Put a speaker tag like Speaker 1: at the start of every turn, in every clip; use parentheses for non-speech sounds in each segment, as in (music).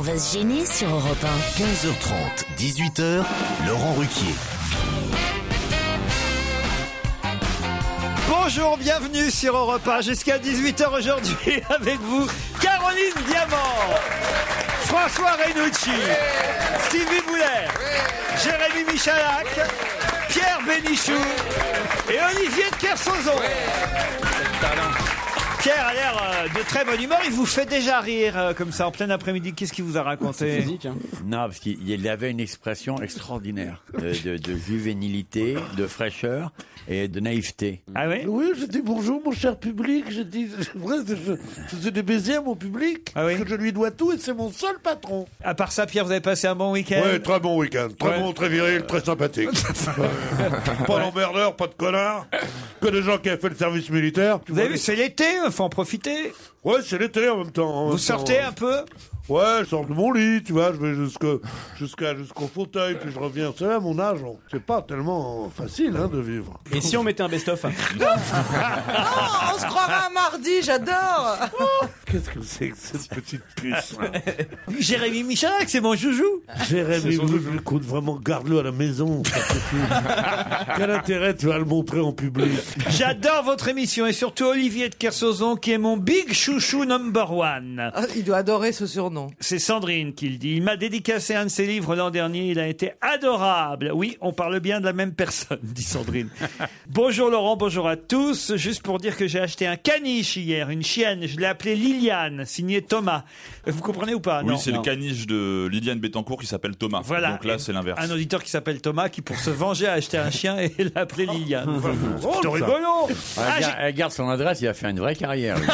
Speaker 1: va se gêner sur Europe
Speaker 2: 15h30, 18h, Laurent Ruquier.
Speaker 3: Bonjour, bienvenue sur Europe 1 jusqu'à 18h aujourd'hui (laughs) avec vous Caroline Diamant, François Renucci, Stevie Boulet, Jérémy Michalak, Pierre Bénichou et Olivier de Kersauzon.
Speaker 1: Ah
Speaker 3: Pierre a l'air euh, de très bonne humeur, il vous fait déjà rire euh, comme ça en plein après-midi. Qu'est-ce qu'il vous a raconté
Speaker 4: Non, parce qu'il il avait une expression extraordinaire euh, de, de juvénilité, de fraîcheur et de naïveté.
Speaker 3: Ah oui
Speaker 5: Oui, j'ai dit bonjour mon cher public, j'ai dit (laughs) c'est vrai, je, je faisais des baisers à mon public,
Speaker 3: Ah oui
Speaker 5: parce que je lui dois tout et c'est mon seul patron.
Speaker 3: À part ça, Pierre, vous avez passé un bon week-end
Speaker 5: Ouais, très bon week-end, très
Speaker 3: Ouais.
Speaker 5: bon, très viril,
Speaker 3: (laughs)
Speaker 5: très sympathique. (laughs) pas d'emmerdeur, pas de connard, que des gens qui avaient fait le service militaire.
Speaker 3: Vous avez vu, c'est l'été, faut en profiter.
Speaker 5: Ouais, c'est l'été en même temps. en
Speaker 3: Vous
Speaker 5: même
Speaker 3: sortez
Speaker 5: temps.
Speaker 3: un peu
Speaker 5: Ouais, je sors de mon lit, tu vois, je vais jusqu'au jusqu'à- jusqu'au fauteuil, puis je reviens. C'est à mon âge, on- c'est pas tellement facile hein, de vivre.
Speaker 6: Et si on mettait un best-of
Speaker 3: hein.
Speaker 7: on se croira un mardi, j'adore
Speaker 5: (laughs) Qu'est-ce que c'est que cette petite hein puce là
Speaker 3: Jérémy Michalak, c'est mon joujou.
Speaker 5: Jérémy, oui, je l'écoute vraiment, garde-le à la maison. ça, c'est
Speaker 3: (laughs)
Speaker 5: tout. Quel intérêt tu vas le montrer en public
Speaker 3: J'adore votre émission et surtout Olivier de Kersauzon qui est mon big chouchou number one.
Speaker 7: Ah, Il doit adorer ce surnom.
Speaker 3: C'est Sandrine qui le dit. Il m'a dédicacé un de ses livres l'an dernier. Il a été adorable. Oui, on parle bien de la même personne, (laughs) dit Sandrine. bonjour Laurent, bonjour à tous. Juste pour dire que j'ai acheté un caniche hier, une chienne. Je l'ai appelée Liliane, signée Thomas. Vous comprenez ou pas
Speaker 8: Oui,
Speaker 3: Ah Non.
Speaker 8: c'est le caniche de Liliane Bettencourt qui s'appelle Thomas.
Speaker 3: Voilà.
Speaker 8: Donc là,
Speaker 3: Et
Speaker 8: c'est l'inverse.
Speaker 3: Un auditeur qui s'appelle Thomas qui, pour se venger, a acheté un chien et l'a
Speaker 8: (laughs)
Speaker 3: appelé Liliane.
Speaker 5: drôle,
Speaker 3: Plutôt
Speaker 5: ça.
Speaker 3: Oh, rigolo.
Speaker 4: Elle,
Speaker 3: Ah,
Speaker 4: gar- elle garde son adresse, il a fait une vraie carrière. lui.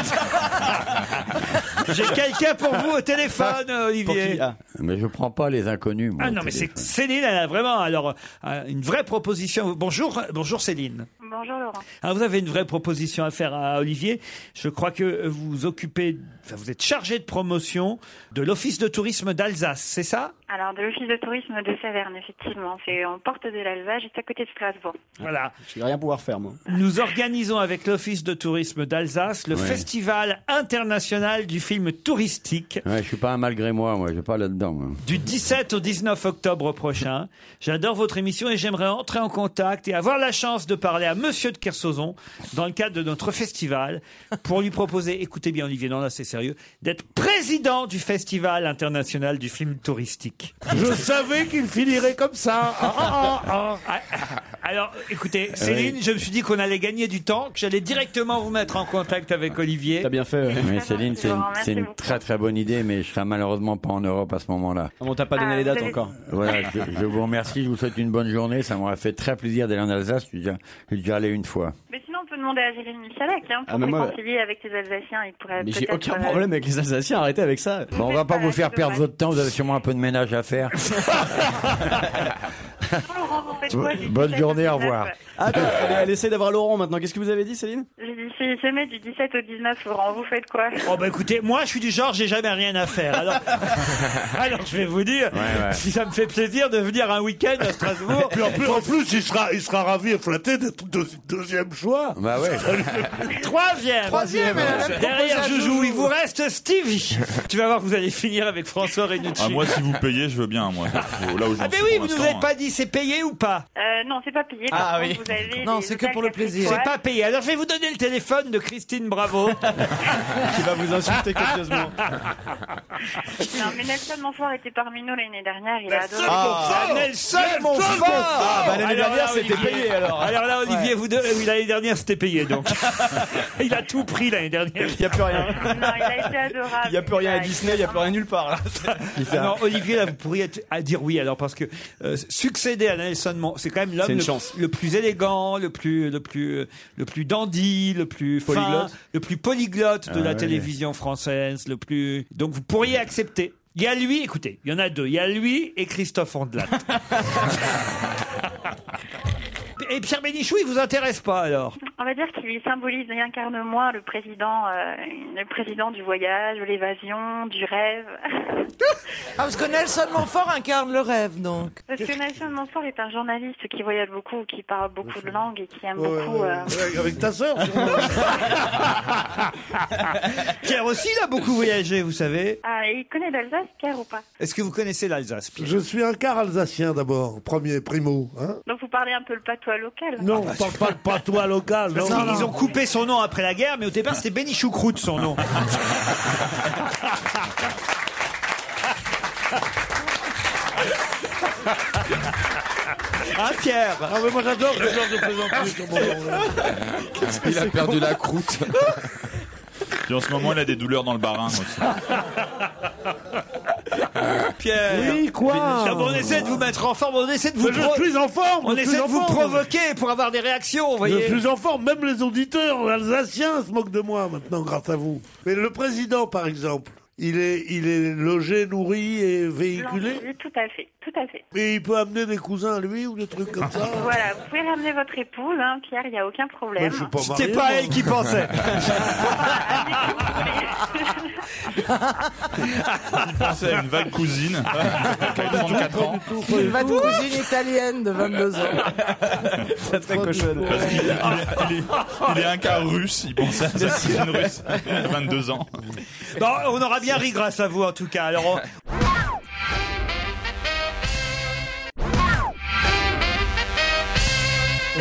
Speaker 3: (laughs) j'ai- J'ai quelqu'un pour vous au téléphone, Olivier.
Speaker 4: Ah. mais je prends pas les inconnus. moi,
Speaker 3: Ah
Speaker 4: au
Speaker 3: non, mais c'est
Speaker 4: téléphone.
Speaker 3: Céline, elle a vraiment alors euh, une vraie proposition. Bonjour, bonjour Céline.
Speaker 9: Bonjour Laurent.
Speaker 3: Ah, vous avez une vraie proposition à faire à Olivier. Je crois que vous vous occupez, enfin, vous êtes chargé de promotion de l'Office de tourisme d'Alsace, c'est ça
Speaker 6: Ah,
Speaker 9: Alors de l'office de tourisme de Saverne, effectivement, c'est en porte de l'Alsace, juste à côté de Strasbourg.
Speaker 3: Voilà.
Speaker 6: Je vais rien pouvoir faire, moi.
Speaker 3: Nous organisons avec l'Office de tourisme d'Alsace le Festival international du film touristique
Speaker 4: Ouais, je suis pas un malgré moi, moi, je suis pas là-dedans. moi.
Speaker 3: du 17 au 19 octobre prochain. J'adore votre émission et j'aimerais entrer en contact et avoir la chance de parler à Monsieur de Kersauzon dans le cadre de notre festival pour lui proposer, écoutez bien Olivier, non là c'est sérieux, d'être président du Festival international du film touristique.
Speaker 5: Je savais qu'il finirait comme (laughs) ça. Ah, ah, ah, ah.
Speaker 3: Alors, écoutez, Céline, je me suis dit qu'on allait gagner du temps, que j'allais directement vous mettre en contact avec Olivier.
Speaker 6: T'as bien fait. ouais.
Speaker 4: Mais Céline, c'est une, c'est une
Speaker 9: Merci beaucoup.
Speaker 4: très très bonne idée, mais je serai malheureusement pas en Europe à ce moment-là.
Speaker 6: Bon, t'as pas donné
Speaker 9: Ah,
Speaker 6: les dates
Speaker 9: vous avez-
Speaker 6: encore.
Speaker 4: Voilà, je, je vous remercie, je vous souhaite une bonne journée. Ça m'aurait fait très plaisir d'aller en Alsace. Je suis déjà, je suis déjà allé une fois.
Speaker 9: Mais sinon, on peut demander à Jérémy Michalak hein, pour
Speaker 6: Ah, mais moi-
Speaker 9: réconcilier avec les Alsaciens. Il pourrait
Speaker 6: Mais j'ai
Speaker 9: peut-être,
Speaker 6: aucun
Speaker 9: euh,
Speaker 6: problème avec les Alsaciens, arrêtez avec ça.
Speaker 4: Bon, on va pas vous faire perdre votre temps. Vous avez sûrement un peu de ménage à faire.
Speaker 9: Oh, Laurent, vous faites quoi, du
Speaker 4: Bonne
Speaker 9: 17
Speaker 4: journée, au
Speaker 9: 19?
Speaker 4: revoir.
Speaker 6: Ah, Attends,
Speaker 4: (laughs)
Speaker 6: elle, elle essaie d'avoir Laurent maintenant. Qu'est-ce que vous avez dit, Céline
Speaker 9: J'ai dit, c'est jamais du 17 au 19, Laurent, vous faites quoi
Speaker 3: Oh bah écoutez, moi je suis du genre, j'ai jamais rien à faire. Alors, alors je vais vous dire,
Speaker 4: ouais.
Speaker 3: si ça me fait plaisir de venir un week-end à Strasbourg.
Speaker 5: Puis en plus, en plus, il sera, il sera ravi et flatté d'être deux- deuxième choix.
Speaker 4: Bah
Speaker 5: (laughs)
Speaker 4: ouais.
Speaker 3: Troisième
Speaker 7: Troisième, euh, elle a même
Speaker 3: Derrière
Speaker 7: proposé à
Speaker 3: Joujou, il vous reste Stevie. tu vas voir, vous allez finir avec François Renucci.
Speaker 8: Ah, moi, si vous payez, je veux bien.
Speaker 3: (laughs)
Speaker 8: Moi. Là où j'en
Speaker 3: Ah mais
Speaker 8: suis
Speaker 3: oui,
Speaker 8: pour
Speaker 3: vous nous
Speaker 8: l'instant,
Speaker 3: avez pas dit c'est payé ou pas
Speaker 9: euh, Non, c'est pas payé.
Speaker 6: Ah,
Speaker 9: Par
Speaker 6: oui.
Speaker 9: contre, vous avez
Speaker 7: Non,
Speaker 9: les
Speaker 7: c'est que
Speaker 9: hôtels
Speaker 7: pour le
Speaker 9: quatre
Speaker 7: plaisir.
Speaker 3: C'est
Speaker 9: étoiles.
Speaker 3: pas payé. Alors je vais vous donner le téléphone de Christine Bravo.
Speaker 6: Qui va vous
Speaker 3: (laughs)
Speaker 6: insulter copieusement.
Speaker 9: Non, mais Nelson Monfort était parmi nous l'année dernière, il a adoré.
Speaker 3: Ah, Nelson, mon
Speaker 6: Ah, bah, l'année dernière, c'était payé alors.
Speaker 3: Alors là, Olivier, vous deux, oui, l'année dernière, c'était payé, donc.
Speaker 6: (laughs)
Speaker 3: il a tout pris l'année dernière.
Speaker 6: Il y a plus rien.
Speaker 9: Non, il a été adorable.
Speaker 6: Il y a plus rien à Disney, il y a plus rien nulle part
Speaker 3: (laughs)
Speaker 6: là. Il fait un-
Speaker 3: Ah Non, Olivier, là, vous pourriez être- à dire oui, alors, parce que euh, succéder à Nelson Mon- c'est quand même l'homme
Speaker 6: C'est une
Speaker 3: le,
Speaker 6: chance.
Speaker 3: le plus élégant, le plus, le plus, euh, le plus dandy, le plus fin,
Speaker 6: Polyglotte.
Speaker 3: le plus polyglotte de
Speaker 4: Ah
Speaker 3: la
Speaker 4: ouais.
Speaker 3: télévision française, le plus. Donc, vous pourriez accepter. Il y a lui, écoutez, il y en a deux. Il y a lui et
Speaker 6: (laughs)
Speaker 3: Christophe Ondelat. Et Pierre Bénichou, il vous intéresse pas alors
Speaker 9: On va dire qu'il symbolise et incarne moins le président, euh, le président du voyage, de l'évasion, du
Speaker 5: (laughs)
Speaker 9: rêve.
Speaker 7: Ah, parce que Nelson Montfort incarne le rêve, donc.
Speaker 9: Parce que Nelson Montfort est un journaliste qui voyage beaucoup, qui parle beaucoup de langues et qui aime
Speaker 5: Ouais,
Speaker 9: beaucoup.
Speaker 5: ouais,
Speaker 9: euh,
Speaker 5: ouais, Avec ta sœur. sûrement.
Speaker 3: Pierre aussi, il a beaucoup voyagé, vous savez.
Speaker 9: Ah, Et il connaît l'Alsace, Pierre, ou pas
Speaker 3: Est-ce que vous connaissez l'Alsace, Pierre
Speaker 5: Je suis un quart alsacien d'abord, premier primo. Hein
Speaker 9: Donc vous parlez un peu le patois local.
Speaker 5: non,
Speaker 3: Ah,
Speaker 5: on parle pas de patois local. Non,
Speaker 3: bah, Parce qu'ils- Ils ont coupé son nom après la guerre, mais au départ, c'était Benny Choucroute, son
Speaker 5: (laughs)
Speaker 3: nom. Hein, Pierre
Speaker 5: Ah, mais moi j'adore ce genre de plaisanterie. comment on-
Speaker 8: hein.
Speaker 1: Il a perdu la croûte.
Speaker 8: (laughs) Puis en ce moment, il a des douleurs dans le barin aussi.
Speaker 3: Ah, Pierre
Speaker 5: Oui, quoi
Speaker 3: Non, mais On essaie de vous mettre en forme, on essaie de vous,
Speaker 5: Mais
Speaker 3: pro-
Speaker 5: je suis en forme
Speaker 3: on
Speaker 5: je
Speaker 3: essaie
Speaker 5: suis
Speaker 3: de
Speaker 5: en
Speaker 3: vous
Speaker 5: forme.
Speaker 3: provoquer pour avoir des réactions, vous voyez
Speaker 5: Je suis en forme, même les auditeurs alsaciens se moquent de moi maintenant grâce à vous. Mais le président, par exemple, il est, il est logé, nourri et véhiculé,
Speaker 9: Oui, tout à fait, tout à fait.
Speaker 5: et il peut amener des cousins à lui ou des trucs comme
Speaker 9: (laughs)
Speaker 5: ça.
Speaker 9: Voilà, vous pouvez ramener votre épouse, hein, Pierre, il n'y a aucun
Speaker 5: Moi,
Speaker 9: problème.
Speaker 5: je suis pas marié,
Speaker 3: C'était pas
Speaker 5: moi.
Speaker 3: elle qui pensait.
Speaker 8: (laughs) pensais à une vague
Speaker 3: (laughs)
Speaker 8: cousine qui a 34 ans.
Speaker 7: Il va de cousine italienne de 22 ans.
Speaker 6: C'est très cochonne.
Speaker 8: Il est, il est un cas russe, il pensait à sa cousine russe, 22 ans.
Speaker 3: Bon, Bah, on aura bien ri grâce à vous en tout cas. Alors, on-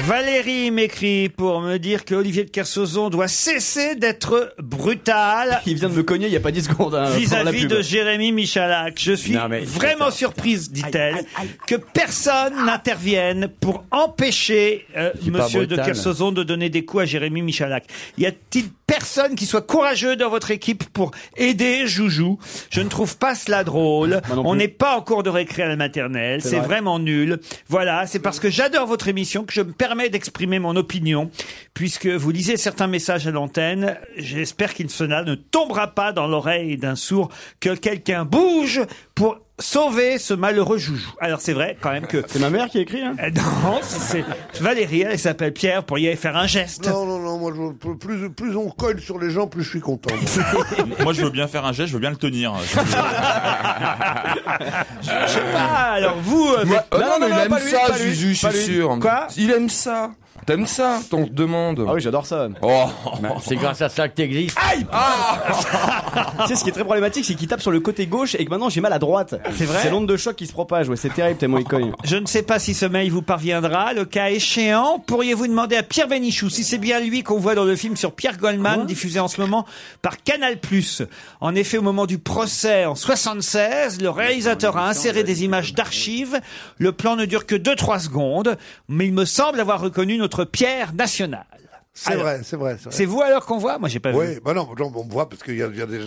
Speaker 3: Valérie m'écrit pour me dire que Olivier de Kersauzon doit cesser d'être brutal
Speaker 6: Il vient de me cogner il y a pas 10 secondes. hein, pour la
Speaker 3: vis-à-vis
Speaker 6: pub.
Speaker 3: de Jérémy Michalak. Je suis
Speaker 4: Non, mais-
Speaker 3: vraiment surprise, dit-elle, que personne n'intervienne pour empêcher euh,
Speaker 4: C'est pas
Speaker 3: Monsieur de
Speaker 4: brutal.
Speaker 3: Kersauzon de donner des coups à Jérémy Michalak. Y a-t-il personne qui soit courageux dans votre équipe pour aider Joujou Je ne trouve pas cela drôle.
Speaker 6: Moi non
Speaker 3: On
Speaker 6: plus.
Speaker 3: n'est pas en cours de récré à la maternelle. C'est
Speaker 6: vrai.
Speaker 3: vraiment nul. Voilà, c'est parce que j'adore votre émission que je me permets d'exprimer mon opinion. Puisque vous lisez certains messages à l'antenne, j'espère qu'il cela ne tombera pas dans l'oreille d'un sourd que quelqu'un bouge pour sauver ce malheureux joujou. Alors c'est vrai quand même que...
Speaker 6: C'est ma mère qui écrit. Hein.
Speaker 3: Euh, Non, c'est Valérie, elle s'appelle Pierre pour y aller faire un geste.
Speaker 5: Non, non, non, moi, je- plus, plus on colle sur les gens, plus je suis content.
Speaker 8: Moi, je veux bien faire un geste, je veux bien le
Speaker 3: (laughs)
Speaker 8: tenir.
Speaker 3: Je sais pas, alors vous... euh,
Speaker 1: Moi-
Speaker 6: Non,
Speaker 1: euh, non,
Speaker 6: non,
Speaker 1: mais
Speaker 6: non,
Speaker 1: il
Speaker 6: pas
Speaker 1: aime
Speaker 6: lui,
Speaker 1: ça,
Speaker 6: pas lui,
Speaker 1: Zuzu, je
Speaker 6: pas
Speaker 1: suis
Speaker 6: lui.
Speaker 1: sûr.
Speaker 3: Quoi
Speaker 1: Il aime ça. T'aimes ça T'en demandes.
Speaker 6: Ah oui, j'adore ça. Bah,
Speaker 1: Oh
Speaker 4: C'est
Speaker 3: (laughs)
Speaker 4: grâce à ça que t'existes. Ah
Speaker 6: tu sais, ce qui est très problématique, c'est qu'il tape sur le côté gauche et que maintenant j'ai mal à droite.
Speaker 3: C'est vrai
Speaker 6: C'est l'onde de choc qui se propage. Ah, Ouais, c'est terrible tellement il cogne.
Speaker 3: Je ne sais pas si ce mail vous parviendra. Le cas échéant, pourriez-vous demander à Pierre Bénichou si c'est bien lui qu'on voit dans le film sur Pierre Goldman diffusé en ce moment par Canal+. En effet, au moment du procès en 76, le réalisateur a inséré des images d'archives. Le plan ne dure que 2-3 secondes, mais il me semble avoir reconnu notre Pierre national.
Speaker 5: C'est
Speaker 3: Alors,
Speaker 5: vrai, c'est vrai. c'est vrai.
Speaker 3: C'est vous alors qu'on voit Moi, j'ai pas vu.
Speaker 5: Oui, bah non, non, on me voit parce que y a- y a des-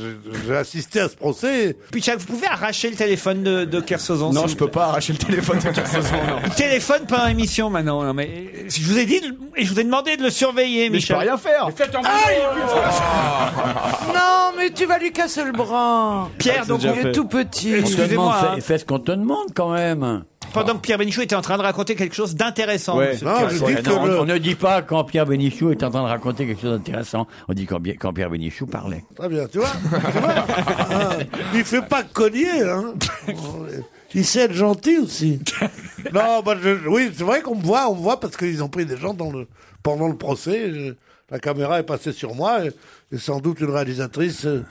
Speaker 5: j'ai assisté à ce procès.
Speaker 3: Puis, Jacques, vous pouvez arracher le téléphone de, de Kersozon,
Speaker 6: Non,
Speaker 3: s'il
Speaker 6: je
Speaker 3: vous
Speaker 6: peux pas arracher le téléphone de 15 secondes. non.
Speaker 3: Téléphone pendant l'émission maintenant. Non, mais euh, je vous ai dit de- et je vous ai demandé de le surveiller,
Speaker 6: Mais je peux
Speaker 3: Michel.
Speaker 6: rien faire.
Speaker 7: Non, mais tu vas lui casser le bras.
Speaker 3: Pierre, donc
Speaker 6: déjà
Speaker 3: on-
Speaker 6: fait.
Speaker 7: Il est tout petit.
Speaker 4: On te
Speaker 3: Excusez-moi,
Speaker 4: demande,
Speaker 3: hein.
Speaker 4: fais, fais ce qu'on te demande quand même.
Speaker 3: pendant que Pierre Bénichou était en train de raconter quelque chose d'intéressant.
Speaker 6: Ouais.
Speaker 3: monsieur.
Speaker 5: Non, je dis
Speaker 4: Ouais,
Speaker 5: que
Speaker 4: non,
Speaker 5: le-
Speaker 4: on, on ne dit pas quand Pierre Bénichou est en train de raconter quelque chose d'intéressant. On dit quand, Bi- quand Pierre Bénichou parlait.
Speaker 5: Très bien,
Speaker 3: (laughs)
Speaker 5: tu vois, tu vois Ah, Il fait pas cogner,
Speaker 3: (laughs)
Speaker 5: hein Il sait être gentil aussi. Non, bah, je- oui, c'est vrai qu'on me voit, on me voit parce qu'ils ont pris des gens dans le, pendant le procès. je- la caméra est passée sur moi et, et sans doute une réalisatrice euh,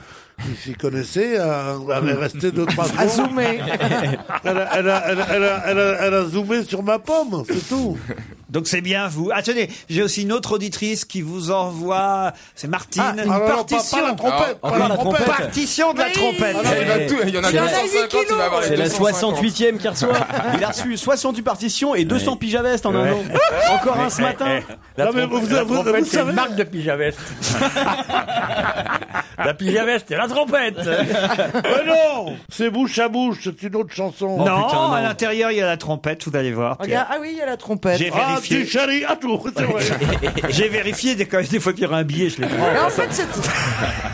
Speaker 5: qui s'y connaissait a- avait resté deux, trois
Speaker 7: À
Speaker 5: secondes.
Speaker 7: zoomer.
Speaker 5: (laughs) Elle a, elle a- elle a- elle a- elle a- elle a zoomé sur ma pomme, c'est tout.
Speaker 3: (laughs) Donc c'est bien vous. Ah tenez, j'ai aussi une autre auditrice qui vous envoie, c'est Martine.
Speaker 5: Ah, non, non, pas- pas la trompette, pas
Speaker 1: Ah,
Speaker 5: la
Speaker 6: la
Speaker 5: trompette.
Speaker 6: trompette.
Speaker 3: Partition de la
Speaker 7: Oui.
Speaker 3: trompette.
Speaker 7: Ah,
Speaker 1: il,
Speaker 10: Eh.
Speaker 1: va tout, il y en a
Speaker 6: Eh. C'est la-
Speaker 1: 250, il va avoir les
Speaker 6: C'est la
Speaker 1: 250.
Speaker 6: 68ème qui reçoit. Il a reçu 68 partitions et 200 pijavestes en un an. Encore un ce matin.
Speaker 4: La
Speaker 5: Non, mais
Speaker 4: trompette-
Speaker 5: vous-
Speaker 4: la
Speaker 5: vous-
Speaker 4: trompette,
Speaker 5: vous
Speaker 4: c'est une
Speaker 5: savez-
Speaker 4: marque de pyjaveste. la pyjaveste, c'est la trompette.
Speaker 5: Mais non C'est bouche à bouche, c'est une autre
Speaker 7: Oh,
Speaker 5: chanson.
Speaker 3: Oh, non, à l'intérieur il y a la trompette. Vous allez voir. Pierre.
Speaker 7: Regarde, ah oui, il y a la trompette.
Speaker 3: J'ai
Speaker 5: Ah,
Speaker 3: vérifié.
Speaker 5: petit chéri, à tout, c'est
Speaker 7: ah,
Speaker 5: vrai.
Speaker 3: (laughs) J'ai vérifié des, quand- des fois qu'il y aura un billet, je l'ai prends.
Speaker 7: Mais en fait, c'est...
Speaker 3: (laughs)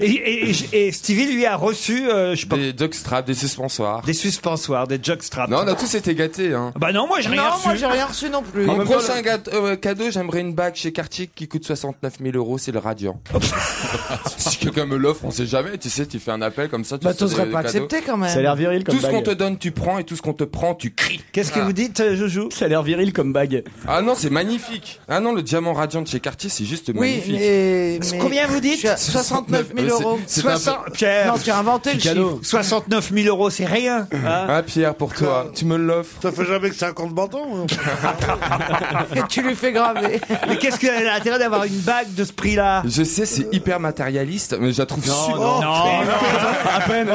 Speaker 3: Et, et- et- et Stevie lui a reçu, euh, je sais pas,
Speaker 1: Des jockstraps, des suspensoirs.
Speaker 3: des suspensoirs, des jockstraps.
Speaker 1: Non, on a tous été gâtés. Hein.
Speaker 3: Bah non, moi j'ai rien
Speaker 7: Non,
Speaker 3: reçu.
Speaker 7: moi j'ai rien reçu non plus.
Speaker 1: Mon prochain gâte- euh, cadeau, j'aimerais une bague chez Cartier qui coûte 69 000 euros, c'est le (laughs) Radiant. si quelqu'un me l'offre, on sait jamais, tu sais, tu fais un appel comme ça, tu
Speaker 7: Bah
Speaker 1: sais,
Speaker 7: t'oserais
Speaker 1: des
Speaker 7: pas
Speaker 1: cadeaux.
Speaker 7: accepter quand
Speaker 6: Ça a
Speaker 7: même.
Speaker 6: l'air viril comme
Speaker 1: Tout ce qu'on
Speaker 6: bague.
Speaker 1: te donne, tu prends, et tout ce qu'on te prend, tu cries.
Speaker 3: Qu'est-ce que vous dites, euh, Joujou
Speaker 6: Ça a l'air viril comme bague.
Speaker 1: Ah non, c'est magnifique. Ah non, le diamant Radiant de chez Cartier, c'est juste
Speaker 7: Oui,
Speaker 1: (laughs) magnifique.
Speaker 7: mais, mais-
Speaker 3: Combien vous dites
Speaker 7: Je suis à 69 000
Speaker 1: Mais
Speaker 3: 000
Speaker 1: c'est-
Speaker 3: euros.
Speaker 1: c'est un-
Speaker 3: 60 Pierre,
Speaker 1: Non, tu as inventé
Speaker 3: petit
Speaker 1: le chiffre.
Speaker 3: 69 000 euros, c'est rien. hein.
Speaker 1: Ah Pierre, pour toi, tu me l'offres.
Speaker 5: Ça fait jamais que hein. 50
Speaker 7: (laughs)
Speaker 5: bâtons.
Speaker 3: Et tu lui fais graver. Mais qu'est-ce qu'elle a intérêt d'avoir une bague de ce prix-là
Speaker 1: Je sais, c'est hyper matérialiste, mais je la trouve super.
Speaker 3: non,
Speaker 5: à peine.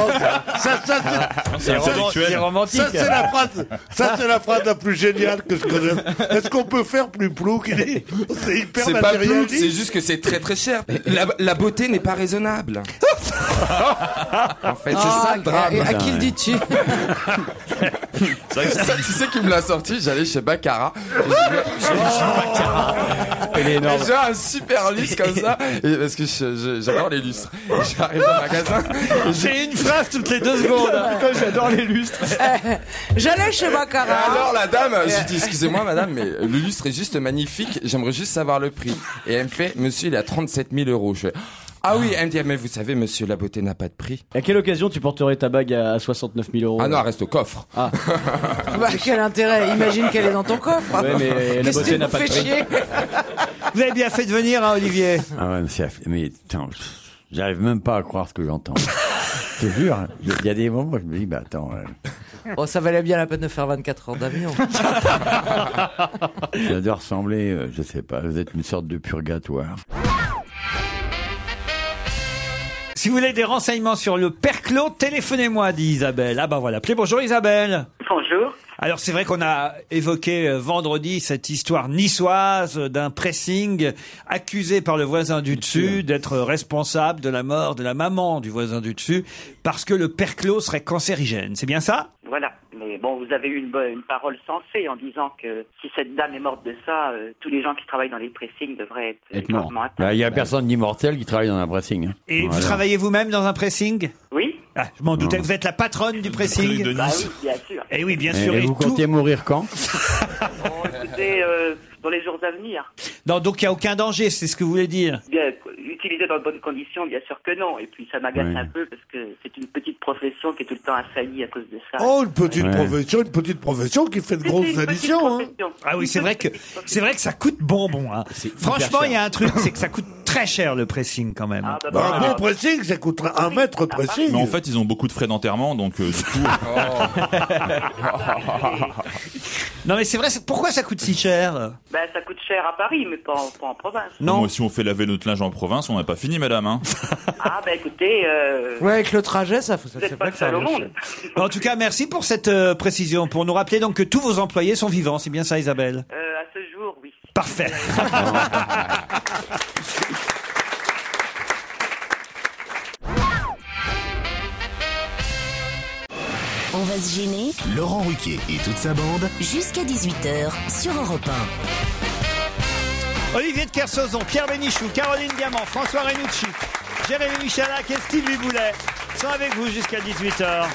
Speaker 5: Ça,
Speaker 1: (laughs)
Speaker 5: ça, c'est-
Speaker 8: C'est
Speaker 5: ça,
Speaker 8: intellectuel.
Speaker 5: ça, c'est la phrase, ça, c'est la phrase la plus géniale que je connaisse. Est-ce qu'on peut faire plus plou qu'il est C'est hyper
Speaker 1: C'est pas plus, c'est
Speaker 5: matérialiste.
Speaker 1: juste que c'est très très cher. La, la beauté n'est pas raisonnable. en fait, c'est
Speaker 7: Ah,
Speaker 1: ça le drame.
Speaker 7: À, à qui le
Speaker 1: (laughs)
Speaker 7: dis-tu
Speaker 8: C'est vrai que
Speaker 1: Ça, tu sais qui me l'a sorti J'allais chez Baccara.
Speaker 6: Elle est énorme.
Speaker 1: Déjà un super lustre comme ça. Et parce que je- je- j'adore les lustres. J'arrive au magasin. et j'ai-
Speaker 3: J'ai une phrase toutes les deux
Speaker 1: (laughs)
Speaker 3: secondes. hein.
Speaker 7: (laughs)
Speaker 6: Putain, j'adore les lustres.
Speaker 7: J'allais Eh, chez Eh.
Speaker 1: Et alors
Speaker 7: Baccarat.
Speaker 1: la dame, j'ai dit excusez-moi madame, mais le lustre est juste magnifique, j'aimerais juste savoir le prix. Et elle me fait, monsieur il est à 37 000 euros. Je fais, ah oui, elle me dit, mais vous savez monsieur, la beauté n'a pas de prix.
Speaker 6: À quelle occasion tu porterais ta bague à 69 000 euros
Speaker 1: Ah non, elle reste au coffre.
Speaker 7: Bah, quel intérêt Imagine qu'elle est dans ton coffre.
Speaker 6: Ouais, mais la
Speaker 7: Qu'est-ce que
Speaker 6: beauté
Speaker 7: tu
Speaker 6: n'a
Speaker 7: nous
Speaker 6: pas de
Speaker 7: fais
Speaker 6: prix.
Speaker 7: chier
Speaker 3: (laughs) Vous avez bien fait de venir, hein, Olivier.
Speaker 4: Ah ouais, mais, c'est aff- mais putain, pff, j'arrive même pas à croire ce que j'entends. Je te jure, il y a des moments où je me dis, bah attends, euh,
Speaker 7: Bon, Oh, ça valait bien la peine de faire 24 heures d'avion.
Speaker 4: ça doit ressembler, euh, je sais pas, vous êtes une sorte de purgatoire.
Speaker 3: Si vous voulez des renseignements sur le perclos, téléphonez-moi, dit Isabelle. Ah ben voilà, appelez bonjour Isabelle.
Speaker 9: Bonjour.
Speaker 3: Alors c'est vrai qu'on a évoqué euh, vendredi cette histoire niçoise euh, d'un pressing accusé par le voisin du dessus d'être responsable de la mort de la maman du voisin du dessus parce que le perclos serait cancérigène. C'est bien ça
Speaker 11: Voilà. Mais bon, vous avez eu une, bonne- une parole sensée en disant que si cette dame est morte de ça, euh, tous les gens qui travaillent dans les pressings devraient être,
Speaker 4: Être mort.
Speaker 11: gravement atteints.
Speaker 4: Bah, il y a personne d'immortel qui travaille dans un pressing. hein.
Speaker 3: Et vous
Speaker 4: Voilà.
Speaker 3: travaillez vous-même dans un pressing
Speaker 11: Oui
Speaker 3: ah, Je m'en doutais, vous êtes la patronne du
Speaker 8: Truc de
Speaker 3: pressing
Speaker 11: Bah
Speaker 8: Nice.
Speaker 11: oui, bien sûr.
Speaker 3: Eh oui, bien
Speaker 4: Et,
Speaker 3: sûr.
Speaker 4: et
Speaker 3: et
Speaker 4: vous
Speaker 3: tout-
Speaker 4: comptez mourir quand
Speaker 3: (laughs)
Speaker 11: Bon, écoutez, euh, dans les jours à venir,
Speaker 3: Non, donc il n'y a aucun danger, c'est ce que vous voulez dire.
Speaker 11: bien, utilisé dans de bonnes conditions, bien sûr que non. Et puis ça m'agace
Speaker 4: Oui.
Speaker 11: un peu parce que c'est une petite profession qui est tout le temps assaillie à cause de
Speaker 4: (laughs)
Speaker 11: ça.
Speaker 5: Oh, une petite
Speaker 4: Ouais.
Speaker 5: profession, une petite profession qui fait de
Speaker 11: C'est une
Speaker 5: grosses
Speaker 11: petite
Speaker 5: additions. hein.
Speaker 11: profession.
Speaker 3: Ah oui, c'est vrai que c'est vrai que ça coûte bonbon. Hein. Franchement, il y a un truc, c'est que ça coûte très cher le pressing quand même.
Speaker 11: Ah, bah, bah,
Speaker 5: Un bon
Speaker 11: bah,
Speaker 5: pressing, ça coûtera un mètre pressing.
Speaker 8: Mais en fait, ils ont beaucoup de frais d'enterrement, donc euh, du coup, (laughs)
Speaker 3: Non mais c'est vrai, c'est- pourquoi ça coûte si cher
Speaker 11: bah, ça coûte cher à Paris, mais pas en, pas en province.
Speaker 3: Non.
Speaker 8: moi, si on fait laver notre linge en province, on n'a pas fini, madame. Hein.
Speaker 11: Ah, bah écoutez, euh,
Speaker 7: Ouais, avec le trajet, ça, ça
Speaker 11: vous
Speaker 7: c'est
Speaker 11: n'êtes pas
Speaker 7: vrai
Speaker 11: le
Speaker 7: que ça.
Speaker 11: seul au monde.
Speaker 3: En tout cas, merci pour cette euh, précision, pour nous rappeler donc que tous vos employés sont vivants. C'est bien ça, Isabelle
Speaker 11: Euh, à ce jour, oui. (laughs)
Speaker 12: (laughs)
Speaker 3: Parfait.
Speaker 2: On va se gêner Laurent Ruquier et toute sa bande.
Speaker 13: Jusqu'à 18h sur Europe
Speaker 3: Olivier de Kersauzon, Pierre Bénichou, Caroline Diamant, François Renucci, Jérémy Michalak et Steve Boulet sont avec vous jusqu'à 18h.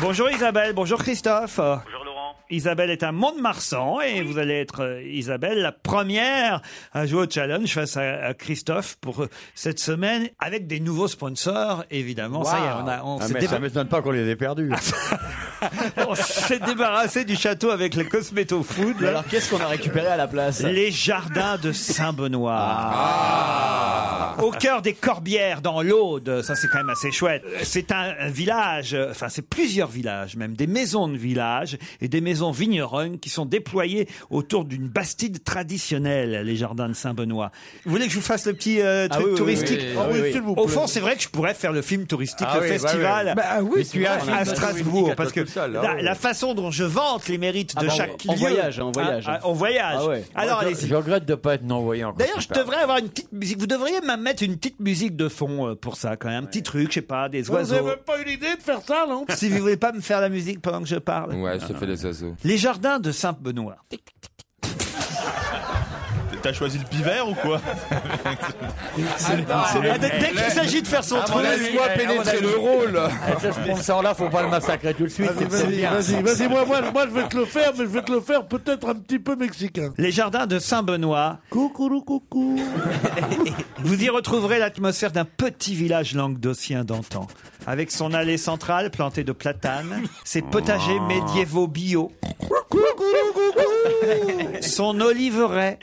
Speaker 3: Bonjour Isabelle, bonjour Christophe.
Speaker 11: Bonjour Laurent.
Speaker 3: Isabelle est un Mont-de-Marsan et vous allez être, euh, Isabelle, la première à jouer au challenge face à, à Christophe pour euh, cette semaine avec des nouveaux sponsors, évidemment. Ça y est, on, a- on
Speaker 4: Ah,
Speaker 3: s'est Ah,
Speaker 4: mais
Speaker 3: déba-
Speaker 4: Ça m'étonne pas qu'on les ait perdus.
Speaker 3: on s'est débarrassé du château avec le Cosmeto Food.
Speaker 6: Mais Alors qu'est-ce qu'on a récupéré à la place
Speaker 3: Les jardins de Saint-Benoît.
Speaker 6: Ah.
Speaker 3: Au cœur des Corbières, dans l'Aude. Ça, c'est quand même assez chouette. C'est un un village, euh, enfin, c'est plusieurs villages même, des maisons de village et des maisons vigneronnes qui sont déployées autour d'une bastide traditionnelle, les jardins de Saint-Benoît. Vous voulez que je vous fasse le petit euh, truc
Speaker 6: oui, oui,
Speaker 3: touristique
Speaker 1: oui,
Speaker 5: Ah oui, s'il vous
Speaker 3: Au
Speaker 5: plaît.
Speaker 3: fond, c'est vrai que je pourrais faire le film touristique,
Speaker 6: Ah
Speaker 3: le
Speaker 6: oui, bah
Speaker 3: festival.
Speaker 6: oui.
Speaker 7: oui,
Speaker 6: tu as
Speaker 3: à Strasbourg, parce que
Speaker 1: seul, hein,
Speaker 3: la,
Speaker 1: ouais.
Speaker 3: la façon dont je vante les mérites
Speaker 6: Ah
Speaker 3: de
Speaker 6: bah,
Speaker 3: chaque
Speaker 6: on- on
Speaker 3: lieu-
Speaker 6: voyage, on voyage.
Speaker 3: Ah, ah, on voyage.
Speaker 6: Ah ouais.
Speaker 3: Alors
Speaker 4: je,
Speaker 3: allez-y.
Speaker 4: je regrette de pas être non-voyant. quand
Speaker 3: D'ailleurs,
Speaker 4: tu
Speaker 3: je
Speaker 4: parles.
Speaker 3: devrais avoir une petite musique. Vous devriez me mettre une petite musique de fond euh, pour ça, quand même. Un petit truc, je sais pas, des
Speaker 5: Vous
Speaker 3: oiseaux.
Speaker 5: avez même pas eu l'idée de faire ça, non
Speaker 3: si vous voulez pas me faire la musique pendant que je parle.
Speaker 1: (laughs) Ouais, je te fais les oiseaux.
Speaker 3: Les jardins de Saint-Benoît.
Speaker 8: (laughs) T'as choisi le pivert ou
Speaker 3: (laughs)
Speaker 8: quoi bah,
Speaker 3: Ah, dès dès qu'il s'agit de faire
Speaker 8: Ah,
Speaker 3: son truc.
Speaker 1: Laisse-moi pénétrer le rôle.
Speaker 4: Ah, ça, ce sponsor-là, faut pas le massacrer tout de suite.
Speaker 5: Vas-y,
Speaker 4: c'est
Speaker 5: vas-y,
Speaker 4: bien.
Speaker 5: vas-y, vas-y, moi, moi, moi, je vais te le faire, mais je vais te le faire peut-être un petit peu mexicain.
Speaker 3: Les jardins de Saint-Benoît.
Speaker 5: Coucou, coucou.
Speaker 3: Vous y retrouverez l'atmosphère d'un petit village languedocien d'antan, avec son allée centrale plantée de platanes, ses potagers médiévaux bio, son oliveraie,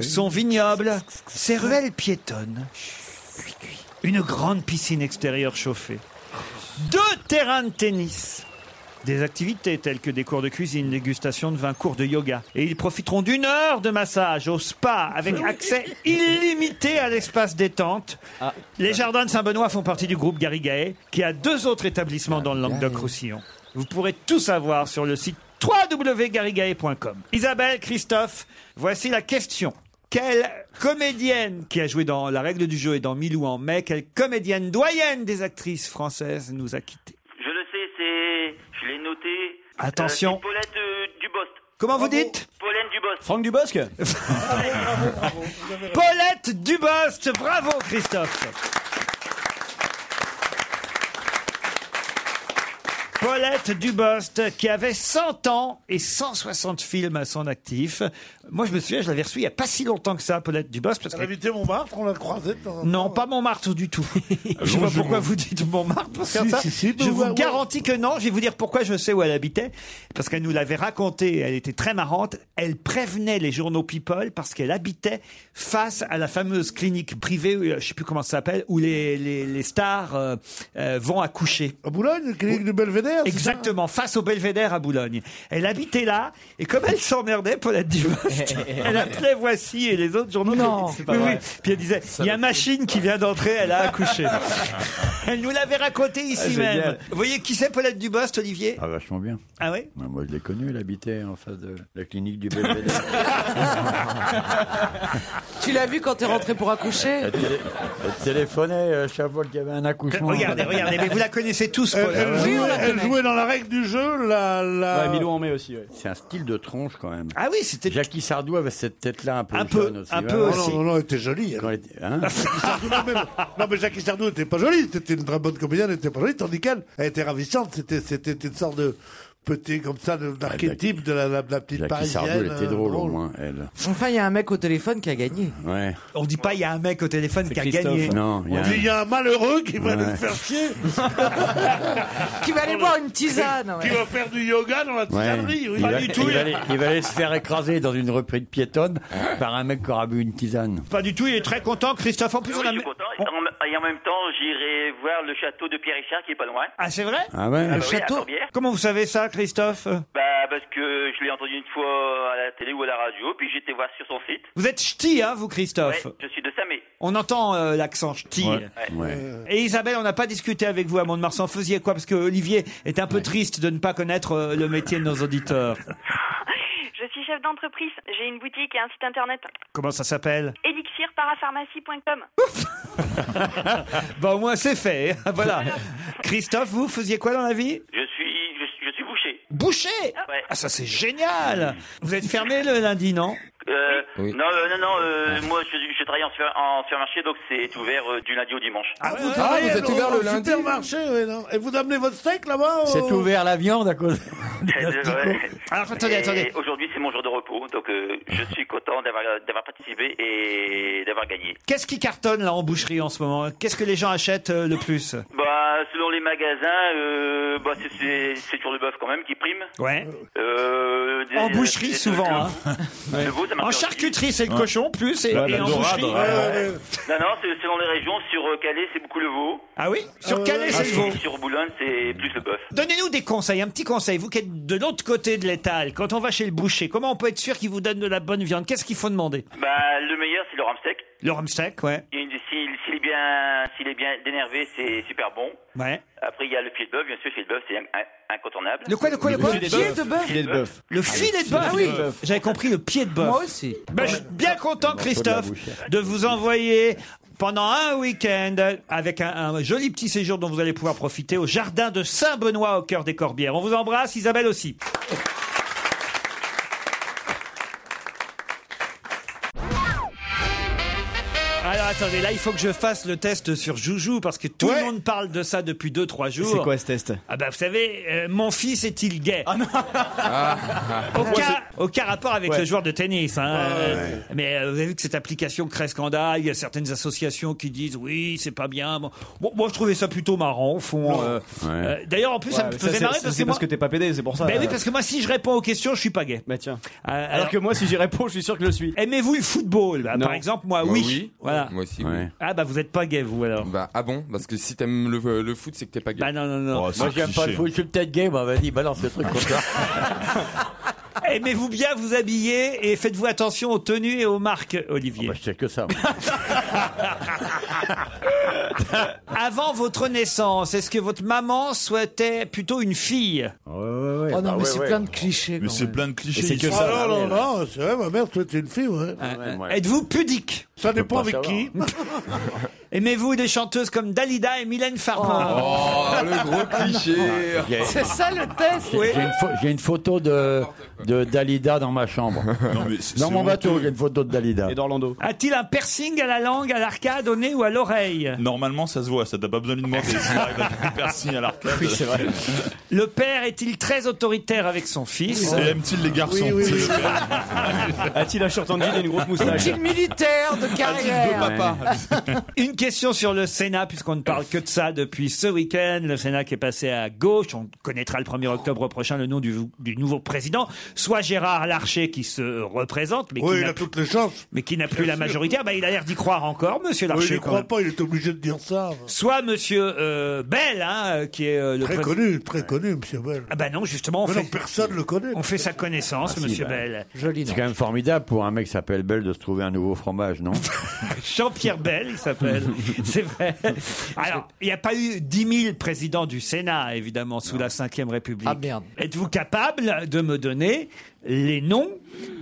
Speaker 3: son vignoble, ses ruelles piétonnes, une grande piscine extérieure chauffée, deux terrains de tennis, des activités telles que des cours de cuisine, dégustation de vin, cours de yoga. Et ils profiteront d'une heure de massage au spa avec accès illimité à l'espace détente. Les jardins de Saint-Benoît font partie du groupe Garrigae qui a deux autres établissements dans le Languedoc-Roussillon. Vous pourrez tout savoir sur le site www.garrigae.com. Isabelle, Christophe, voici la question. Quelle comédienne qui a joué dans La règle du jeu et dans Milou en mai, quelle comédienne doyenne des actrices françaises nous a quittés
Speaker 12: Je le sais, c'est. Je l'ai noté.
Speaker 3: Attention.
Speaker 12: Euh, c'est Paulette euh, Dubost.
Speaker 3: Comment vous dites
Speaker 12: Pauline Dubost.
Speaker 3: Franck Dubosc Paulette Dubost, bravo Christophe Paulette Dubost, qui avait 100 ans et 160 films à son actif. Moi, je me souviens, je l'avais reçue il n'y a pas si longtemps que ça, Paulette Dubost. Parce
Speaker 5: Elle
Speaker 3: que...
Speaker 5: habitait Montmartre, on l'a croisé.
Speaker 3: Non, pas Montmartre du
Speaker 5: (laughs)
Speaker 3: tout. je sais pas pourquoi vous dites Montmartre. Parce que
Speaker 5: Si,
Speaker 3: ça,
Speaker 5: si, si,
Speaker 3: je
Speaker 5: bah,
Speaker 3: vous
Speaker 5: ouais.
Speaker 3: garantis que non. Je vais vous dire pourquoi je sais où elle habitait. Parce qu'elle nous l'avait raconté. Elle était très marrante. Elle prévenait les journaux People parce qu'elle habitait face à la fameuse clinique privée, euh, je sais plus comment ça s'appelle, où les, les, les stars euh, euh, vont accoucher.
Speaker 5: À Boulogne, la clinique du Belvédère c'est ça
Speaker 3: Exactement, face au Belvédère à Boulogne. Elle habitait là, et comme elle s'emmerdait, Paulette
Speaker 5: (laughs)
Speaker 3: Dubost, elle appelait Voici et les autres journaux. Non,
Speaker 6: pas vrai.
Speaker 3: Puis elle disait, il y a machine qui vient d'entrer, elle
Speaker 4: (laughs)
Speaker 3: a accouché. elle nous l'avait raconté
Speaker 4: Ah,
Speaker 3: ici
Speaker 4: génial.
Speaker 3: même. Vous voyez qui c'est Paulette Dubost, Olivier
Speaker 4: Ah, vachement bien.
Speaker 3: Ah oui
Speaker 4: Ouais, Moi, je l'ai connu, elle habitait en face de la clinique du Belvédère.
Speaker 7: Tu l'as vu quand t'es rentré pour accoucher
Speaker 4: Elle, télé- elle téléphonait euh, chaque fois qu'il y avait un accouchement.
Speaker 3: Regardez, regardez, mais vous la connaissez tous,
Speaker 4: Elle-
Speaker 3: Paulette.
Speaker 4: elle Oui, on la
Speaker 5: Elle jouait dans la règle du jeu, la. la...
Speaker 4: en met aussi. C'est un style de tronche quand même.
Speaker 3: Ah oui, c'était.
Speaker 4: Jackie Sardou avait cette tête-là un peu.
Speaker 5: Un peu,
Speaker 4: jaune aussi. Ah
Speaker 5: un
Speaker 4: Ouais,
Speaker 5: peu
Speaker 4: ouais.
Speaker 5: aussi. Non, non,
Speaker 4: (laughs)
Speaker 5: elle était jolie.
Speaker 4: Quand elle était- hein
Speaker 5: Jackie Sardou, non, mais, non, mais Jackie Sardou n'était pas jolie, c'était une très bonne comédienne, elle n'était pas jolie, tandis qu'elle, elle était ravissante, c'était, c'était une sorte de petit, comme ça,
Speaker 4: Ah,
Speaker 5: de- d'archétype de la, la- de la (laughs) petite
Speaker 4: Jackie
Speaker 5: parisienne.
Speaker 4: Sardou, elle était
Speaker 5: euh,
Speaker 4: drôle au moins, elle.
Speaker 7: Enfin, il y a un mec au téléphone qui a gagné.
Speaker 4: Ouais.
Speaker 3: On dit pas il y a un mec au téléphone qui a
Speaker 4: Christophe.
Speaker 3: gagné.
Speaker 4: Non, il y a
Speaker 3: On
Speaker 4: un-
Speaker 3: dit,
Speaker 5: Il y a un malheureux qui va
Speaker 4: Ouais.
Speaker 5: nous faire chier.
Speaker 6: (laughs)
Speaker 7: Qui va aller boire une tisane. ouais.
Speaker 5: Qui va faire du yoga dans la
Speaker 4: Ouais.
Speaker 5: tisanerie, oui.
Speaker 4: Il, va, il va aller- il va aller se faire écraser dans une reprise piétonne par un mec qui aura bu une tisane.
Speaker 3: Pas du tout, il est très content, Christophe. En plus, on a.
Speaker 12: En- Et en même temps, j'irai voir le château de Pierre Richard qui est pas loin.
Speaker 3: Ah, c'est vrai
Speaker 4: Ah ouais.
Speaker 12: bah oui, à Corbière.
Speaker 3: Comment vous savez ça, Christophe
Speaker 12: Bah, parce que je l'ai entendu une fois à la télé ou à la radio, puis j'étais voir sur son site.
Speaker 3: Vous êtes ch'ti, hein, vous, Christophe
Speaker 12: Ouais, je suis de Samé.
Speaker 3: On entend euh, l'accent ch'ti. Euh, Et Isabelle, on n'a pas discuté avec vous à Mont-de-Marsan. Faisiez quoi Parce que Olivier est un peu triste de ne pas connaître euh, le métier de nos
Speaker 4: (laughs)
Speaker 3: auditeurs.
Speaker 9: (laughs) Je suis chef d'entreprise, j'ai une boutique et un site internet.
Speaker 3: Comment ça s'appelle (laughs)
Speaker 9: Elixirparapharmacie.com.
Speaker 3: Bah au moins c'est fait.
Speaker 4: (laughs)
Speaker 3: voilà. Christophe, vous faisiez quoi dans la vie
Speaker 12: Je suis, je, suis- je suis bouché.
Speaker 3: Boucher
Speaker 12: Ouais.
Speaker 3: Ah ça c'est génial. Vous êtes fermé le lundi, non
Speaker 12: Euh, Non, euh, non, non, euh, moi je, je travaille en, super- en supermarché, donc c'est ouvert euh, du lundi au dimanche.
Speaker 5: Ah, vous,
Speaker 1: Ah,
Speaker 5: travaillez
Speaker 1: vous êtes
Speaker 5: au-
Speaker 1: ouvert
Speaker 5: au
Speaker 1: le lundi
Speaker 5: supermarché, oui, non. Et vous amenez votre steak là-bas
Speaker 4: C'est
Speaker 3: Oh.
Speaker 5: au-
Speaker 4: ouvert la viande à cause.
Speaker 12: Ouais.
Speaker 3: Alors, attendez,
Speaker 12: Et
Speaker 3: attendez. Ah.
Speaker 12: Aujourd'hui c'est mon jour de repos, donc euh, je suis content d'avoir d'avoir participé et d'avoir gagné.
Speaker 3: Qu'est-ce qui cartonne là en boucherie en ce moment Qu'est-ce que les gens achètent euh, le plus
Speaker 12: Bah, selon les magasins, euh, bah, c'est- c'est c'est toujours le bœuf quand même qui prime.
Speaker 3: Ouais.
Speaker 12: Euh, des-
Speaker 3: En boucherie,
Speaker 12: des- euh, des-
Speaker 3: souvent,
Speaker 12: le-
Speaker 3: hein.
Speaker 12: (laughs) le veau, ça marche
Speaker 3: En
Speaker 12: aussi.
Speaker 3: charcuterie, c'est le
Speaker 12: Ouais.
Speaker 3: cochon plus et,
Speaker 12: Ouais,
Speaker 3: et
Speaker 12: la
Speaker 3: en
Speaker 12: dorade,
Speaker 3: boucherie. euh,
Speaker 12: ouais. Non, non, c'est selon les régions. Sur euh, Calais, c'est beaucoup le veau.
Speaker 3: Ah oui Sur Calais,
Speaker 12: Ah,
Speaker 3: c'est le veau.
Speaker 12: Sur Boulogne, c'est plus le bœuf.
Speaker 3: Donnez-nous des conseils, un petit conseil. Vous qui êtes de l'autre côté de l'étal, quand on va chez le boucher, comment on peut être sûr qu'il vous donne de la bonne viande Qu'est-ce qu'il faut demander
Speaker 12: Bah, le meilleur, c'est le ramsteak.
Speaker 3: Le rumsteak, ouais.
Speaker 12: Il y a une- S'il s'il est bien, s'il est bien dénervé, c'est super bon.
Speaker 3: Ouais.
Speaker 12: Après, il y a le filet de bœuf. Bien sûr, le filet de bœuf, c'est in- in- incontournable.
Speaker 3: Le quoi, le quoi, le quoi
Speaker 12: filet de bœuf. Filet de bœuf.
Speaker 3: Le filet de bœuf.
Speaker 12: Ah oui.
Speaker 3: oui. J'avais compris le pied de bœuf.
Speaker 7: Moi aussi.
Speaker 3: Ben, je suis bien content,
Speaker 4: morceau de la hein.
Speaker 3: Christophe, de vous envoyer pendant un week-end avec un, un joli petit séjour dont vous allez pouvoir profiter au jardin de Saint-Benoît au cœur des Corbières. On vous embrasse, Isabelle aussi. Alors attendez, là il faut que je fasse le test sur Joujou parce que tout le monde parle de ça depuis 2-3 jours.
Speaker 6: C'est quoi ce test Ah,
Speaker 3: Ah bah vous savez, euh, mon fils est-il gay (laughs) aucun, aucun rapport avec
Speaker 6: Ouais.
Speaker 3: le joueur de tennis. hein. Euh, Mais euh, vous avez vu que cette application crée scandale. Il y a certaines associations qui disent oui, c'est pas bien. Bon, bon, moi, je trouvais ça plutôt marrant au fond. euh. Euh, D'ailleurs, en plus, ça
Speaker 6: Ouais,
Speaker 3: me
Speaker 6: mais
Speaker 3: faisait
Speaker 6: c'est-
Speaker 3: marrer
Speaker 6: c'est
Speaker 3: parce
Speaker 6: parce
Speaker 3: que moi.
Speaker 6: t'es pas pédé, c'est pour ça. euh.
Speaker 3: Ben oui, parce que moi, si je réponds aux questions, je suis pas gay.
Speaker 6: Bah tiens.
Speaker 3: Euh,
Speaker 6: Alors que moi, si j'y réponds, je suis sûr que je le suis.
Speaker 3: Aimez-vous le football Bah,
Speaker 6: Non.
Speaker 3: Par exemple, moi,
Speaker 1: Moi,
Speaker 3: oui.
Speaker 1: oui.
Speaker 3: Voilà.
Speaker 1: Moi aussi. oui.
Speaker 3: Ah bah vous êtes pas gay vous alors.
Speaker 1: Bah ah bon Parce que si t'aimes le, euh, le foot, c'est que t'es pas gay. Bah
Speaker 3: non non non.
Speaker 4: Moi, j'aime pas le foot, je suis peut-être gay, bah vas-y, balance le truc comme ça.
Speaker 3: (laughs) Aimez-vous bien vous habiller et faites-vous attention aux tenues et aux marques, Olivier.
Speaker 4: je sais que ça.
Speaker 3: (laughs) Avant votre naissance, est-ce que votre maman souhaitait plutôt une fille
Speaker 4: Oh
Speaker 3: Ah,
Speaker 4: non, bah mais ouais, c'est ouais. plein de
Speaker 3: clichés. Oh
Speaker 8: Mais c'est plein de clichés.
Speaker 3: c'est que ça.
Speaker 5: Ah non, non, non, c'est vrai, ma mère, c'était une fille, ouais.
Speaker 3: ouais. Êtes-vous pudique
Speaker 5: Ça dépend avec qui.
Speaker 3: (laughs) Aimez-vous des chanteuses comme Dalida et Mylène Farmer
Speaker 1: Oh, le
Speaker 3: (laughs)
Speaker 1: gros cliché.
Speaker 7: C'est ça le test.
Speaker 4: J'ai une, pho- j'ai une photo de, de Dalida dans ma chambre. dans mon bateau, j'ai une photo de Dalida. Et d'Orlando.
Speaker 3: A-t-il un piercing à la langue, à l'arcade, au nez ou à l'oreille
Speaker 8: Normalement, ça se voit, ça t'as pas besoin de demander. C'est vrai, t'as des piercings à
Speaker 3: (laughs)
Speaker 8: l'arcade. Oui, c'est vrai.
Speaker 3: Le père est-il très autoritaire avec son fils
Speaker 8: Et aime-t-il les garçons C'est le père.
Speaker 6: (laughs) A-t-il un short en jean et une grosse moustache
Speaker 7: Est-il militaire de carrière
Speaker 3: Une question sur le Sénat, puisqu'on ne parle que de ça depuis ce week-end. Le Sénat qui est passé à gauche. On connaîtra le 1er octobre prochain le nom du, du nouveau président. Soit Gérard Larcher qui se représente, mais
Speaker 5: Oui,
Speaker 3: qui
Speaker 5: il
Speaker 3: n'a-
Speaker 5: a toutes les chances.
Speaker 3: mais qui n'a plus la majorité. Ah bah, il a l'air d'y croire encore, monsieur
Speaker 5: Oui,
Speaker 3: Larcher.
Speaker 5: il ne
Speaker 3: quand
Speaker 5: croit
Speaker 3: même.
Speaker 5: pas, il est obligé de dire ça.
Speaker 3: Soit monsieur euh, Bell, hein, euh, qui est euh, le
Speaker 5: Très
Speaker 3: prés-
Speaker 5: connu, très connu, monsieur Bell.
Speaker 3: Ah bah non, justement, on
Speaker 5: Mais
Speaker 3: fait,
Speaker 5: non, personne ne le connaît.
Speaker 3: on fait sa connaissance,
Speaker 4: Ah, si,
Speaker 3: monsieur
Speaker 4: bah.
Speaker 3: Bell.
Speaker 4: C'est quand même formidable pour un mec qui s'appelle Belle de se trouver un nouveau fromage, non
Speaker 3: (laughs) Jean-Pierre Bell,
Speaker 4: (laughs)
Speaker 3: il s'appelle. C'est vrai. Alors, il n'y a pas eu 10 000 présidents du Sénat, évidemment, sous la Ve République.
Speaker 14: Ah, merde.
Speaker 3: Êtes-vous capable de me donner les noms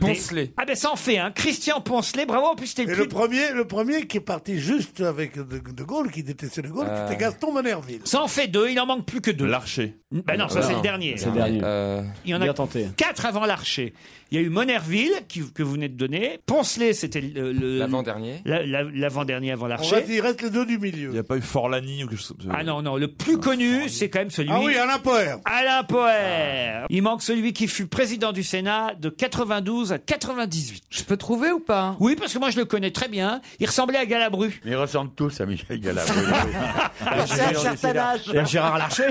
Speaker 3: des-
Speaker 1: Poncelet.
Speaker 3: Ah ben ça en fait, hein. Christian Poncelet, bravo, en plus c'était
Speaker 5: Et
Speaker 3: le
Speaker 5: le
Speaker 3: plus...
Speaker 5: premier, le premier qui est parti juste avec De, De Gaulle, qui détestait De Gaulle,
Speaker 1: Euh.
Speaker 5: c'était Gaston Manerville.
Speaker 3: Ça en fait deux, il en manque plus que deux.
Speaker 8: L'archer.
Speaker 3: Ben non, ça c'est le dernier.
Speaker 6: C'est le dernier.
Speaker 1: Euh,
Speaker 3: Il y en a
Speaker 6: Bien tenté.
Speaker 3: quatre avant l'archer. Il y a eu Monerville, qui- que vous venez de donner. Poncelet, c'était le- le-
Speaker 1: L'avant-dernier.
Speaker 3: la- la- l'avant-dernier avant
Speaker 5: On va
Speaker 3: l'archer.
Speaker 5: dire, il reste les deux du milieu.
Speaker 8: Il n'y a pas eu Forlani ou quelque chose comme ça.
Speaker 3: Ah non, non, le plus connu, c'est quand même celui...
Speaker 5: Ah oui, Alain Poher.
Speaker 3: Alain Poher. Il manque celui qui fut président du Sénat de 92 à 98.
Speaker 14: Je peux trouver ou pas
Speaker 3: Oui, parce que moi je le connais très bien. Il ressemblait à Galabru.
Speaker 4: Mais ils ressemblent tous à Michel Galabru.
Speaker 14: Ah, C'est un certain âge.
Speaker 3: (laughs)
Speaker 4: Gérard Larcher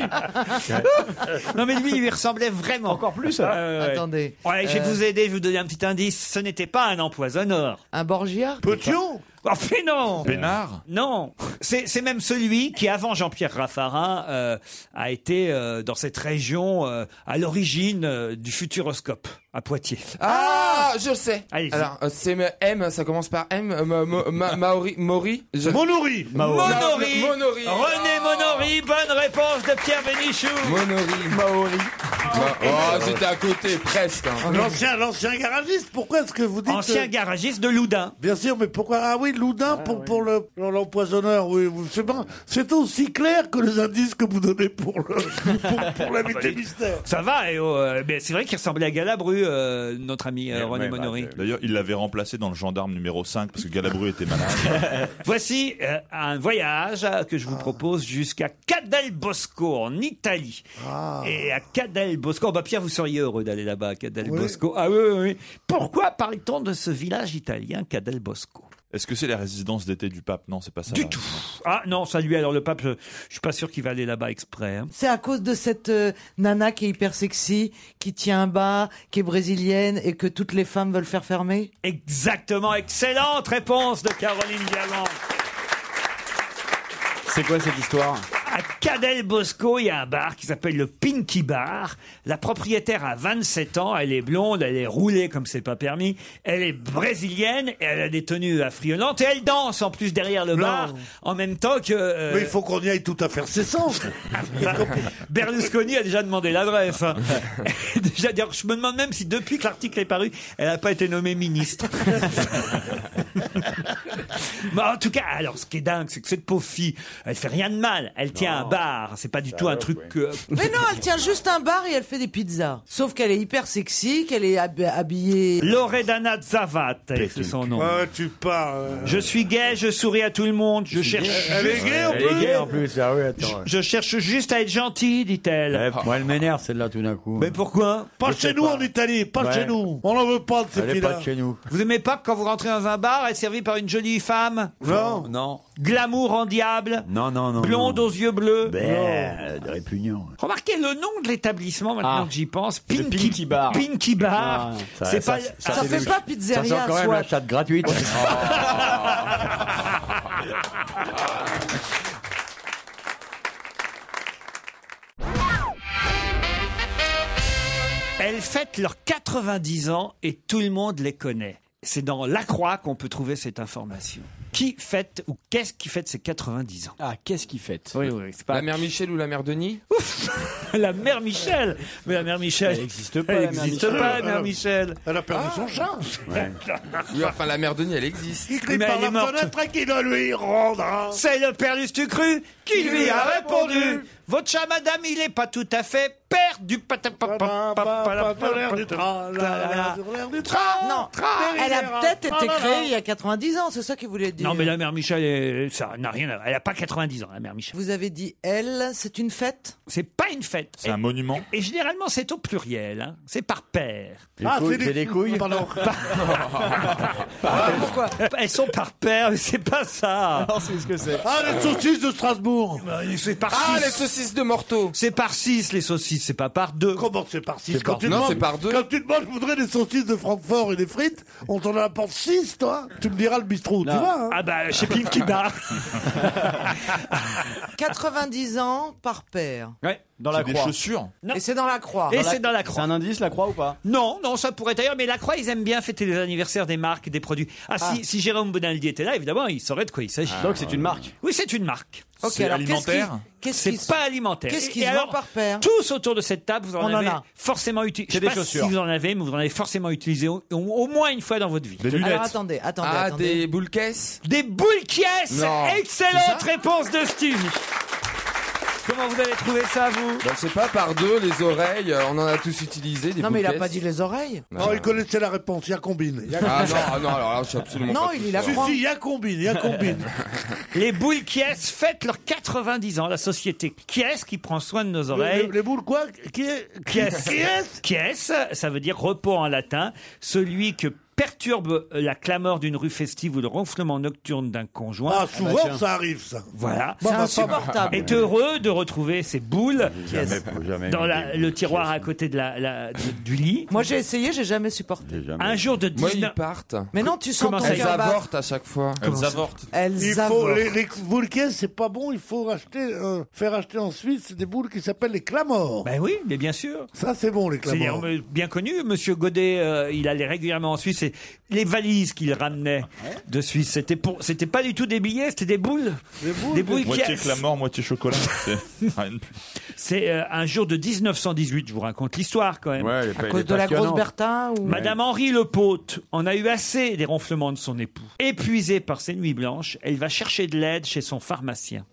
Speaker 4: (laughs)
Speaker 3: Non mais lui, il lui ressemblait vraiment. Encore plus. hein.
Speaker 14: Attendez.
Speaker 3: Ouais, je vais
Speaker 14: Euh,
Speaker 3: vous aider, je vais vous donner un petit indice. Ce n'était pas un empoisonneur.
Speaker 14: Un Borgia
Speaker 5: Potion
Speaker 3: Oh, mais non Euh,
Speaker 8: Pénard
Speaker 3: Non, c'est c'est même celui qui, avant Jean-Pierre Raffarin, euh, a été euh, dans cette région euh, à l'origine euh, du futuroscope à Poitiers.
Speaker 1: Ah, je le sais.
Speaker 3: Allez-y.
Speaker 1: Alors, euh, c'est euh, M, ça commence par M. euh, ma- ma- ma- Maori, Mori. je-
Speaker 5: Monori.
Speaker 3: Monori,
Speaker 1: Monori.
Speaker 3: René Monori, bonne réponse de Pierre Bénichou.
Speaker 1: Monori. Maori. Oh, j'étais à côté, presque. hein.
Speaker 5: L'ancien, l'ancien garagiste, pourquoi est-ce que vous dites...
Speaker 3: Ah, Ancien
Speaker 5: euh,
Speaker 3: garagiste de Loudun.
Speaker 5: Bien sûr, mais pourquoi Ah oui, Loudun pour, pour le, pour l'empoisonneur, oui. vous- C'est, pas- c'est aussi clair que les indices que vous donnez pour, le, pour, pour l'invité mystère.
Speaker 3: Ça va, et oh, euh, mais c'est vrai qu'il ressemblait à Galabru, euh, notre ami euh,
Speaker 4: Ouais,
Speaker 3: René
Speaker 4: ouais, bah,
Speaker 3: Monori.
Speaker 4: c'est-
Speaker 8: D'ailleurs, il l'avait remplacé dans le gendarme numéro 5 parce que Galabru était malade.
Speaker 3: Voici euh, un voyage euh, que je
Speaker 5: Ah.
Speaker 3: vous propose jusqu'à Cadelbosco en Italie.
Speaker 5: Ah.
Speaker 3: Et à Cadelbosco, oh, bah Pierre, vous seriez heureux d'aller là-bas à Cadelbosco. Ah oui, oui, oui. Pourquoi parle-t-on de ce village italien Cadelbosco
Speaker 8: Est-ce que c'est la résidence d'été du pape Non, c'est pas ça.
Speaker 3: Du tout. Ah non, ça lui alors le pape, je, je suis pas sûr qu'il va aller là-bas exprès. hein.
Speaker 14: C'est à cause de cette euh, nana qui est hyper sexy, qui tient un bar, qui est brésilienne et que toutes les femmes veulent faire fermer
Speaker 3: Exactement, excellente réponse de Caroline Diamant.
Speaker 6: C'est quoi cette histoire
Speaker 3: À Cadelbosco, il y a un bar qui s'appelle le Pinky Bar. La propriétaire a 27 ans, elle est blonde, elle est roulée comme c'est pas permis, elle est brésilienne, et elle a des tenues affriolantes et elle danse en plus derrière le bar en même temps que euh, Ah,
Speaker 5: Mais il faut qu'on y aille tout à faire cessant.
Speaker 3: Berlusconi a déjà demandé l'adresse. hein. (laughs) déjà, d'ailleurs, je me demande même si depuis que l'article est paru, elle n'a pas été nommée ministre. (laughs) Mais en tout cas, alors ce qui est dingue, c'est que cette pauvre fille, elle fait rien de mal. Elle tient un bar, c'est pas du tout un truc
Speaker 5: (laughs)
Speaker 3: que-
Speaker 14: Mais non, elle tient juste un bar et elle fait des pizzas. Sauf qu'elle est hyper sexy, qu'elle est hab-
Speaker 3: (laughs)
Speaker 14: habillée.
Speaker 3: Loredana Zavat, c'est son nom.
Speaker 5: Ouais, Oh, tu pars. euh.
Speaker 3: Je suis gay, je souris à tout le monde, je cherche,
Speaker 5: Elle est gay en
Speaker 4: Elle est
Speaker 5: plus
Speaker 4: gay en plus, ah oui, attends.
Speaker 3: je cherche juste à être gentille, dit-elle.
Speaker 4: Ouais, moi, elle m'énerve celle-là tout d'un coup.
Speaker 3: Mais pourquoi
Speaker 5: Pas
Speaker 4: je
Speaker 5: chez
Speaker 4: sais
Speaker 5: nous
Speaker 4: pas.
Speaker 5: en Italie, pas
Speaker 4: Ouais.
Speaker 5: chez nous. On n'en veut pas de ces
Speaker 4: elle est
Speaker 5: filles-là.
Speaker 4: pas de chez nous.
Speaker 3: Vous aimez pas que quand vous rentrez dans un bar, être servi par une jolie femme
Speaker 5: Non.
Speaker 4: Non,
Speaker 3: Glamour en diable
Speaker 4: non, non, non.
Speaker 3: Blonde
Speaker 4: non.
Speaker 3: aux yeux bleus
Speaker 4: Ben, répugnant.
Speaker 3: Remarquez le nom de l'établissement maintenant
Speaker 6: Ah.
Speaker 3: que j'y pense.
Speaker 6: Le Pinky Bar.
Speaker 3: Pinky Bar.
Speaker 6: Ah.
Speaker 4: Ça,
Speaker 3: c'est
Speaker 4: ça,
Speaker 3: pas.
Speaker 4: ça,
Speaker 14: Ça
Speaker 4: c'est
Speaker 14: fait
Speaker 4: le-
Speaker 14: pas
Speaker 4: Ça, c'est
Speaker 14: pizzeria,
Speaker 4: quand même
Speaker 14: soit.
Speaker 4: la chatte gratuite.
Speaker 3: Elles fêtent leurs 90 ans et tout le monde les connaît. C'est dans La Croix qu'on peut trouver cette information. Qui fête ou qu'est-ce qui fête ses 90 ans Ah, qu'est-ce qui fête Oui, oui, c'est pas
Speaker 1: La mère Michel ou la mère Denis
Speaker 3: (laughs) la mère Michel. Mais la mère Michel.
Speaker 1: Elle existe pas,
Speaker 3: Elle
Speaker 1: la
Speaker 14: hein,
Speaker 1: mère
Speaker 3: existe
Speaker 1: Michel.
Speaker 3: pas, la mère Michel.
Speaker 5: Elle a perdu
Speaker 14: Ah.
Speaker 5: son chat.
Speaker 1: Oui, enfin, la mère Denis, elle existe.
Speaker 5: Il crie par la fenêtre et qui doit lui rendre. hein
Speaker 3: C'est le père Lustucru qui lui a répondu. Votre chat, madame, il est pas tout à fait père du
Speaker 14: Non, elle a peut-être été créée il y a 90 ans, c'est ça qu'il voulait dire.
Speaker 3: Non, mais la mère Michel, est- ça n'a rien à- Elle n'a pas 90 ans, la mère Michel.
Speaker 14: Vous avez dit elle, c'est une fête
Speaker 3: C'est pas une fête.
Speaker 8: C'est un monument.
Speaker 3: Et généralement, c'est au pluriel. hein. C'est par paire.
Speaker 8: Les Ah, couilles, c'est les- c'est les
Speaker 5: (laughs)
Speaker 8: couilles
Speaker 3: (laughs) Pardon. pourquoi Elles sont par paire, mais c'est pas ça.
Speaker 6: Non, c'est ce que c'est.
Speaker 5: Ah, les saucisses de Strasbourg.
Speaker 3: C'est par
Speaker 5: Ah,
Speaker 3: six.
Speaker 5: les
Speaker 1: saucisses de Morteau.
Speaker 3: C'est par 6, les saucisses, c'est pas par 2.
Speaker 5: Comment c'est par 6
Speaker 3: par- Non, c'est par deux.
Speaker 5: Quand tu demandes, je voudrais des saucisses de Francfort et des frites, on t'en apporte 6, toi. Tu me diras le bistrot où tu vas. hein.
Speaker 3: Ah bah, chez Pim qui bat.
Speaker 14: 90 ans par paire.
Speaker 3: (laughs) Ouais,
Speaker 6: dans la
Speaker 14: C'est des
Speaker 6: croix.
Speaker 14: chaussures. Et c'est dans la croix.
Speaker 3: Et c'est dans la croix.
Speaker 6: C'est un indice, la croix ou pas
Speaker 3: Non, non, ça pourrait d'ailleurs, mais la Croix, ils aiment bien fêter les anniversaires des marques, des produits. Ah, Si, si Jérôme Bonaldi était là, évidemment, il saurait de quoi il s'agit.
Speaker 6: Ah, Donc c'est une marque
Speaker 3: Oui, c'est une marque.
Speaker 14: Ok, C'est alors qu'est-ce alimentaire qui- qu'est-ce
Speaker 3: C'est
Speaker 14: qui se-
Speaker 3: pas alimentaire.
Speaker 14: qu'est-ce qui
Speaker 3: Et
Speaker 14: se
Speaker 3: alors,
Speaker 14: vend par paire Oh
Speaker 3: Tous autour de cette table, vous en
Speaker 14: On en
Speaker 3: avez
Speaker 14: a.
Speaker 3: forcément utilisé.
Speaker 14: C'est
Speaker 3: Je sais
Speaker 14: des
Speaker 3: pas
Speaker 14: chaussures.
Speaker 3: si vous en avez, mais vous en avez forcément utilisé au, au- au moins une fois dans votre vie. Des
Speaker 14: Alors attendez, attendez, attendez.
Speaker 1: boules caisses
Speaker 3: Des boules caisses
Speaker 1: Non.
Speaker 3: Excellente réponse de Stevie Comment vous avez trouvé ça, vous
Speaker 1: Bah, Je sais pas, par deux, les oreilles, euh, on en a tous utilisé. Des
Speaker 14: Non, mais il a
Speaker 1: boules
Speaker 14: pas
Speaker 1: caisses.
Speaker 14: dit les oreilles.
Speaker 1: Non.
Speaker 5: Oh, il connaissait la réponse, il y a combiné. Il y a
Speaker 1: Ah non,
Speaker 5: combiné.
Speaker 1: ah non, alors là, je suis absolument
Speaker 5: Non,
Speaker 1: pas
Speaker 5: Oh, il
Speaker 1: tout
Speaker 5: est là
Speaker 1: fort.
Speaker 5: pour- Si, si, il y a combine, il y a combine.
Speaker 3: (laughs) Les boules Kies fêtent leurs 90 ans. La société Kies qui prend soin de nos oreilles.
Speaker 5: les boules quoi Qui est
Speaker 3: Kies.
Speaker 5: Kies
Speaker 3: ça veut dire repos en latin. Celui que perturbe la clameur d'une rue festive ou le ronflement nocturne d'un conjoint.
Speaker 14: bah,
Speaker 3: bah,
Speaker 5: Ah, souvent, ça arrive, ça.
Speaker 3: Voilà.
Speaker 5: Bon, C'est bah, ça va. insupportable.
Speaker 3: Est heureux de retrouver ces boules
Speaker 4: Jamais, jamais.
Speaker 3: dans la- le tiroir à côté de la, la- de- du lit.
Speaker 14: Moi j'ai essayé, j'ai jamais supporté.
Speaker 3: Un jour de
Speaker 1: Moi,
Speaker 3: 19...
Speaker 1: ils partent.
Speaker 14: Mais non, tu sens
Speaker 1: Comment
Speaker 14: ton
Speaker 1: ça, Elles
Speaker 14: cœur battre.
Speaker 1: avortent à chaque fois.
Speaker 14: Comment ça Elles
Speaker 5: Il faut,
Speaker 14: avortent.
Speaker 5: les, les boules caisses, c'est pas bon, il faut acheter, euh, faire acheter en Suisse des boules qui s'appellent les clamores.
Speaker 3: Ben oui, mais bien sûr.
Speaker 5: Ça, c'est bon, les
Speaker 3: C'est bien,
Speaker 5: clamores.
Speaker 3: bien connu, Monsieur Godet, euh, il allait régulièrement en Suisse et les valises qu'il ramenait de Suisse, c'était pour, c'était pas du tout des billets, c'était des boules, des boules,
Speaker 8: Moitié
Speaker 3: qui-
Speaker 8: clamor, moitié chocolat. C'est
Speaker 3: (laughs)
Speaker 8: rien de plus.
Speaker 3: C'est euh, un jour de 1918, je vous raconte l'histoire quand même.
Speaker 8: Ouais, elle est À pas- elle cause est de la passionnante. grosse
Speaker 14: Bertha ou-
Speaker 3: Madame Henri Lepaute en a eu assez des ronflements de son époux. Épuisée par ses nuits blanches, elle va chercher de l'aide chez son pharmacien.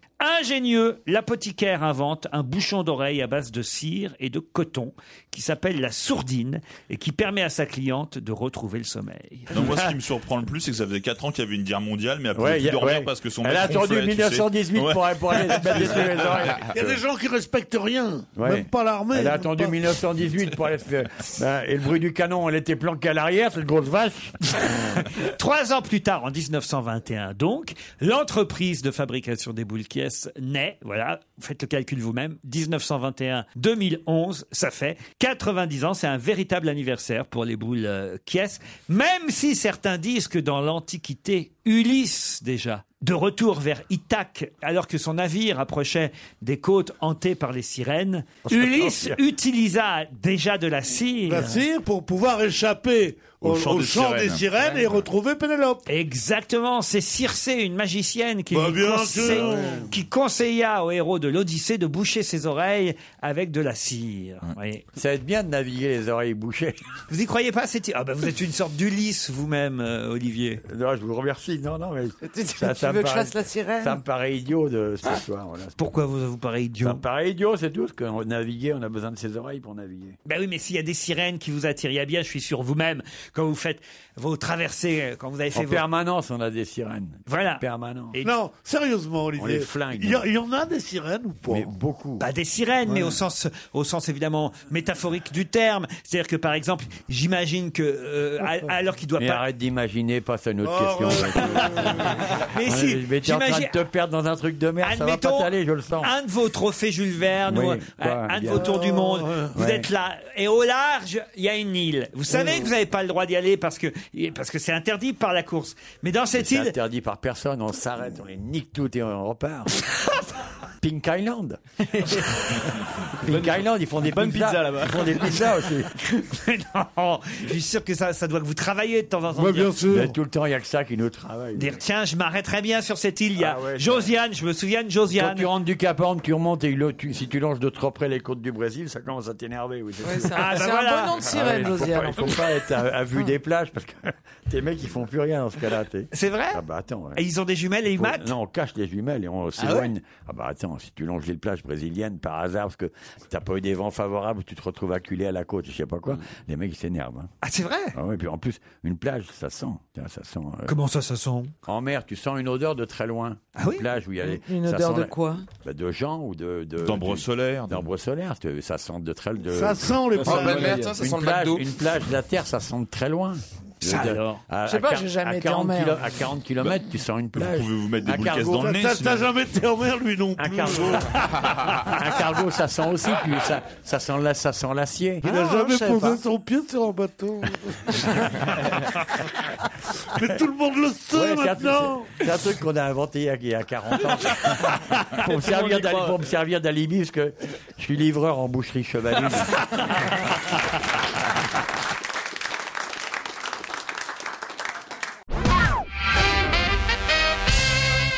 Speaker 3: Ingénieux, l'apothicaire invente un bouchon d'oreille à base de cire et de coton qui s'appelle la sourdine et qui permet à sa cliente de retrouver le sommeil.
Speaker 8: Non, moi, ce qui me surprend le plus, c'est que ça faisait 4 ans qu'il y avait une guerre mondiale, mais elle
Speaker 3: Ouais,
Speaker 8: pouvait
Speaker 3: y
Speaker 8: plus
Speaker 3: a-
Speaker 8: dormir
Speaker 3: ouais.
Speaker 8: parce que son
Speaker 4: Elle
Speaker 8: mec
Speaker 4: a attendu
Speaker 8: ronflait, tu sais.
Speaker 4: 1918
Speaker 8: Ouais.
Speaker 4: pour pour aller se battre sur les oreilles.
Speaker 5: Il y a des gens qui respectent rien,
Speaker 4: Ouais.
Speaker 5: même pas l'armée.
Speaker 4: Elle a
Speaker 5: même
Speaker 4: attendu
Speaker 5: pas-
Speaker 4: 1918 pour aller se
Speaker 5: (laughs)
Speaker 4: faire- Ben, et le bruit du canon, elle était planquée à l'arrière, cette grosse vache.
Speaker 3: (laughs) Trois ans plus tard, en 1921 donc, l'entreprise de fabrication des boules caisses naît. Voilà, faites le calcul vous-même. 1921-2011, ça fait 90 ans. C'est un véritable anniversaire pour les boules euh, caisses. Même si certains disent que dans l'Antiquité, Ulysse déjà de retour vers Ithaque, alors que son navire approchait des côtes hantées par les sirènes,
Speaker 5: Oh,
Speaker 3: Ulysse utilisa déjà de la cire.
Speaker 5: La cire pour pouvoir échapper au, au chant, des, sirènes. et retrouver Pénélope.
Speaker 3: Exactement, c'est Circé, une magicienne qui,
Speaker 5: Bah,
Speaker 3: lui
Speaker 5: bien
Speaker 3: conseille-
Speaker 5: sûr.
Speaker 3: qui conseilla au héros de l'Odyssée de boucher ses oreilles avec de la cire. Oui.
Speaker 4: Ça aide bien de naviguer les oreilles bouchées.
Speaker 3: Vous y croyez pas c'est Ah bah vous êtes une sorte d'Ulysse vous-même, euh, Olivier.
Speaker 4: Non, je vous remercie. Non, non, mais ça,
Speaker 3: tu
Speaker 4: ça me
Speaker 3: veux que je
Speaker 4: paraît-
Speaker 3: fasse la sirène
Speaker 4: Ça me paraît idiot de ce soir. Voilà.
Speaker 3: Pourquoi vous vous paraît idiot
Speaker 4: Ça me paraît idiot, c'est tout. Parce qu'on naviguer, on a besoin de ses oreilles pour naviguer.
Speaker 3: Ben oui, mais s'il y a des sirènes qui vous attirent, il y a bien, je suis sûr vous-même, quand vous faites vos traversées, euh, quand vous avez fait
Speaker 4: En
Speaker 3: vos...
Speaker 4: permanence, on a des sirènes.
Speaker 3: Voilà.
Speaker 4: Permanent.
Speaker 3: Et-
Speaker 5: Non, sérieusement, Olivier.
Speaker 4: les flingue.
Speaker 5: Il y, a- il y en a des sirènes sirènes ou pas
Speaker 4: Mais beaucoup.
Speaker 3: Bah, des sirènes, mais au sens, au sens évidemment métaphorique du terme. C'est-à-dire que par exemple, j'imagine que euh, à- alors qu'il doit
Speaker 4: Mais
Speaker 3: pas.
Speaker 4: arrête d'imaginer, passe à une autre
Speaker 5: Ah,
Speaker 3: Oh,
Speaker 4: question.
Speaker 3: (laughs)
Speaker 4: Ouais,
Speaker 3: Mais si,
Speaker 4: mais t'es en train de
Speaker 3: j'imagine-
Speaker 4: te perdre dans un truc de merde, ça va pas
Speaker 3: Admettons,
Speaker 4: t'aller, je le sens.
Speaker 3: Un de vos trophées Jules Verne,
Speaker 4: Oui,
Speaker 3: ou,
Speaker 4: ouais,
Speaker 3: un, un de
Speaker 4: bien.
Speaker 3: vos tours du monde. Vous
Speaker 4: Ouais.
Speaker 3: êtes là et au large, il y a une île. Vous savez que vous n'avez pas le droit d'y aller parce que parce que c'est interdit par la course. Mais dans cette
Speaker 4: C'est
Speaker 3: île,
Speaker 4: interdit par personne, on s'arrête, on les nique toutes et on repart.
Speaker 3: (laughs)
Speaker 4: Pink Island. Pink Island, ils font des
Speaker 3: bonnes
Speaker 4: pizzas
Speaker 3: pizzas là-bas.
Speaker 4: Ils font des pizzas (laughs) aussi.
Speaker 3: non, je suis sûr que ça, ça doit que vous travaillez de temps en temps.
Speaker 4: Ouais,
Speaker 3: Dire-
Speaker 4: bien sûr. Mais tout le temps, il n'y a que ça qui nous travaille. Ah
Speaker 3: Dire tiens, je m'arrêterai bien sur cette île. Il y a Josiane, je me souviens de Josiane.
Speaker 4: Quand tu rentres du Cap Horn, tu remontes et il- tu- si tu longes de trop près les côtes du Brésil, ça commence à t'énerver. Oui,
Speaker 3: Ouais,
Speaker 4: sûr.
Speaker 3: c'est un- Ah, bah c'est un voilà. bon nom de sirène,
Speaker 4: il faut
Speaker 3: Josiane. Ah.
Speaker 4: pas- Il faut pas être à, à vue des plages parce que (laughs) tes mecs, ils font plus rien dans ce cas-là. t'es.
Speaker 3: C'est vrai
Speaker 4: Ah bah attends. ouais.
Speaker 3: Et ils ont des jumelles et ils
Speaker 4: Faut-
Speaker 3: matent
Speaker 4: Non, on cache les jumelles et on s'éloigne. Ah, bah attends, si tu longes les plages brésiliennes par hasard parce que t'as pas eu des vents favorables, tu te retrouves acculé à la côte, je sais pas quoi, les mecs ils s'énervent. hein.
Speaker 3: Mm. Ah c'est vrai
Speaker 4: Ah ouais, puis en plus, une plage, ça sent. Tiens, ça sent euh,
Speaker 3: Comment ça, ça sent
Speaker 4: en mer, Oh, tu sens une odeur de très loin.
Speaker 5: Ah
Speaker 4: une plage où il y a les-
Speaker 14: Une
Speaker 4: ça
Speaker 14: odeur
Speaker 4: sent
Speaker 14: de
Speaker 4: la-
Speaker 14: quoi
Speaker 4: bah, De gens ou de.
Speaker 8: D'ambre
Speaker 4: solaire. D'ambre solaire. tu- Ça sent de très. De,
Speaker 5: Ça sent les
Speaker 4: de-
Speaker 5: plages. Ah, bah, merde,
Speaker 4: une
Speaker 5: ça, ça sent le
Speaker 4: plage,
Speaker 5: McDo.
Speaker 4: Une plage de la terre, ça sent de très loin.
Speaker 5: Ça
Speaker 4: De-
Speaker 5: alors.
Speaker 4: à-
Speaker 5: Je sais
Speaker 4: à
Speaker 5: pas,
Speaker 4: quar-
Speaker 5: j'ai jamais
Speaker 4: à
Speaker 5: été en
Speaker 4: 40
Speaker 5: mer.
Speaker 4: kilo- à 40 km, tu sens une plage. Vous pouvez vous mettre
Speaker 5: T'as- t'as- T'as jamais été en mer, lui (laughs) non plus.
Speaker 4: Un cargo.
Speaker 14: Ah,
Speaker 4: un cargo, ça sent aussi. puis ça, ça sent la- ça sent l'acier. Ah,
Speaker 5: Il n'a jamais posé son pied sur un bateau. Mais tout le monde le sait
Speaker 4: Ouais, c'est un truc-
Speaker 5: maintenant.
Speaker 4: C'est un truc qu'on a inventé il y a- il y a 40
Speaker 5: (laughs)
Speaker 4: ans. pour, me
Speaker 5: Tout le monde
Speaker 4: servir
Speaker 5: y
Speaker 4: d'ali-
Speaker 5: croit.
Speaker 4: pour me servir d'alibi, parce que je suis livreur en boucherie chevaline.
Speaker 3: (laughs)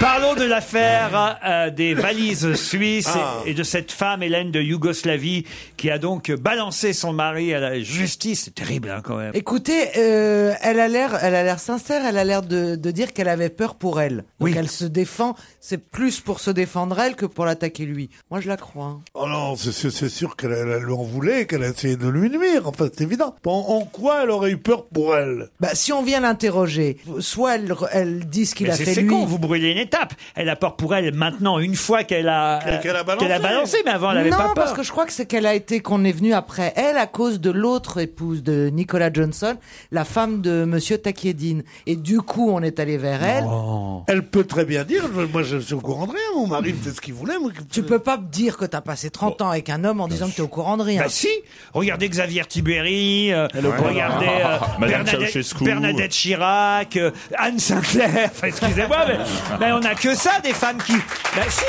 Speaker 3: Parlons de l'affaire euh, des valises suisses
Speaker 5: Ah.
Speaker 3: et, et de cette femme, Hélène de Yougoslavie, qui a donc balancé son mari à la justice. C'est terrible, hein, quand même.
Speaker 14: Écoutez, euh, elle a l'air, elle a l'air sincère. Elle a l'air de, de dire qu'elle avait peur pour elle. Donc Elle se défend. C'est plus pour se défendre elle que pour l'attaquer lui. Moi, je la crois. hein.
Speaker 5: Oh non, c'est- c'est c'est sûr qu'elle elle lui en voulait, qu'elle a essayé de lui nuire. Enfin, c'est évident. En, en quoi elle aurait eu peur pour elle
Speaker 14: Bah, si on vient l'interroger, soit elle, elle dit ce qu'il
Speaker 3: Mais
Speaker 14: a
Speaker 3: c'est-
Speaker 14: fait
Speaker 3: c'est
Speaker 14: lui.
Speaker 3: con, vous brûlez une étape. Elle a peur pour elle maintenant, une fois qu'elle a, euh,
Speaker 5: Qu'elle a balancé.
Speaker 3: qu'elle a balancé, mais avant, elle n'avait
Speaker 14: non,
Speaker 3: pas peur.
Speaker 14: parce que je crois que c'est qu'elle a été qu'on est venu après elle à cause de l'autre épouse de Nicolas Johnson, la femme de Monsieur Takiedine. Et du coup, on est allé vers elle.
Speaker 5: Elle peut très bien dire, je- moi je suis au courant de rien, mon mari c'est ce qu'il voulait. moi.
Speaker 14: Tu peux pas me dire que t'as passé 30 ans avec un homme en disant que t'es au courant de rien.
Speaker 3: Bah si Regardez Xavier Tiberi, euh,
Speaker 14: Elle est au courant.
Speaker 3: regardez
Speaker 14: (laughs)
Speaker 3: euh,
Speaker 8: Madame
Speaker 3: Bernadette,
Speaker 8: Ceausescu.
Speaker 3: Bernadette Chirac, euh, Anne Sinclair, (laughs) Enfin, excusez-moi, mais, mais on n'a que ça des femmes qui... Bah si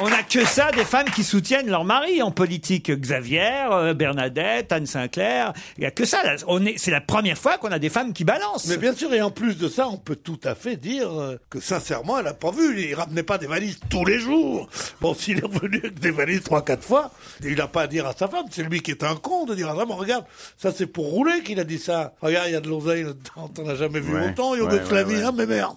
Speaker 3: on n'a que ça des femmes qui soutiennent leur mari en politique. Xavier, euh, Bernadette, Anne Sinclair, il n'y a que ça. Là, on est- C'est la première fois qu'on a des femmes qui balancent.
Speaker 5: Mais bien sûr, et en plus de ça, on peut tout à fait dire euh, que sincèrement, elle a pas vu. Il ramenait pas des valises tous les jours. Bon, s'il est revenu avec des valises trois, quatre fois, il n'a pas à dire à sa femme. C'est lui qui est un con de dire à sa femme, regarde, ça c'est pour rouler qu'il a dit ça. Regarde, il y a de l'oseille là-dedans, t'en as jamais vu
Speaker 4: Ouais,
Speaker 5: autant,
Speaker 4: ouais,
Speaker 5: Yougoslavie,
Speaker 4: ouais, ouais.
Speaker 5: hein,
Speaker 3: (laughs)
Speaker 5: mais merde.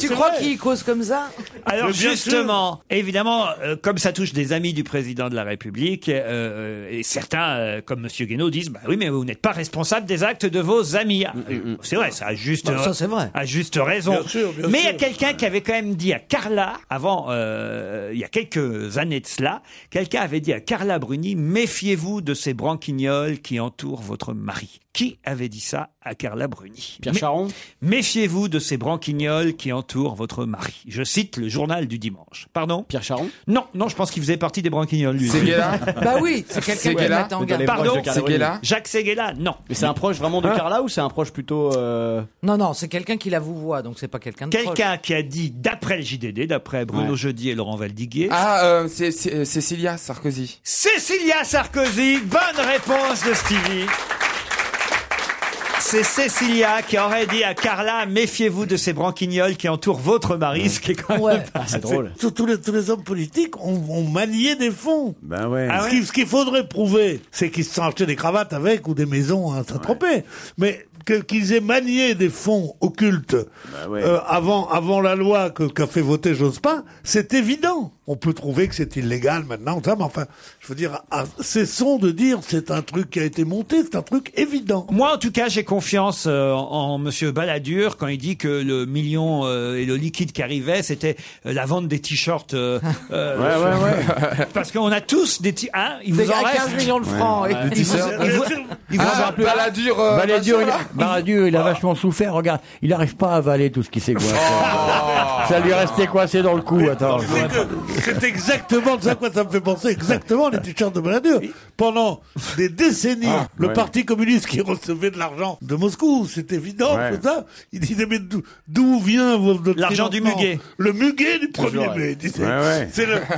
Speaker 14: tu crois qu'il cause comme ça
Speaker 3: Alors justement, évidemment, euh, comme ça touche des amis du président de la République, euh, et certains, euh, comme Monsieur Guénaud, disent bah oui, mais vous n'êtes pas responsable des actes de vos amis. Ah, C'est vrai, ça a juste,
Speaker 14: Mm, Bah, ça, c'est vrai.
Speaker 3: à juste raison.
Speaker 14: Bien sûr, bien
Speaker 3: mais il y a
Speaker 14: sûr.
Speaker 3: quelqu'un qui avait quand même dit à Carla avant, euh, il y a quelques années de cela, quelqu'un avait dit à Carla Bruni méfiez-vous de ces branquignoles qui entourent votre mari. Qui avait dit ça à Carla Bruni Pierre Charon Méfiez-vous de ces branquignoles qui entourent votre mari. Je cite le journal du dimanche. Pardon Pierre Charon Non, non, je pense qu'il faisait partie des branquignoles, lui.
Speaker 1: C'est
Speaker 3: (laughs)
Speaker 1: Guéla
Speaker 14: Bah oui, c'est quelqu'un qui
Speaker 1: Séguéla
Speaker 14: met en garde.
Speaker 3: Pardon
Speaker 1: C'est Guéla
Speaker 3: Jacques Séguéla Non. Hein?
Speaker 6: Mais c'est un proche vraiment
Speaker 3: Ah.
Speaker 6: de Carla ou c'est un proche plutôt. euh,
Speaker 14: Non, non, c'est quelqu'un qui la vous voit, donc c'est pas quelqu'un de
Speaker 3: Quelqu'un qui a dit, d'après le JDD, d'après Bruno Jeudi et Laurent Valdiguier,
Speaker 1: Ah, euh, c'est c'est- euh, Cécilia Sarkozy.
Speaker 3: Cécilia Sarkozy, bonne réponse de Stevie. C'est Cécilia qui aurait dit à Carla méfiez-vous de ces branquignoles qui entourent votre mari, ce qui est quand même pas-
Speaker 5: Tous, tous les, tous les hommes politiques ont, ont manié des fonds.
Speaker 4: (laughs) Ben ouais.
Speaker 5: ce qui- ce qu'il faudrait prouver, c'est qu'ils se sont achetés des cravates avec ou des maisons à Saint-Tropez. Mais que- qu'ils aient manié des fonds occultes
Speaker 4: Bah ouais.
Speaker 5: euh, avant, avant la loi que- qu'a fait voter Jospin, c'est évident. on peut trouver que c'est illégal maintenant, ça, mais enfin, je veux dire, ah, cessons de dire c'est un truc qui a été monté, c'est un truc évident.
Speaker 3: Moi, en tout cas, j'ai confiance euh, en, en Monsieur Balladur quand il dit que le million euh, et le liquide qui arrivait, c'était euh, la vente des
Speaker 6: (laughs)
Speaker 3: t-shirts. euh, euh,
Speaker 6: Ouais,
Speaker 3: sur- (laughs) Parce qu'on a tous des t-shirts. il
Speaker 6: Des-
Speaker 3: vous en
Speaker 6: à
Speaker 3: reste
Speaker 6: 15 millions de francs, Ouais. et-
Speaker 3: Il vous- il vous- il vous
Speaker 6: Ah,
Speaker 3: en rappelait-
Speaker 1: Balladur, euh,
Speaker 4: Balladur, il,
Speaker 1: Vincent, là
Speaker 4: Balladur,
Speaker 5: Oh.
Speaker 4: il a vachement souffert. Regarde, il n'arrive pas à avaler tout ce qui s'est coincé. ça lui restait coincé dans le cou. Attends. je vois.
Speaker 5: Oh. C'est exactement de ça à quoi ça me fait penser, exactement les t-shirts de Balladur. Pendant des décennies,
Speaker 4: Ah,
Speaker 5: le
Speaker 4: ouais.
Speaker 5: Parti communiste qui recevait de l'argent de Moscou, c'est évident,
Speaker 4: Ouais.
Speaker 5: tout ça. Il disait, mais d'où- d'où vient votre
Speaker 3: L'argent du
Speaker 5: financement
Speaker 3: muguet.
Speaker 5: Le muguet du 1er
Speaker 3: Toujours, ouais.
Speaker 5: mai, il disait.
Speaker 4: Ouais, ouais.
Speaker 5: C'est le... (laughs)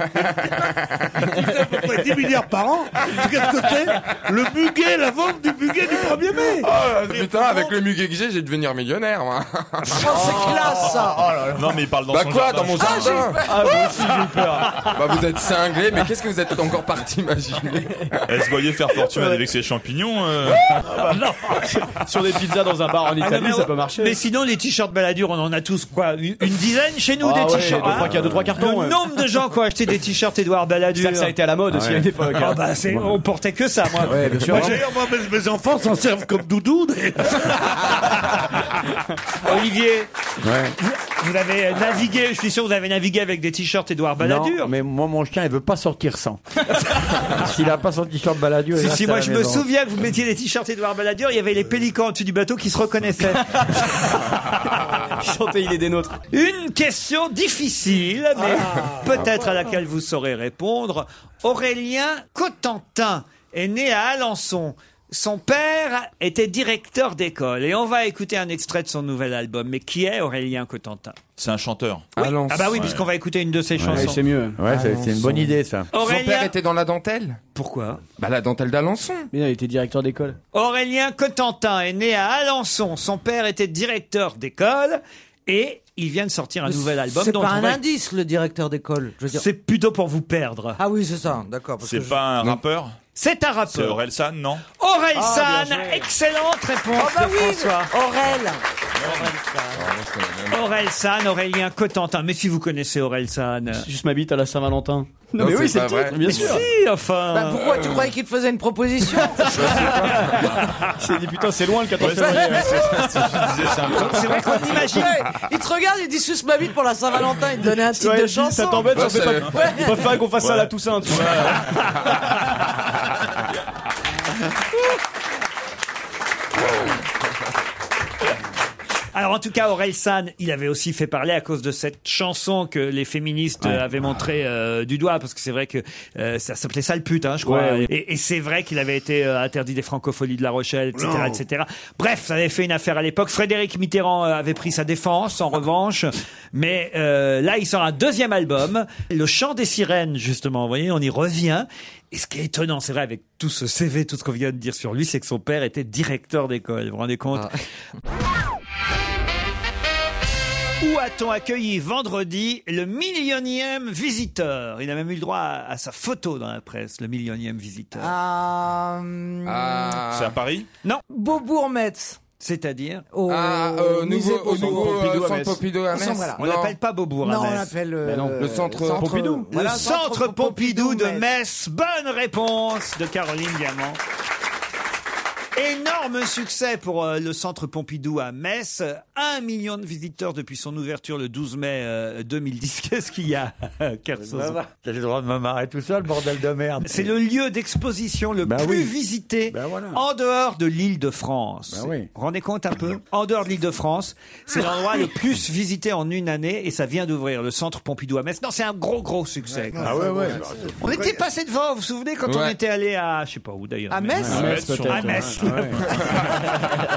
Speaker 5: Il disait, à peu près 10 milliards par an, qu'est-ce que c'est Le muguet, la vente du muguet du 1er mai
Speaker 1: Oh, putain, avec le muguet que j'ai, je vais devenir millionnaire, moi. Oh,
Speaker 5: c'est classe, ça. Oh là là.
Speaker 1: Non, mais il parle
Speaker 8: dans
Speaker 1: bah
Speaker 8: son
Speaker 1: quoi,
Speaker 8: jardin,
Speaker 1: dans mon
Speaker 8: je crois.
Speaker 1: jardin
Speaker 8: Ah, moi aussi, j'ai eu
Speaker 1: Bah, vous êtes cinglé, mais qu'est-ce que vous êtes encore parti imaginer
Speaker 8: Elle se
Speaker 5: (laughs)
Speaker 8: voyait faire fortune avec ses champignons. euh.
Speaker 6: (laughs)
Speaker 5: Ah, bah.
Speaker 6: Sur des pizzas dans un bar
Speaker 8: Ah,
Speaker 6: en Italie,
Speaker 3: mais
Speaker 6: ça
Speaker 3: on-
Speaker 6: peut marcher.
Speaker 3: Mais sinon, les t-shirts Balladur, on en a tous quoi Une une dizaine chez nous
Speaker 6: Ah
Speaker 3: des
Speaker 6: ouais,
Speaker 3: t-shirts.
Speaker 6: deux, trois,
Speaker 3: hein.
Speaker 6: quatre- deux, trois cartons,
Speaker 3: Le
Speaker 6: ouais.
Speaker 3: nombre de gens qui ont acheté des t-shirts Édouard Balladur.
Speaker 6: C'est ça que ça a été à la mode aussi à une époque, hein.
Speaker 3: Ah bah, c'est-
Speaker 6: Ouais.
Speaker 3: on portait que ça, moi.
Speaker 6: Ouais, bien sûr.
Speaker 5: Moi, D'ailleurs, moi, mes, mes enfants s'en servent comme doudou. des-
Speaker 3: Olivier, vous, vous avez navigué, je suis sûr, que vous avez navigué avec des t-shirts
Speaker 6: (laughs)
Speaker 3: Édouard Balladur.
Speaker 4: Non, mais moi, mon chien, il veut pas sortir sans. S'il n'a pas son t-shirt Balladur, il
Speaker 3: Si,
Speaker 4: reste
Speaker 3: si,
Speaker 4: à
Speaker 3: moi
Speaker 4: la
Speaker 3: je me
Speaker 4: maison.
Speaker 3: souviens que vous mettiez les t-shirts Édouard Balladur, il y avait les pélicans en dessus du bateau qui
Speaker 6: (laughs)
Speaker 3: se reconnaissaient.
Speaker 4: Ah.
Speaker 6: Chanter, il est des nôtres. Ah.
Speaker 3: Une question difficile, mais peut-être à laquelle vous saurez répondre. Aurélien Cotentin est né à Alençon. Son père était directeur d'école. Et on va écouter un extrait de son nouvel album. Mais qui est Aurélien Cotentin
Speaker 8: C'est un chanteur.
Speaker 3: Oui. Ah bah oui, puisqu'on va écouter une de ses chansons.
Speaker 4: Ouais, c'est- c'est une bonne idée, ça.
Speaker 1: Son père était dans la dentelle
Speaker 3: Pourquoi
Speaker 1: Bah, la dentelle d'Alençon.
Speaker 6: Mais il était directeur d'école.
Speaker 3: Aurélien Cotentin est né à Alençon. Son père était directeur d'école et il vient de sortir un nouvel album.
Speaker 14: C'est
Speaker 3: dont
Speaker 14: pas
Speaker 3: on
Speaker 14: un
Speaker 3: va-
Speaker 14: indice, le directeur d'école. je veux dire.
Speaker 3: C'est plutôt pour vous perdre.
Speaker 14: Ah oui, c'est ça, d'accord. parce que
Speaker 8: C'est
Speaker 14: je-
Speaker 8: pas un rappeur
Speaker 3: C'est un rappeur.
Speaker 8: C'est Aurel San,
Speaker 3: (laughs)
Speaker 8: non
Speaker 3: Aurel
Speaker 14: Ah,
Speaker 3: San, excellente réponse
Speaker 14: Ah bah
Speaker 3: de
Speaker 14: oui,
Speaker 3: François.
Speaker 14: Aurel.
Speaker 3: Aurel San, Aurélien Cotentin. Mais si vous connaissez Aurel San.
Speaker 6: Juste ma bite à la Saint-Valentin.
Speaker 3: Non,
Speaker 6: mais
Speaker 3: c'est
Speaker 6: oui, c'est
Speaker 3: pas
Speaker 6: le
Speaker 3: vrai.
Speaker 6: titre, bien
Speaker 3: Mais
Speaker 6: sûr.
Speaker 3: si, enfin.
Speaker 14: Bah, pourquoi tu croyais qu'il te faisait une
Speaker 6: (laughs)
Speaker 14: proposition
Speaker 6: C'est dit putain, c'est loin le 14
Speaker 14: Ouais,
Speaker 6: février.
Speaker 14: c'est-
Speaker 6: C'est
Speaker 14: vrai qu'on imagine. il te regarde, il dit suce ma bite pour la Saint-Valentin, il te donnait un titre
Speaker 6: Ouais,
Speaker 14: de
Speaker 6: il dit, ça
Speaker 14: chanson.
Speaker 6: t'embête, ça fait pas-
Speaker 14: Ouais.
Speaker 6: Il préfère qu'on fasse ça à la Toussaint. tu vois.
Speaker 3: Alors en tout cas, Aurel San, il avait aussi fait parler à cause de cette chanson que les féministes euh, avaient montré
Speaker 6: Ah.
Speaker 3: euh, du doigt, parce que c'est vrai que euh, ça s'appelait sale pute, hein, je crois.
Speaker 6: Ouais, ouais.
Speaker 3: Et, et c'est vrai qu'il avait été euh, interdit des francopholies de La Rochelle, etc.,
Speaker 6: Non.
Speaker 3: etc. Bref, ça avait fait une affaire à l'époque. Frédéric Mitterrand euh, avait pris sa défense, en revanche. Mais euh, là, il sort un deuxième album, Le Chant des Sirènes, justement. Vous voyez, on y revient. Et ce qui est étonnant, c'est vrai, avec tout ce CV, tout ce qu'on vient de dire sur lui, c'est que son père était directeur d'école. Vous vous rendez compte
Speaker 6: Ah.
Speaker 3: Où a-t-on accueilli vendredi le millionième visiteur Il a même eu le droit à, à sa photo dans la presse, le millionième visiteur.
Speaker 14: Ah, hum,
Speaker 8: C'est à Paris
Speaker 3: Non.
Speaker 14: Beaubourg-Metz.
Speaker 3: C'est-à-dire
Speaker 14: Au
Speaker 1: Ah, euh,
Speaker 14: musée
Speaker 1: nouveau, au
Speaker 14: Beaubourg.
Speaker 1: nouveau euh,
Speaker 14: Pompidou à
Speaker 1: centre
Speaker 14: Metz.
Speaker 1: Pompidou à
Speaker 14: Ils sont-
Speaker 1: Metz.
Speaker 14: voilà.
Speaker 3: On
Speaker 1: Non.
Speaker 3: l'appelle pas Beaubourg à
Speaker 14: Non, on
Speaker 3: Metz.
Speaker 14: l'appelle, euh,
Speaker 1: Mais non, le centre- Pompidou.
Speaker 3: Le
Speaker 14: Voilà,
Speaker 3: centre,
Speaker 14: centre
Speaker 3: Pompidou,
Speaker 14: Pompidou
Speaker 3: de
Speaker 14: Metz.
Speaker 3: Metz. Bonne réponse de Caroline Diamant. Énorme succès pour euh, le centre Pompidou à Metz. Un million de visiteurs depuis son ouverture le 12 mai euh, 2010. (laughs) Qu'est-ce qu'il y a, Kersozon
Speaker 4: J'ai le droit de me marrer tout seul, bordel de merde.
Speaker 3: C'est le lieu d'exposition
Speaker 1: Bah
Speaker 3: le plus
Speaker 4: oui.
Speaker 3: visité en dehors de l'île de France.
Speaker 4: Bah oui.
Speaker 3: Vous vous rendez compte un peu En dehors de l'île de France, c'est l'endroit le plus visité en une année et ça vient d'ouvrir le centre Pompidou à Metz. Non, c'est un gros, gros succès.
Speaker 4: Ah ouais, ouais.
Speaker 3: On était passé devant, vous vous souvenez, quand on
Speaker 4: Ouais.
Speaker 3: était allé à, je sais pas où d'ailleurs.
Speaker 14: À
Speaker 3: mais-
Speaker 14: Metz
Speaker 4: À Metz, peut-être,
Speaker 3: À Metz.
Speaker 4: ouais. Ah ouais.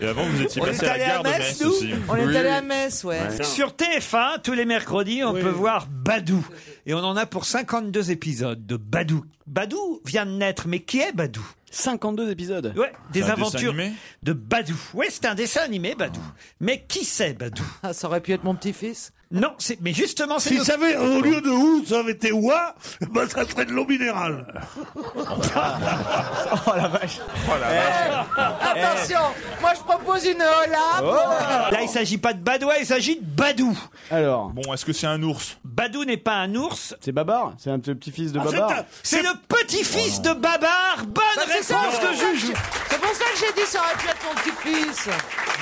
Speaker 8: Et avant, vous étiez
Speaker 14: On
Speaker 8: passé à
Speaker 14: est
Speaker 8: la
Speaker 14: allé à
Speaker 8: gare de
Speaker 14: Metz,
Speaker 8: Metz
Speaker 14: nous
Speaker 8: aussi.
Speaker 14: On est allé à Metz, ouais.
Speaker 3: Sur TF1, tous les mercredis, on peut voir Badou. Et on en a pour 52 épisodes de Badou. Badou vient de naître, mais qui est Badou
Speaker 6: 52 épisodes.
Speaker 3: Ouais, des
Speaker 6: C'est un dessin
Speaker 3: aventures
Speaker 6: animé
Speaker 3: de Badou. Ouais, c'est un dessin animé, Badou. Mais qui c'est, Badou
Speaker 14: Ah,
Speaker 3: Ça aurait pu être mon petit-fils Non, c'est mais justement, c'est. Oh. notre-
Speaker 5: Si ça avait, au
Speaker 3: (laughs)
Speaker 5: lieu de où, ça avait été ouah, bah ça serait de l'eau minérale.
Speaker 6: oh la vache.
Speaker 3: Eh,
Speaker 14: Attention, moi je propose une hola.
Speaker 6: Oh.
Speaker 3: Oh. Là, il s'agit pas de Badois, il s'agit de Badou.
Speaker 6: Alors.
Speaker 3: Bon, est-ce que c'est un ours Badou n'est pas un ours.
Speaker 6: C'est Babar C'est un petit-fils de
Speaker 3: Ah, c'est
Speaker 6: Babar
Speaker 3: un- C'est le petit-fils de Babar. Bonne
Speaker 14: Bah, c'est ça,
Speaker 3: réponse
Speaker 14: c'est
Speaker 3: de
Speaker 14: pour ça que
Speaker 3: Juju.
Speaker 14: j'ai- C'est pour ça que j'ai dit ça aurait pu être mon petit-fils.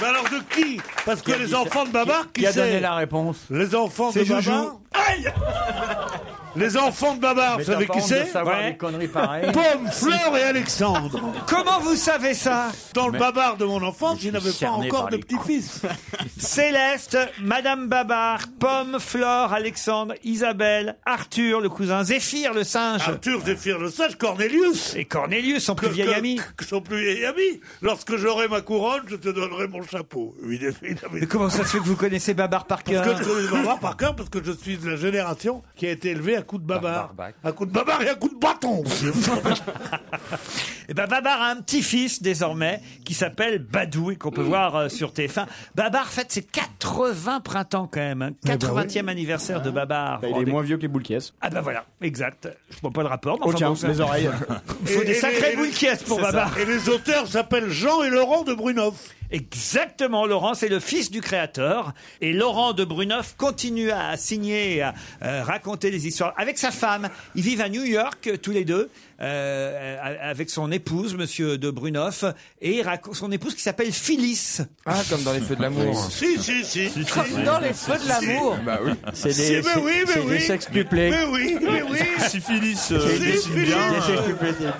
Speaker 5: Mais alors de qui Parce que
Speaker 14: Qui a dit
Speaker 5: les
Speaker 14: ça
Speaker 5: enfants de Babar, qui,
Speaker 14: Qui a
Speaker 5: c'est
Speaker 14: donné la
Speaker 5: réponse Les enfants de
Speaker 4: C'est Joujou.
Speaker 5: Babar Aïe Les enfants de Babar,
Speaker 4: Mais
Speaker 5: vous savez
Speaker 4: t'as
Speaker 5: qui
Speaker 4: pas honte de
Speaker 5: c'est
Speaker 4: savoir Ouais. des conneries pareilles.
Speaker 5: Pomme, Fleur et Alexandre
Speaker 3: Comment vous savez ça
Speaker 5: Dans le
Speaker 3: Mais-
Speaker 5: Babar de mon enfance, il n'avait pas
Speaker 3: cerné
Speaker 5: encore
Speaker 3: par
Speaker 5: de
Speaker 3: les
Speaker 5: petit-fils.
Speaker 3: (laughs) Céleste, Madame Babar, Pomme, Flore, Alexandre, Isabelle, Arthur, le cousin, Zéphyr, le singe.
Speaker 5: Arthur, Zéphyr le sage, Cornelius
Speaker 3: Et Cornelius, son
Speaker 5: plus
Speaker 3: vieil ami.
Speaker 5: Son plus vieil ami Lorsque j'aurai ma couronne, je te donnerai mon chapeau. Il est- il avait-
Speaker 3: Mais comment ça se fait que vous connaissez Babar par cœur
Speaker 5: Parce que je connais Babar par cœur, parce que je suis de la génération qui a été élevée à coups de Babar. À coups de Babar et à coups de bâton
Speaker 3: (laughs) Eh ben, Babar a un petit-fils désormais qui s'appelle Badou et
Speaker 5: Mm.
Speaker 3: qu'on peut voir euh, sur TF1. Babar fête ses 80 printemps quand
Speaker 5: Eh
Speaker 3: même. hein.
Speaker 5: ben
Speaker 3: 80e anniversaire de Babar.
Speaker 6: Bah, il est moins vieux que les boules qui est.
Speaker 3: Ah ben voilà, exact. Je vois pas le rapport. mais
Speaker 6: Oh
Speaker 3: enfin
Speaker 6: tiens,
Speaker 3: bon, ça-
Speaker 6: les
Speaker 5: (laughs)
Speaker 6: oreilles.
Speaker 3: Il faut
Speaker 5: Et-
Speaker 3: des
Speaker 5: et-
Speaker 3: sacrés
Speaker 5: et-
Speaker 3: boules qui est pour
Speaker 5: c'est ça.
Speaker 3: Babar.
Speaker 5: Et les auteurs s'appellent Jean et Laurent de Brunoff.
Speaker 3: Exactement, Laurent, c'est le fils du créateur. Et Laurent de Brunoff continue à signer et à euh, raconter des histoires avec sa femme. Ils vivent à New York, euh, tous les deux, euh, euh, avec son épouse, monsieur de Brunoff, et il raconte- son épouse qui s'appelle Phyllis.
Speaker 1: Ah, comme dans les feux de l'amour.
Speaker 5: Si, si, si.
Speaker 14: Comme si, dans si, les si, feux de si. l'amour.
Speaker 1: Bah oui.
Speaker 6: C'est des, c'est- c'est des sextuplés.
Speaker 8: (laughs) Syphilis,
Speaker 6: C'est
Speaker 8: euh,
Speaker 6: des-
Speaker 8: décide bien. euh,
Speaker 6: Des sextuplés, c'est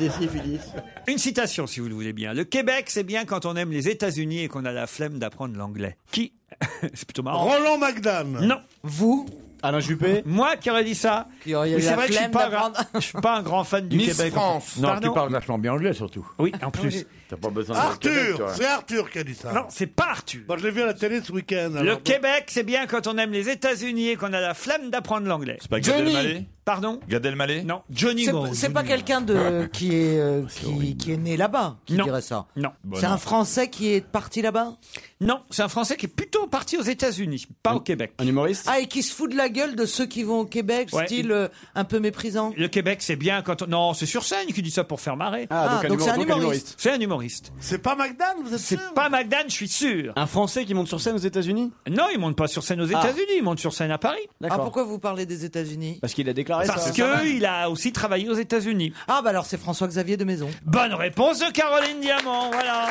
Speaker 6: des
Speaker 3: Une citation, si vous le voulez bien. Le Québec, c'est bien quand on aime les États-Unis et qu'on a la flemme d'apprendre l'anglais. Qui (laughs) C'est plutôt marrant.
Speaker 5: Roland McDan.
Speaker 3: Non. Vous Alain Juppé Moi qui aurais dit ça Qui
Speaker 14: aurait eu la
Speaker 3: je suis
Speaker 14: flemme
Speaker 3: pas, un-
Speaker 14: d'apprendre.
Speaker 3: je suis pas un grand fan du
Speaker 4: Miss
Speaker 3: Québec.
Speaker 4: France. Non, tu parles vachement bien anglais surtout. Ah
Speaker 3: Oui, en plus.
Speaker 4: T'as pas besoin de Québec,
Speaker 5: Arthur,
Speaker 4: toi.
Speaker 5: c'est Arthur qui a dit ça.
Speaker 3: Non, c'est pas Arthur.
Speaker 5: Moi, je l'ai vu à la télé ce week-end.
Speaker 3: Le
Speaker 5: alors.
Speaker 3: Québec, c'est bien quand on aime les États-Unis et qu'on a la flemme d'apprendre l'anglais. C'est
Speaker 8: pas Gad Johnny. Elmaleh
Speaker 3: Pardon
Speaker 8: Gad Elmaleh
Speaker 3: Non. Johnny
Speaker 14: C'est-
Speaker 3: Gros.
Speaker 14: C'est pas
Speaker 3: (laughs)
Speaker 14: quelqu'un de qui est euh, qui, qui est né là-bas qui
Speaker 3: Non.
Speaker 14: dirait ça.
Speaker 3: Non.
Speaker 14: C'est un Français qui est parti là-bas.
Speaker 3: Non, c'est un Français qui est plutôt parti aux États-Unis, pas au Québec.
Speaker 6: Un humoriste
Speaker 14: Ah et qui se fout de la gueule de ceux qui vont au Québec,
Speaker 3: Ouais.
Speaker 14: style euh, un peu méprisant.
Speaker 3: Le Québec, c'est bien quand on... Non, c'est sur scène qui dit ça pour faire marrer.
Speaker 14: Ah, Ah, donc un donc humor- c'est un donc un humoriste. humoriste.
Speaker 3: C'est un humoriste.
Speaker 5: C'est pas McDan, vous êtes
Speaker 3: C'est pas McDan, je suis sûr.
Speaker 6: Un Français qui monte sur scène aux États-Unis
Speaker 3: Non, il monte pas sur scène aux
Speaker 6: Ah.
Speaker 3: États-Unis, il monte sur scène à Paris.
Speaker 14: Ah pourquoi vous parlez des États-Unis
Speaker 6: Parce qu'il a déclaré ça.
Speaker 3: Parce que il a aussi travaillé aux États-Unis.
Speaker 14: Ah bah alors c'est François-Xavier de Maison.
Speaker 3: Bonne réponse de Caroline Diamant, voilà.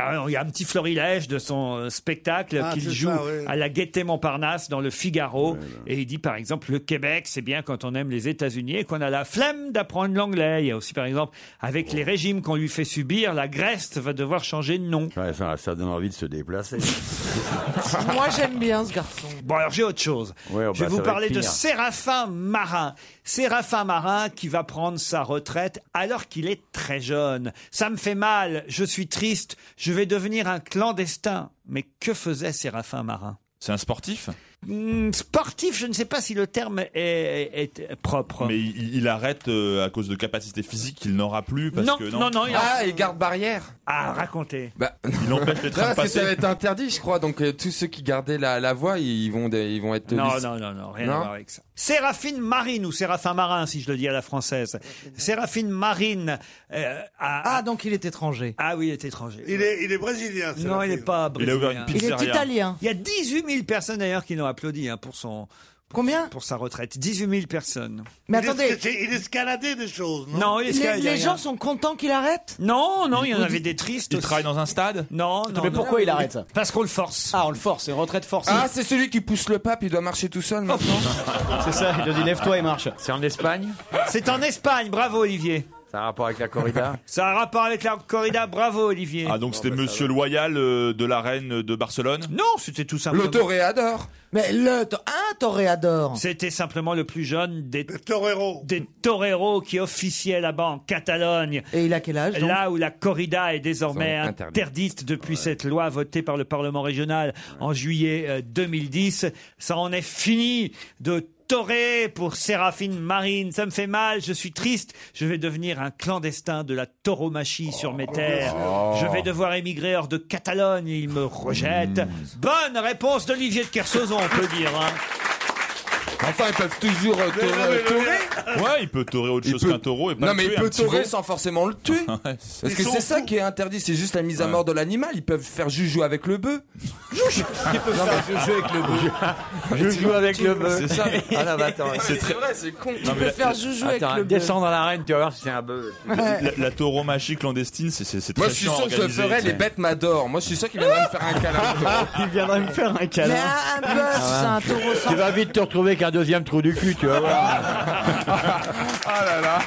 Speaker 3: Alors, Ah, il y a un petit florilège de son euh, spectacle
Speaker 5: Ah,
Speaker 3: qu'il
Speaker 5: c'est
Speaker 3: joue
Speaker 5: ça, ouais.
Speaker 3: à la Gaîté Montparnasse dans le Figaro. Et il dit par exemple le Québec, c'est bien quand on aime les États-Unis et qu'on a la flemme d'apprendre l'anglais. Il y a aussi par exemple avec les régimes qu'on lui fait subir, la Grèce va devoir changer de nom.
Speaker 4: Ouais, ça, ça donne envie de se déplacer.
Speaker 14: (laughs) Moi j'aime bien ce garçon.
Speaker 3: Bon, alors j'ai autre chose.
Speaker 4: Ouais, oh,
Speaker 3: Je vais
Speaker 4: bah,
Speaker 3: vous
Speaker 4: ça va
Speaker 3: parler
Speaker 4: être
Speaker 3: de
Speaker 4: pire.
Speaker 3: Séraphin Marin. Séraphin Marin qui va prendre sa retraite alors qu'il est très jeune. Ça me fait mal, je suis triste, je vais devenir un clandestin. Mais que faisait Séraphin Marin
Speaker 8: C'est un sportif
Speaker 3: Hmm, Sportif, je ne sais pas si le terme est, est- est propre.
Speaker 8: Mais il, il arrête euh, à cause de capacité physique qu'il n'aura plus parce
Speaker 3: non,
Speaker 8: que
Speaker 3: non, non, il
Speaker 1: Ah, il garde barrière.
Speaker 3: Ah, racontez.
Speaker 1: Bah,
Speaker 8: il empêche les trains de
Speaker 1: (laughs) Non, parce que
Speaker 8: passer.
Speaker 1: ça va être interdit, je crois. Donc euh, tous ceux qui gardaient la, la voie, ils vont, des- ils vont être.
Speaker 3: Non,
Speaker 1: lic-
Speaker 3: non, non, non, rien à voir avec ça. Séraphine Marine, ou Séraphin Marin, si je le dis à la française. Séraphine Marine. ah,
Speaker 14: donc il est étranger.
Speaker 3: Ah oui, il est étranger.
Speaker 5: Il est, il est brésilien. c'est
Speaker 3: Non,
Speaker 5: la
Speaker 3: il n'est
Speaker 5: fille.
Speaker 3: pas
Speaker 8: Il a ouvert
Speaker 3: brésilien.
Speaker 8: une pizzeria. Il est italien.
Speaker 3: Il y a 18 000 personnes d'ailleurs qui l'ont applaudi hein, pour son.
Speaker 14: Combien
Speaker 3: Pour sa retraite. 18 000 personnes.
Speaker 14: Mais
Speaker 5: Il
Speaker 14: attendez.
Speaker 5: esca- Il escaladait des choses, non
Speaker 3: Non, il
Speaker 14: Les,
Speaker 3: est
Speaker 14: les gens sont contents qu'il arrête
Speaker 3: Non, non, il y en
Speaker 14: Vous
Speaker 3: avait
Speaker 14: dites-
Speaker 3: des tristes.
Speaker 8: Il
Speaker 3: aussi.
Speaker 8: travaille dans un stade
Speaker 3: Non, non.
Speaker 6: Mais
Speaker 3: non.
Speaker 6: pourquoi il arrête ça
Speaker 3: Parce qu'on le force.
Speaker 6: Ah, on le force, c'est retraite forcée.
Speaker 1: Ah, c'est celui qui pousse le pape, il doit marcher tout seul maintenant.
Speaker 3: Oh.
Speaker 6: c'est ça, il a dit lève-toi et marche.
Speaker 4: C'est en Espagne
Speaker 3: C'est en Espagne, bravo Olivier.
Speaker 4: Ça a un rapport avec la
Speaker 3: (laughs)
Speaker 4: corrida
Speaker 3: Ça a un rapport avec la corrida, bravo Olivier.
Speaker 8: Ah donc
Speaker 1: bah,
Speaker 8: c'était Monsieur Loyal euh, de la reine de Barcelone
Speaker 3: Non, c'était tout simplement.
Speaker 1: Le toréador.
Speaker 14: Mais le to- un toréador.
Speaker 3: C'était simplement le plus jeune des
Speaker 5: toreros,
Speaker 3: des toreros qui officiaient là-bas en Catalogne.
Speaker 14: Et il a quel âge donc
Speaker 3: Là où la corrida est désormais
Speaker 14: Ils sont
Speaker 3: interdite, depuis cette loi votée par le Parlement régional en juillet euh, 2010, ça en est fini de Toré pour Séraphine Marine. Ça me fait mal, je suis triste. Je vais devenir un clandestin de la tauromachie sur mes terres.
Speaker 15: Oh.
Speaker 3: Je vais devoir émigrer hors de Catalogne. Il me rejette.
Speaker 1: Mmh.
Speaker 3: Bonne réponse d'Olivier de Kersauzon, on peut dire. hein.
Speaker 1: Enfin, ils peuvent toujours euh,
Speaker 8: Mais-
Speaker 1: tourner-
Speaker 8: mais-
Speaker 1: tourner.
Speaker 8: Ouais, il peut torer autre
Speaker 1: Il
Speaker 8: chose
Speaker 1: peut-
Speaker 8: qu'un taureau et pas
Speaker 1: Non,
Speaker 8: le
Speaker 1: mais
Speaker 8: tuer,
Speaker 1: il
Speaker 8: un
Speaker 1: peut
Speaker 8: petit
Speaker 1: tourer
Speaker 8: veau.
Speaker 1: sans forcément le
Speaker 8: (laughs)
Speaker 1: tuer. Parce que
Speaker 8: Ils
Speaker 1: c'est
Speaker 8: sont
Speaker 1: ça qui est interdit, c'est juste la mise à mort de l'animal. Ils peuvent faire joujou avec le bœuf. Joujou (laughs)
Speaker 4: Joujou avec le bœuf.
Speaker 1: C'est ça.
Speaker 4: (laughs) Ah non, mais attends,
Speaker 1: Ouais,
Speaker 4: c'est
Speaker 1: c'est
Speaker 4: très-
Speaker 1: vrai, c'est con.
Speaker 8: Non, mais la- la-
Speaker 4: Attends, Descends dans l'arène, tu vas voir si c'est un bœuf.
Speaker 8: La, la, la tauromachie clandestine, c'est c'est- c'est très
Speaker 1: Moi, je suis
Speaker 8: chiant à
Speaker 1: sûr que je le
Speaker 8: organiser,
Speaker 1: ferais,
Speaker 8: tu
Speaker 1: les
Speaker 8: sais.
Speaker 1: bêtes m'adorent. Moi, je suis sûr qu'ils viendraient me faire un câlin.
Speaker 6: (laughs) Il viendra me faire un câlin. Ah,
Speaker 14: Mais un bœuf, Ah, c'est
Speaker 3: Ah,
Speaker 14: un taureau
Speaker 1: (laughs)
Speaker 14: sans
Speaker 4: Tu vas vite te retrouver avec un deuxième trou du cul, tu vas voir.
Speaker 8: (laughs)
Speaker 1: Ah là là.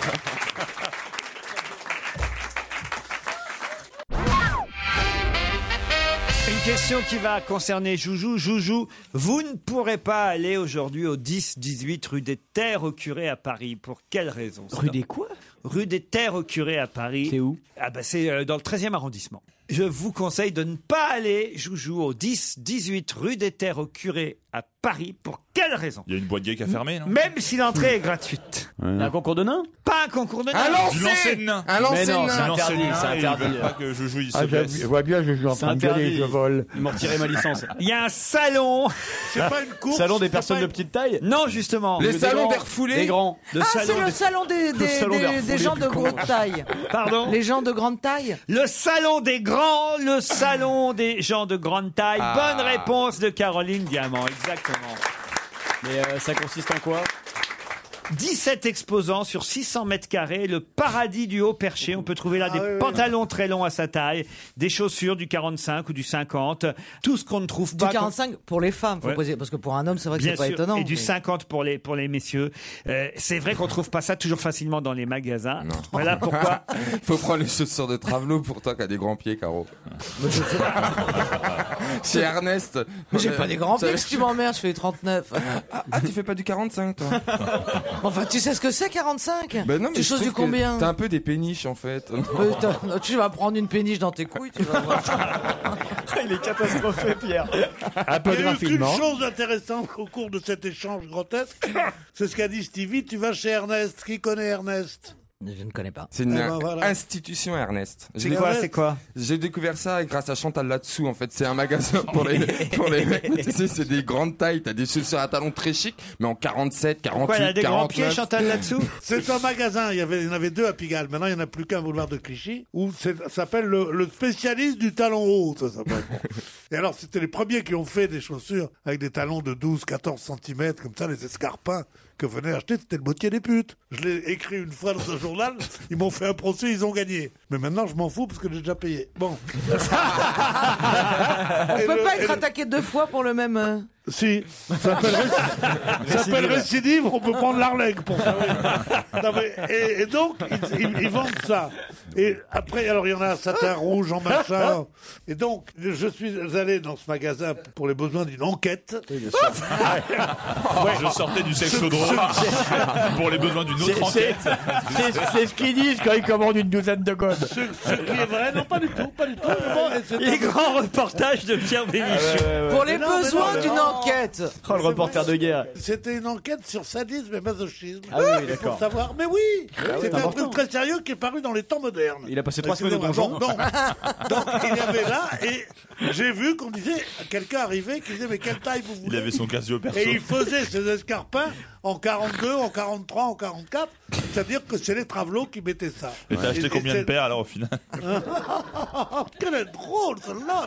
Speaker 3: Une question qui va concerner Joujou. Joujou, vous ne pourrez pas aller aujourd'hui au 10-18 rue des Terres au Curé à Paris. Pour quelle raison Rue des quoi Rue des Terres au Curé à Paris. C'est où Ah bah c'est euh, dans le 13e arrondissement. Je vous conseille de ne pas aller, Joujou, au 10-18 rue des Terres au Curé à Paris. Pour quelle raison
Speaker 8: Il y a une boîte gay qui a fermé, non
Speaker 3: Même si l'entrée est gratuite.
Speaker 8: Un
Speaker 3: concours de nains Pas un concours de nains
Speaker 8: Un lancer Ah, Du lancer de nains. Un lancer
Speaker 3: Mais non,
Speaker 8: de nains.
Speaker 3: c'est interdit,
Speaker 8: Un lancer de
Speaker 3: c'est
Speaker 8: nains, ils
Speaker 3: interdit.
Speaker 8: veulent pas que Joujou, il se
Speaker 4: Ah,
Speaker 8: blesse.
Speaker 4: je vois bien, je suis en
Speaker 8: C'est
Speaker 4: train de gueuler,
Speaker 8: interdit.
Speaker 4: je vole.
Speaker 6: Ils m'ont retiré ma licence.
Speaker 3: Il y a un salon.
Speaker 6: C'est pas une course, Salon des c'est personnes pas une- de petite taille
Speaker 3: Non, justement.
Speaker 6: Les Le salons des grands, des refoulés des grands. Le
Speaker 14: ah,
Speaker 6: salon
Speaker 14: c'est le
Speaker 6: des-
Speaker 14: salon des,
Speaker 6: Le
Speaker 14: des-
Speaker 6: salon
Speaker 14: des-
Speaker 6: des
Speaker 14: des
Speaker 6: refoulés
Speaker 14: gens
Speaker 6: plus
Speaker 14: de
Speaker 6: con.
Speaker 14: grande taille.
Speaker 3: Pardon
Speaker 14: Les gens de grande taille
Speaker 3: Le salon des grands, le salon des gens de grande taille.
Speaker 6: Ah.
Speaker 3: Bonne réponse de Caroline Diamant, exactement. Mais euh, ça consiste en quoi 17 exposants sur 600 mètres carrés, le paradis du haut perché. On peut trouver là des pantalons très longs à sa taille, des chaussures du 45 ou du 50, tout ce qu'on ne trouve pas.
Speaker 14: Du 45 pour les femmes, faut
Speaker 3: Ouais.
Speaker 14: poser- parce que pour un homme, c'est vrai que
Speaker 3: Bien
Speaker 14: c'est pas
Speaker 3: sûr,
Speaker 14: étonnant.
Speaker 3: et du
Speaker 14: mais-
Speaker 3: 50 pour les, pour les messieurs. Euh, c'est vrai qu'on trouve pas ça toujours facilement dans les magasins. (laughs) Voilà pourquoi
Speaker 1: (laughs) Faut prendre les chaussures de Travelo pour toi qui a des grands
Speaker 6: (laughs)
Speaker 1: pieds, Caro. (laughs) Chez Ernest.
Speaker 14: Mais j'ai pas des grands
Speaker 1: Euh, Ça-
Speaker 14: pieds, si tu m'emmerdes, je fais 39.
Speaker 1: Ah, ah, tu fais pas du 45,
Speaker 14: (laughs)
Speaker 1: toi
Speaker 14: Enfin, tu sais ce que c'est 45
Speaker 1: Bah non, mais
Speaker 14: Tu
Speaker 1: je
Speaker 14: choses du
Speaker 1: trouve que
Speaker 14: combien
Speaker 1: T'as un peu des péniches, en fait.
Speaker 14: Euh, t'as- Tu vas prendre une péniche dans tes couilles, tu vas
Speaker 3: (laughs)
Speaker 14: voir.
Speaker 6: (laughs) Il est catastrophé, Pierre.
Speaker 4: Un peu
Speaker 5: Il
Speaker 4: de
Speaker 5: y a eu qu'une
Speaker 4: raffinement.
Speaker 5: chose intéressante au cours de cet échange grotesque,
Speaker 6: (laughs)
Speaker 5: c'est ce qu'a dit Stevie, tu vas chez Ernest, qui connaît Ernest
Speaker 14: Je ne connais pas.
Speaker 1: C'est une
Speaker 5: Ah bah voilà.
Speaker 1: institution, Ernest.
Speaker 5: C'est quoi,
Speaker 1: découvert-
Speaker 5: c'est quoi
Speaker 1: J'ai découvert ça grâce à Chantal là-dessous. En fait, c'est un magasin pour les, pour les mecs. Tu sais, c'est des grandes tailles. T'as des chaussures à talons très chic, mais en 47, 48, 49.
Speaker 5: (laughs)
Speaker 1: (laughs)
Speaker 5: C'est un magasin, il y, avait, il y en avait deux à Pigalle, maintenant il n'y en a plus qu'un boulevard de Clichy, où c'est- ça s'appelle le, le spécialiste du talon haut, ça s'appelle. Et alors c'était les premiers qui ont fait des chaussures avec des talons de 12, 14 cm, comme ça, les escarpins que venaient acheter, c'était le bottier des putes. Je l'ai écrit une fois dans un journal, ils m'ont fait un procès, ils ont gagné. Mais maintenant je m'en fous parce que j'ai déjà payé. Bon.
Speaker 14: On
Speaker 5: Et
Speaker 14: peut
Speaker 5: le-
Speaker 14: pas
Speaker 5: et
Speaker 14: être
Speaker 5: le-
Speaker 14: attaqué deux fois pour le même. euh,
Speaker 5: Si, ça s'appelle récidive. Ça s'appelle récidive, on peut prendre l'arlègue pour ça. oui. Non, mais- et, et donc, ils, ils- ils vendent ça. Et après, alors il y en a un satin rouge, en machin. Et donc, je suis allé dans ce magasin pour les besoins d'une enquête.
Speaker 8: (laughs) Je sortais du sexe droit (laughs) pour les besoins d'une autre
Speaker 4: C'est-
Speaker 8: enquête.
Speaker 4: C'est c'est ce qu'ils disent quand ils commandent une douzaine de codes.
Speaker 5: qui est vrai, non pas du tout, pas du tout. mais bon, et c'est-
Speaker 3: Euh, Les grands reportages de Pierre Bénichou.
Speaker 14: (laughs) Pour les
Speaker 5: Mais non, mais non,
Speaker 14: besoins
Speaker 5: mais
Speaker 14: d'une
Speaker 5: non.
Speaker 14: enquête
Speaker 6: Oh, le reporter de guerre.
Speaker 5: C'était une enquête sur sadisme et masochisme.
Speaker 6: Ah oui, oui,
Speaker 5: Pour
Speaker 6: d'accord. Ah
Speaker 5: savoir. Mais oui,
Speaker 6: oui,
Speaker 5: c'est
Speaker 6: c'est
Speaker 5: un
Speaker 6: important.
Speaker 5: truc très sérieux qui est paru dans les temps modernes. Bah,
Speaker 6: Il a passé trois semaines au donjon.
Speaker 5: Excusez-moi, bon, Donc, donc, il y avait là, et j'ai vu qu'on disait, quelqu'un arrivait qui disait, mais quelle taille vous
Speaker 8: Il
Speaker 5: voulez
Speaker 8: avait son casio perso.
Speaker 5: Et il faisait ses escarpins en 42, en 43, en 44. C'est-à-dire que c'est les travelots qui mettaient ça.
Speaker 8: Et t'as acheté combien de
Speaker 5: c'est-
Speaker 8: paires alors au final
Speaker 5: (laughs) Quelle est drôle celle-là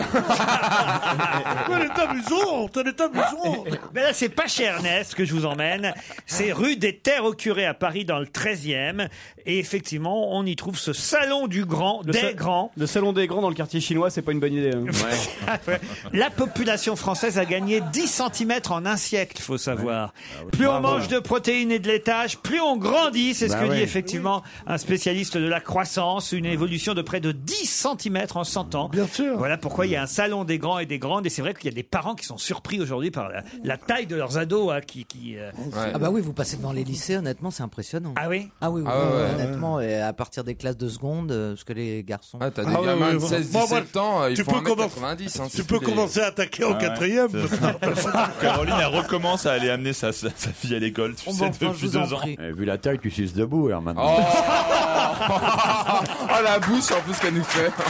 Speaker 5: Quelle est amusante Elle est amusante
Speaker 3: Ah, Mais là, c'est pas chez Ernest que je vous emmène. C'est rue des Terres au Curé à Paris, dans le 13e. Et effectivement, on y trouve ce salon du grand, des
Speaker 6: sa-
Speaker 3: grands.
Speaker 6: Le salon des grands dans le quartier chinois, c'est pas une bonne idée. hein.
Speaker 3: (laughs) La population française a gagné 10 cm en un siècle, faut savoir. Plus on
Speaker 6: Ah Bravo.
Speaker 3: mange de protéines et de laitage, plus on grandit. C'est ce
Speaker 6: Bah
Speaker 3: que dit
Speaker 6: oui.
Speaker 3: effectivement un spécialiste de la croissance, une évolution de près de 10 cm en 100 ans. Bien sûr. Voilà pourquoi il y a un salon des grands et des grandes. Et c'est vrai qu'il y a des parents qui sont surpris aujourd'hui par la, la taille de leurs ados. hein, qui, qui, euh,
Speaker 14: bah Ah bah oui, vous passez devant les lycées, honnêtement, c'est impressionnant. Ah
Speaker 3: oui
Speaker 14: Ah oui, oui,
Speaker 1: Ah ouais, ouais.
Speaker 15: honnêtement, et à partir des classes de seconde, euh, parce que les garçons.
Speaker 1: Ah, t'as des gamins de 16, 17 ans, euh, ils
Speaker 5: tu
Speaker 1: font
Speaker 5: peux
Speaker 1: 1m90,
Speaker 5: commencer-
Speaker 1: hein,
Speaker 5: tu
Speaker 1: c'est Ah
Speaker 5: peux
Speaker 1: des-
Speaker 5: commencer à attaquer en
Speaker 8: Ah Ouais,
Speaker 5: quatrième.
Speaker 8: c'est-
Speaker 1: (laughs)
Speaker 5: (laughs)
Speaker 8: Caroline, elle recommence à aller amener sa, sa, sa fille à l'école, tu
Speaker 5: Oh,
Speaker 8: sais,
Speaker 5: bah, enfin, je
Speaker 8: depuis
Speaker 5: vous en
Speaker 8: deux ans.
Speaker 5: prie.
Speaker 4: Eh, Vu la taille, tu suces debout,
Speaker 5: Ah.
Speaker 4: alors maintenant.
Speaker 1: (laughs) Oh la bouche en plus qu'elle nous fait. (laughs)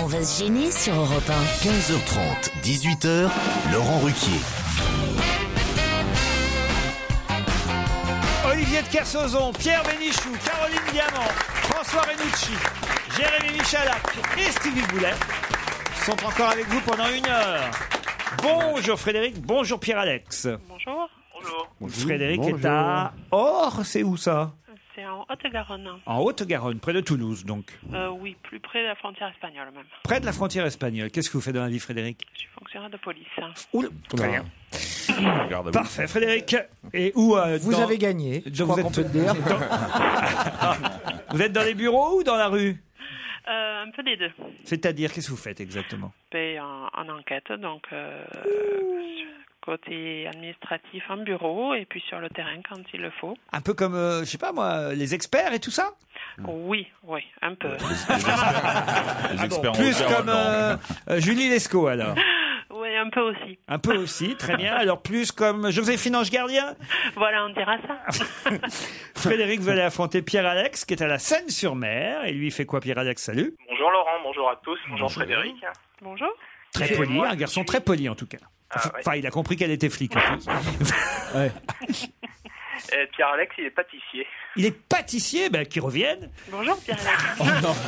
Speaker 13: On va se gêner sur Europe 1.
Speaker 2: 15h30, 18h, Laurent Ruquier.
Speaker 3: Olivier de Kersauzon, Pierre Bénichou, Caroline Diamant, François Renucci, Jérémy Michalak et Stevie Boulet sont encore avec vous pendant une heure. Bonjour Frédéric, bonjour Pierre-Alex.
Speaker 16: Bonjour.
Speaker 3: Frédéric est
Speaker 16: Bonjour.
Speaker 3: à Or, c'est où ça
Speaker 16: C'est en Haute-Garonne.
Speaker 3: En Haute-Garonne, près de Toulouse donc.
Speaker 16: Euh, oui, plus près de la frontière espagnole même.
Speaker 3: Près de la frontière espagnole. Qu'est-ce que vous faites dans la vie Frédéric
Speaker 16: Fonctionnaire de police.
Speaker 3: Oula, très bien. Parfait Frédéric. Et où euh,
Speaker 14: Vous
Speaker 3: dans-
Speaker 14: avez gagné. Je
Speaker 3: Donc vous
Speaker 14: crois qu'on
Speaker 3: êtes-
Speaker 14: peut le dire.
Speaker 3: Dans- (laughs) vous êtes dans les bureaux ou dans la rue
Speaker 16: Euh, un peu des deux.
Speaker 3: C'est-à-dire, qu'est-ce que vous faites exactement
Speaker 16: Paye en, en enquête, donc euh, côté administratif en bureau et puis sur le terrain quand il le faut.
Speaker 3: Un peu comme, euh, je sais pas moi, les experts et tout ça
Speaker 16: Oui, oui, un peu.
Speaker 8: Les experts en
Speaker 3: Ah Plus
Speaker 8: hauteur,
Speaker 3: comme
Speaker 8: non.
Speaker 3: euh, euh, Julie Lescaut alors.
Speaker 16: (laughs) oui, un peu aussi.
Speaker 3: Un peu aussi, très bien. Alors plus comme Joséphine Ange Gardien.
Speaker 16: Voilà, on dira
Speaker 3: (laughs)
Speaker 16: ça.
Speaker 3: Frédéric, vous allez affronter Pierre-Alex qui est à la Seine-sur-Mer. Et lui, il fait quoi Pierre-Alex Salut.
Speaker 10: Bonjour Laurent, bonjour à tous, bonjour, Frédéric.
Speaker 16: Bonjour.
Speaker 3: Très poli, un garçon très poli en tout cas.
Speaker 10: Ah,
Speaker 3: Enfin, il a compris qu'elle était
Speaker 10: (laughs)
Speaker 3: flic. en plus. hein.
Speaker 10: Et Pierre-Alex, il est pâtissier.
Speaker 3: Il est pâtissier, ben, qui revienne.
Speaker 16: Bonjour Pierre-Alex.
Speaker 3: (laughs)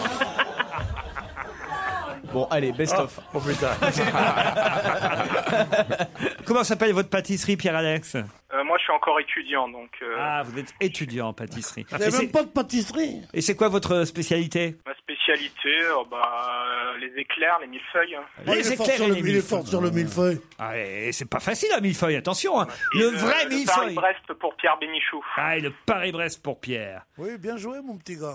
Speaker 3: Bon, allez, best of. Oh, putain. (laughs) Comment s'appelle votre pâtisserie, Pierre-Alex
Speaker 10: Euh, moi, je suis encore étudiant, donc euh,
Speaker 3: Ah, vous êtes étudiant en pâtisserie.
Speaker 10: Vous n'avez
Speaker 3: Et
Speaker 10: même
Speaker 3: c'est-
Speaker 5: Pas de pâtisserie.
Speaker 3: Et c'est quoi votre spécialité
Speaker 10: ma spécialité, euh, bah, euh, les éclairs, les millefeuilles.
Speaker 5: Ah, il est fort sur le- il est fort sur le millefeuille.
Speaker 3: Ah, et c'est pas facile, un millefeuille, attention. hein.
Speaker 10: Et
Speaker 3: Le vrai
Speaker 10: le
Speaker 3: millefeuille.
Speaker 10: Paris-Brest pour Pierre Bénichou.
Speaker 3: Ah, et le Paris-Brest pour Pierre.
Speaker 5: Oui, bien joué, mon petit gars.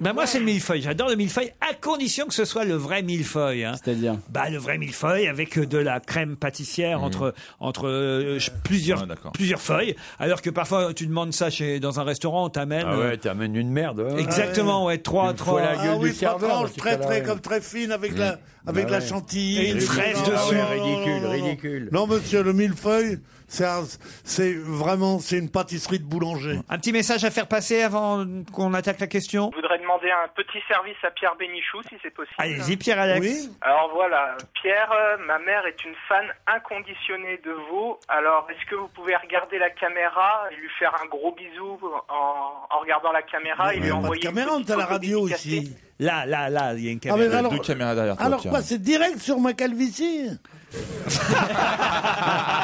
Speaker 3: Bah moi c'est le millefeuille, j'adore le millefeuille à condition que ce soit le vrai millefeuille. C'est-à-dire Bah le vrai millefeuille avec euh, de la crème pâtissière entre entre euh, ch- plusieurs plusieurs feuilles. Alors que parfois tu demandes ça chez dans un restaurant, on t'amène.
Speaker 4: Ah
Speaker 3: euh,
Speaker 4: ouais, t'amènes une merde. ouais.
Speaker 3: Exactement, ouais, trois,
Speaker 4: Une
Speaker 3: trois.
Speaker 4: fois la gueule
Speaker 5: Ah oui,
Speaker 4: du
Speaker 5: trois
Speaker 4: quart d'heure,
Speaker 5: tranches,
Speaker 4: dans ces
Speaker 5: très,
Speaker 4: cas-là,
Speaker 5: très,
Speaker 4: ouais.
Speaker 5: comme très fine, avec
Speaker 4: Mm.
Speaker 5: la, avec
Speaker 4: Bah
Speaker 5: la
Speaker 4: ouais.
Speaker 5: chantilly. Ah
Speaker 4: Et une
Speaker 5: Non,
Speaker 4: fraise
Speaker 5: non,
Speaker 4: dessus. Oh.
Speaker 5: non, non,
Speaker 4: Ridicule,
Speaker 5: non, non, non.
Speaker 4: ridicule.
Speaker 5: Non, monsieur, le millefeuille, c'est un- c'est vraiment, c'est une pâtisserie de boulanger.
Speaker 3: Un petit message à faire passer avant qu'on attaque la question.
Speaker 10: Je voudrais demander un petit service à Pierre Bénichou, si c'est possible.
Speaker 3: Allez-y, Pierre-Alex. Oui.
Speaker 10: Alors voilà, Pierre, euh, ma mère est une fan inconditionnée de vous. Alors, est-ce que vous pouvez regarder la caméra et lui faire un gros bisou en, en regardant la caméra et lui
Speaker 5: Pas de
Speaker 10: envoyer...
Speaker 5: caméra, on est à la radio ici.
Speaker 3: Là, là, là, il y a une
Speaker 5: Ah,
Speaker 3: caméra.
Speaker 5: mais alors, alors quoi, c'est direct sur ma calvitie
Speaker 3: (laughs)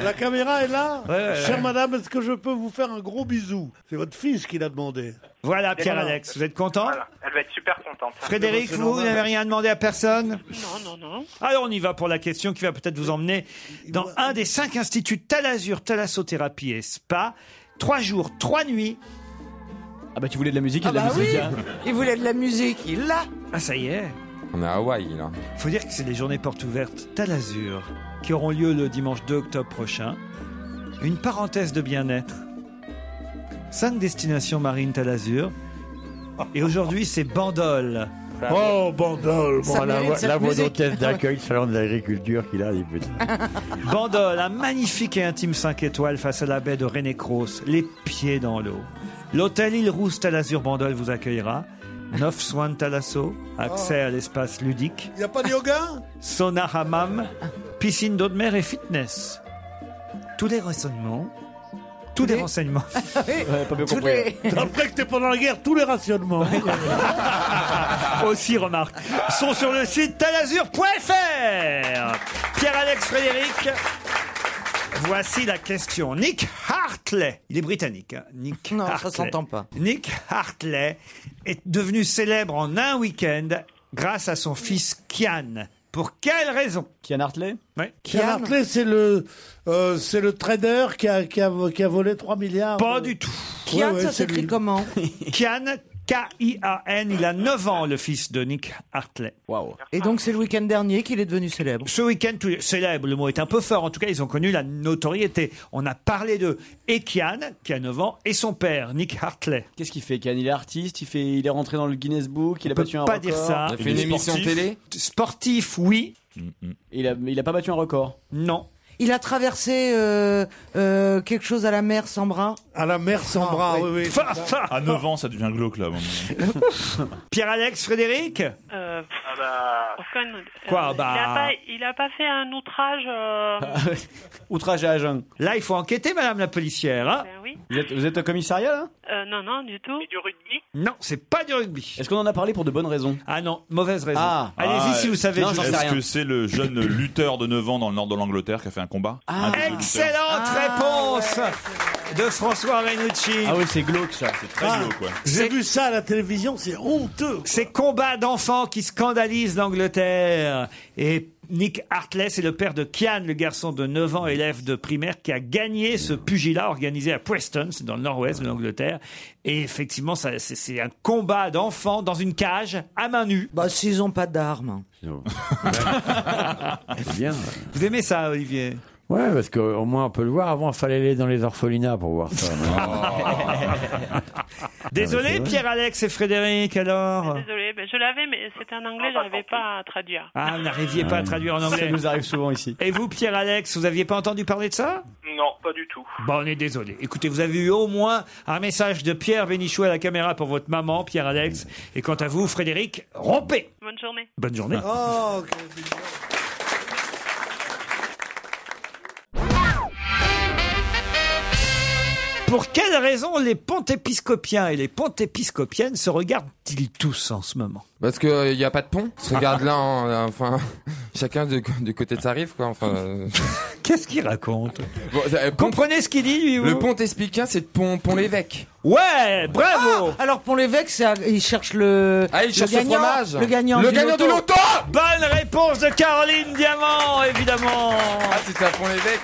Speaker 5: La caméra est là
Speaker 3: Ouais, ouais, ouais.
Speaker 5: Chère madame, est-ce que je peux vous faire un gros bisou C'est votre fils qui l'a demandé.
Speaker 3: Voilà, Pierre-Alex, vous êtes content
Speaker 10: Elle va être super contente.
Speaker 3: Frédéric, vous, vous n'avez rien demandé à personne
Speaker 16: Non, non, non.
Speaker 3: Alors on y va pour la question qui va peut-être vous emmener dans un des cinq instituts Talazur, Thalassothérapie et Spa. Trois jours, trois nuits. Ah bah tu voulais de la musique hein.
Speaker 14: Ah bah oui, il voulait de la musique, il l'a.
Speaker 3: Ah ça y est.
Speaker 1: On est à Hawaï là.
Speaker 3: Faut dire que c'est les journées portes ouvertes Talazur qui auront lieu le dimanche 2 octobre prochain. Une parenthèse de bien-être. Cinq destinations marines Talazur. Et aujourd'hui c'est Bandol.
Speaker 5: Oh, Bandol,
Speaker 4: Bon, la voix- la voix (laughs) d'hôtesse d'accueil, salon de l'agriculture qu'il a, dit putain.
Speaker 3: Bandol, un magnifique et intime 5 étoiles face à la baie de René-Cros, les pieds dans l'eau. L'hôtel Île Rousse Talazur Bandol vous accueillera. 9 soins de Thalasso, accès à l'espace ludique,
Speaker 5: Il n'y a pas de yoga
Speaker 3: sauna hammam, piscine d'eau de mer et fitness. Tous les renseignements. Tous les renseignements.
Speaker 5: pas bien Tous compris. hein. les- Après que t'es pendant la guerre, tous les rationnements.
Speaker 3: (laughs) Aussi remarque. Sont sur le site talazur.fr. Pierre-Alex Frédéric. Voici la question. Nick Hartley, il est britannique. hein, Nick non,
Speaker 14: ça s'entend pas.
Speaker 3: Nick Hartley est devenu célèbre en un week-end grâce à son fils Kian. Pour quelle raison Kian Hartley Oui.
Speaker 5: Kian Hartley, c'est le, euh, c'est le trader qui a, qui, a, qui a volé 3 milliards.
Speaker 3: Pas du tout.
Speaker 6: (laughs)
Speaker 5: Ouais, ouais, c'est lui.
Speaker 3: comment Kian, K-I-A-N. Il a 9 ans, le fils de Nick Hartley.
Speaker 14: Et donc c'est le week-end dernier qu'il est devenu célèbre.
Speaker 3: Ce week-end, tous les- célèbre, le mot est un peu fort. En tout cas, ils ont connu la notoriété. On a parlé de Ekian, qui a 9 ans, et son père, Nick Hartley.
Speaker 6: Qu'est-ce qu'il fait Kian Il est artiste, il, fait, il est rentré dans le Guinness Book, il a
Speaker 3: peut
Speaker 6: battu un
Speaker 3: pas
Speaker 6: record.
Speaker 3: dire ça. Il a fait une émission télé Sportif, oui.
Speaker 6: Il a, il a pas battu un record
Speaker 3: Non.
Speaker 14: Il a traversé euh, euh, quelque chose à la mer sans bras.
Speaker 5: À la mer sans
Speaker 14: Ah,
Speaker 5: bras,
Speaker 14: oui.
Speaker 5: oui, oui.
Speaker 8: À 9 ans, ça devient glauque, là. à un moment.
Speaker 3: (laughs) Pierre-Alex, Frédéric
Speaker 16: Euh, aucun- euh,
Speaker 3: Quoi, bah.
Speaker 16: il, a pas, il a pas fait un outrage. euh,
Speaker 3: (laughs)
Speaker 6: Outrage à Agen.
Speaker 3: Là, il faut enquêter, madame la policière. hein.
Speaker 16: Ben oui.
Speaker 6: Vous êtes, vous êtes au commissariat là
Speaker 16: euh, non, non, du tout. du rugby
Speaker 3: Non, c'est pas du rugby.
Speaker 6: Est-ce qu'on en a parlé pour de bonnes raisons
Speaker 3: Ah non, mauvaise raison.
Speaker 6: Ah.
Speaker 3: Allez-y si vous savez. je-
Speaker 8: Est-ce que c'est le jeune lutteur de 9 ans dans le nord de l'Angleterre qui a fait un combat
Speaker 5: Ah,
Speaker 6: Ah,
Speaker 8: Un des lutteurs.
Speaker 3: Excellente
Speaker 16: Ah.
Speaker 3: réponse de François Renucci.
Speaker 6: Ah oui, c'est glauque ça. C'est
Speaker 8: très
Speaker 5: Ah,
Speaker 8: glauque, ouais.
Speaker 5: J'ai vu ça à la télévision, c'est honteux.
Speaker 3: Ces combats d'enfants qui scandalisent l'Angleterre. Et Nick Hartley, c'est le père de Kian, le garçon de 9 ans, élève de primaire, qui a gagné ce pugilat organisé à Preston, c'est dans le nord-ouest de l'Angleterre. Et effectivement, ça- c'est c'est un combat d'enfants dans une cage, à
Speaker 8: (laughs)
Speaker 3: main nue. (laughs)
Speaker 14: Bah s'ils ont pas d'armes.
Speaker 4: Ah, C'est bien.
Speaker 3: Vous aimez ça, Olivier
Speaker 4: Ouais, parce qu'au moins on peut le voir. Avant, fallait aller dans les orphelinats pour voir (laughs) ça. Ah, mais
Speaker 3: Désolé,
Speaker 4: c'est vrai.
Speaker 3: Pierre-Alex et Frédéric, alors
Speaker 16: Désolé, ben, je l'avais, mais c'était en anglais, j'arrivais pas à traduire.
Speaker 3: Ah, vous n'arriviez pas à traduire en anglais.
Speaker 6: Ça nous arrive souvent ici.
Speaker 3: Et vous, Pierre-Alex, vous aviez pas entendu parler de ça
Speaker 10: Non, pas du tout.
Speaker 3: Bon, on est désolé. Écoutez, vous avez eu au moins un message de Pierre Bénichou à la caméra pour votre maman, Pierre-Alex. Et quant à vous, Frédéric, rompez
Speaker 16: Bonne journée.
Speaker 3: Bonne journée.
Speaker 1: Ah.
Speaker 5: Oh,
Speaker 3: Pour quelle raison les pontépiscopiens et les pontépiscopiennes se regardent-ils tous en ce moment
Speaker 1: Parce que euh, y a pas de pont. On se regarde là, en- euh, enfin, (laughs) chacun du, du côté de sa rive, quoi. Enfin. euh.
Speaker 3: (laughs) Qu'est-ce qu'il raconte
Speaker 1: Bon, euh, pont-
Speaker 3: Comprenez ce qu'il dit, lui
Speaker 1: Le
Speaker 3: vous
Speaker 1: pont espiquin, c'est pont, pont l'évêque.
Speaker 3: Ouais, bravo
Speaker 14: Alors pour l'évêque, c'est à- il cherche le
Speaker 1: Ah, il
Speaker 14: le
Speaker 1: cherche le
Speaker 14: gagnant,
Speaker 1: fromage.
Speaker 14: le gagnant,
Speaker 1: Le
Speaker 14: du
Speaker 1: gagnant
Speaker 14: loto.
Speaker 1: du loto
Speaker 3: Bonne réponse de Caroline Diamant, évidemment
Speaker 1: Ah, c'était à pont l'évêque.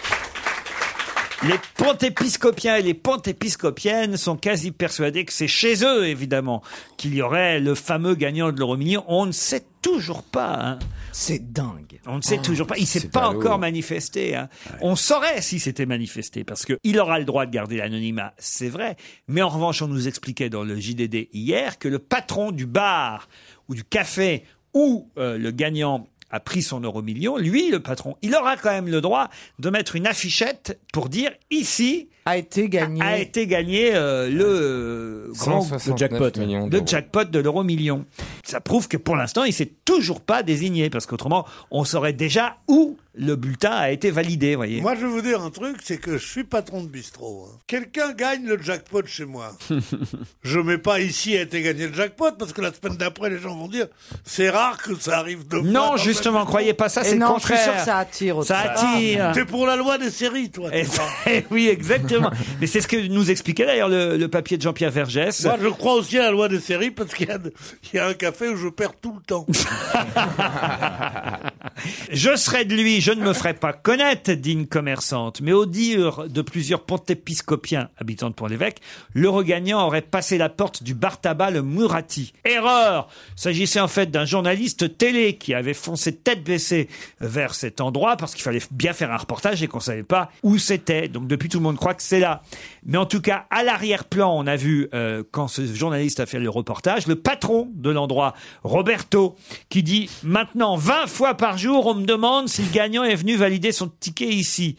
Speaker 3: Les pontépiscopiens et les pontépiscopiennes sont quasi persuadés que c'est chez eux, évidemment, qu'il y aurait le fameux gagnant de l'euro million. On ne sait toujours pas. hein.
Speaker 14: C'est dingue.
Speaker 3: On ne sait
Speaker 14: Ah,
Speaker 3: toujours pas. Il ne s'est
Speaker 14: c'est
Speaker 3: pas
Speaker 14: ballot.
Speaker 3: encore manifesté. hein. On saurait si c'était manifesté, parce qu'il aura le droit de garder l'anonymat, c'est vrai. Mais en revanche, on nous expliquait dans le JDD hier que le patron du bar ou du café où euh, le gagnant a pris son euro million, lui, le patron, il aura quand même le droit de mettre une affichette pour dire ici
Speaker 14: a été gagné
Speaker 3: a, été gagné euh, le euh, grand
Speaker 1: 169 millions
Speaker 3: le
Speaker 1: d'euros.
Speaker 3: jackpot de l'euro million. Ça prouve que pour l'instant, il s'est toujours pas désigné parce qu'autrement, on saurait déjà où le bulletin a été validé, voyez.
Speaker 5: Moi, je vais vous dire un truc, c'est que je suis patron de bistrot. hein. Quelqu'un gagne le jackpot chez moi.
Speaker 4: (laughs)
Speaker 5: Je mets pas ici a été gagné le jackpot parce que la semaine d'après, les gens vont dire c'est rare que ça arrive deux fois.
Speaker 3: Non,
Speaker 5: dans le
Speaker 3: justement,
Speaker 5: même
Speaker 3: croyez pas ça,
Speaker 5: bistrot.
Speaker 3: c'est Et le non, je suis contraire. sûr que ça
Speaker 14: attire
Speaker 3: Ça attire.
Speaker 5: T'es pour la loi des séries, toi.
Speaker 3: Et-
Speaker 5: t'es pas.
Speaker 3: et Eh (laughs) oui, exactement. Mais c'est ce que nous expliquait d'ailleurs le, le papier de Jean-Pierre Vergès.
Speaker 5: Moi, je crois aussi à la loi des séries parce qu'il y, a de- il y a un café où je perds tout le temps.
Speaker 3: Je serai de lui, je ne me ferai pas connaître, digne commerçante. Mais au dire de plusieurs pontépiscopiens habitants de Pont-l'Évêque, le regagnant aurait passé la porte du bar tabac le Murati. Erreur S'agissait en fait d'un journaliste télé qui avait foncé tête baissée vers cet endroit parce qu'il fallait bien faire un reportage et qu'on savait pas où c'était. Donc depuis, tout le monde croit que c'est là. Mais en tout cas, à l'arrière-plan, on a vu, euh, quand ce journaliste a fait le reportage, le patron de l'endroit, Roberto, qui dit « Maintenant, 20 fois par jour, on me demande si le gagnant est venu valider son ticket ici. »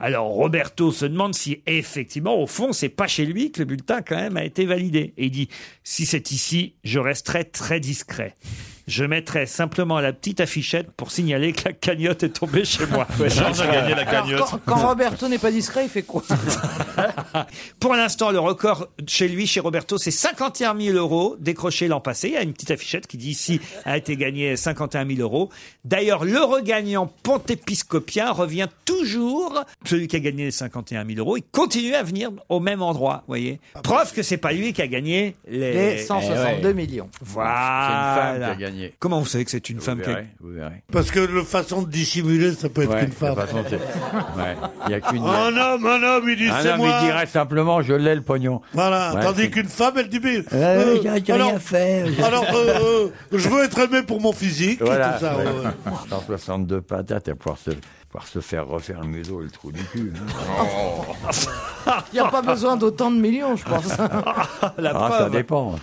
Speaker 3: Alors Roberto se demande si effectivement, au fond, c'est pas chez lui que le bulletin quand même a été validé. Et il dit « Si c'est ici, je resterai très discret. » Je mettrai simplement la petite affichette pour signaler que la cagnotte est tombée chez
Speaker 8: (laughs)
Speaker 3: moi.
Speaker 8: Jean a gagné la
Speaker 14: Alors,
Speaker 8: cagnotte.
Speaker 14: quand, quand Roberto n'est pas discret, il fait quoi
Speaker 3: (laughs) Pour l'instant, le record chez lui, chez Roberto, c'est 51 000 euros décrochés l'an passé. Il y a une petite affichette qui dit ici a été gagné 51 000 euros. D'ailleurs, le regagnant pontépiscopien revient toujours, celui qui a gagné les 51 000 euros, il continue à venir au même endroit, voyez.
Speaker 6: Ah
Speaker 3: Preuve que c'est pas lui qui a gagné les,
Speaker 14: Les 162
Speaker 3: Eh ouais.
Speaker 14: millions.
Speaker 3: Voilà.
Speaker 6: C'est une femme qui a gagné.
Speaker 4: témoigner.
Speaker 3: (laughs) Comment vous savez que c'est une femme qui a-
Speaker 4: verrez, vous verrez.
Speaker 5: Parce que la façon de dissimuler, ça peut être
Speaker 4: Ouais,
Speaker 5: qu'une femme.
Speaker 4: la façon de- ouais. Il y a qu'une.
Speaker 5: Un homme, un homme, il dit
Speaker 4: Un
Speaker 5: c'est
Speaker 4: homme, il
Speaker 5: moi.
Speaker 4: dirait simplement, je l'ai le pognon.
Speaker 5: (laughs) Voilà,
Speaker 4: Ouais,
Speaker 5: tandis
Speaker 4: c'est-
Speaker 5: qu'une femme, elle dit mais.
Speaker 4: Euh, j'ai- j'ai rien fait.
Speaker 5: Alors, euh, euh, je veux être aimé pour mon physique et
Speaker 4: Voilà.
Speaker 5: (laughs) tout ça.
Speaker 4: ouais.
Speaker 5: ouais, ouais.
Speaker 4: (laughs) 162 patates à pouvoir se, pouvoir se faire refaire le museau et le trou du cul. hein.
Speaker 5: Oh.
Speaker 4: (laughs)
Speaker 14: Il n'y a pas besoin d'autant de millions,
Speaker 6: (laughs)
Speaker 14: je pense.
Speaker 3: La
Speaker 4: Ah, ça
Speaker 3: preuve. (laughs)
Speaker 4: dépend.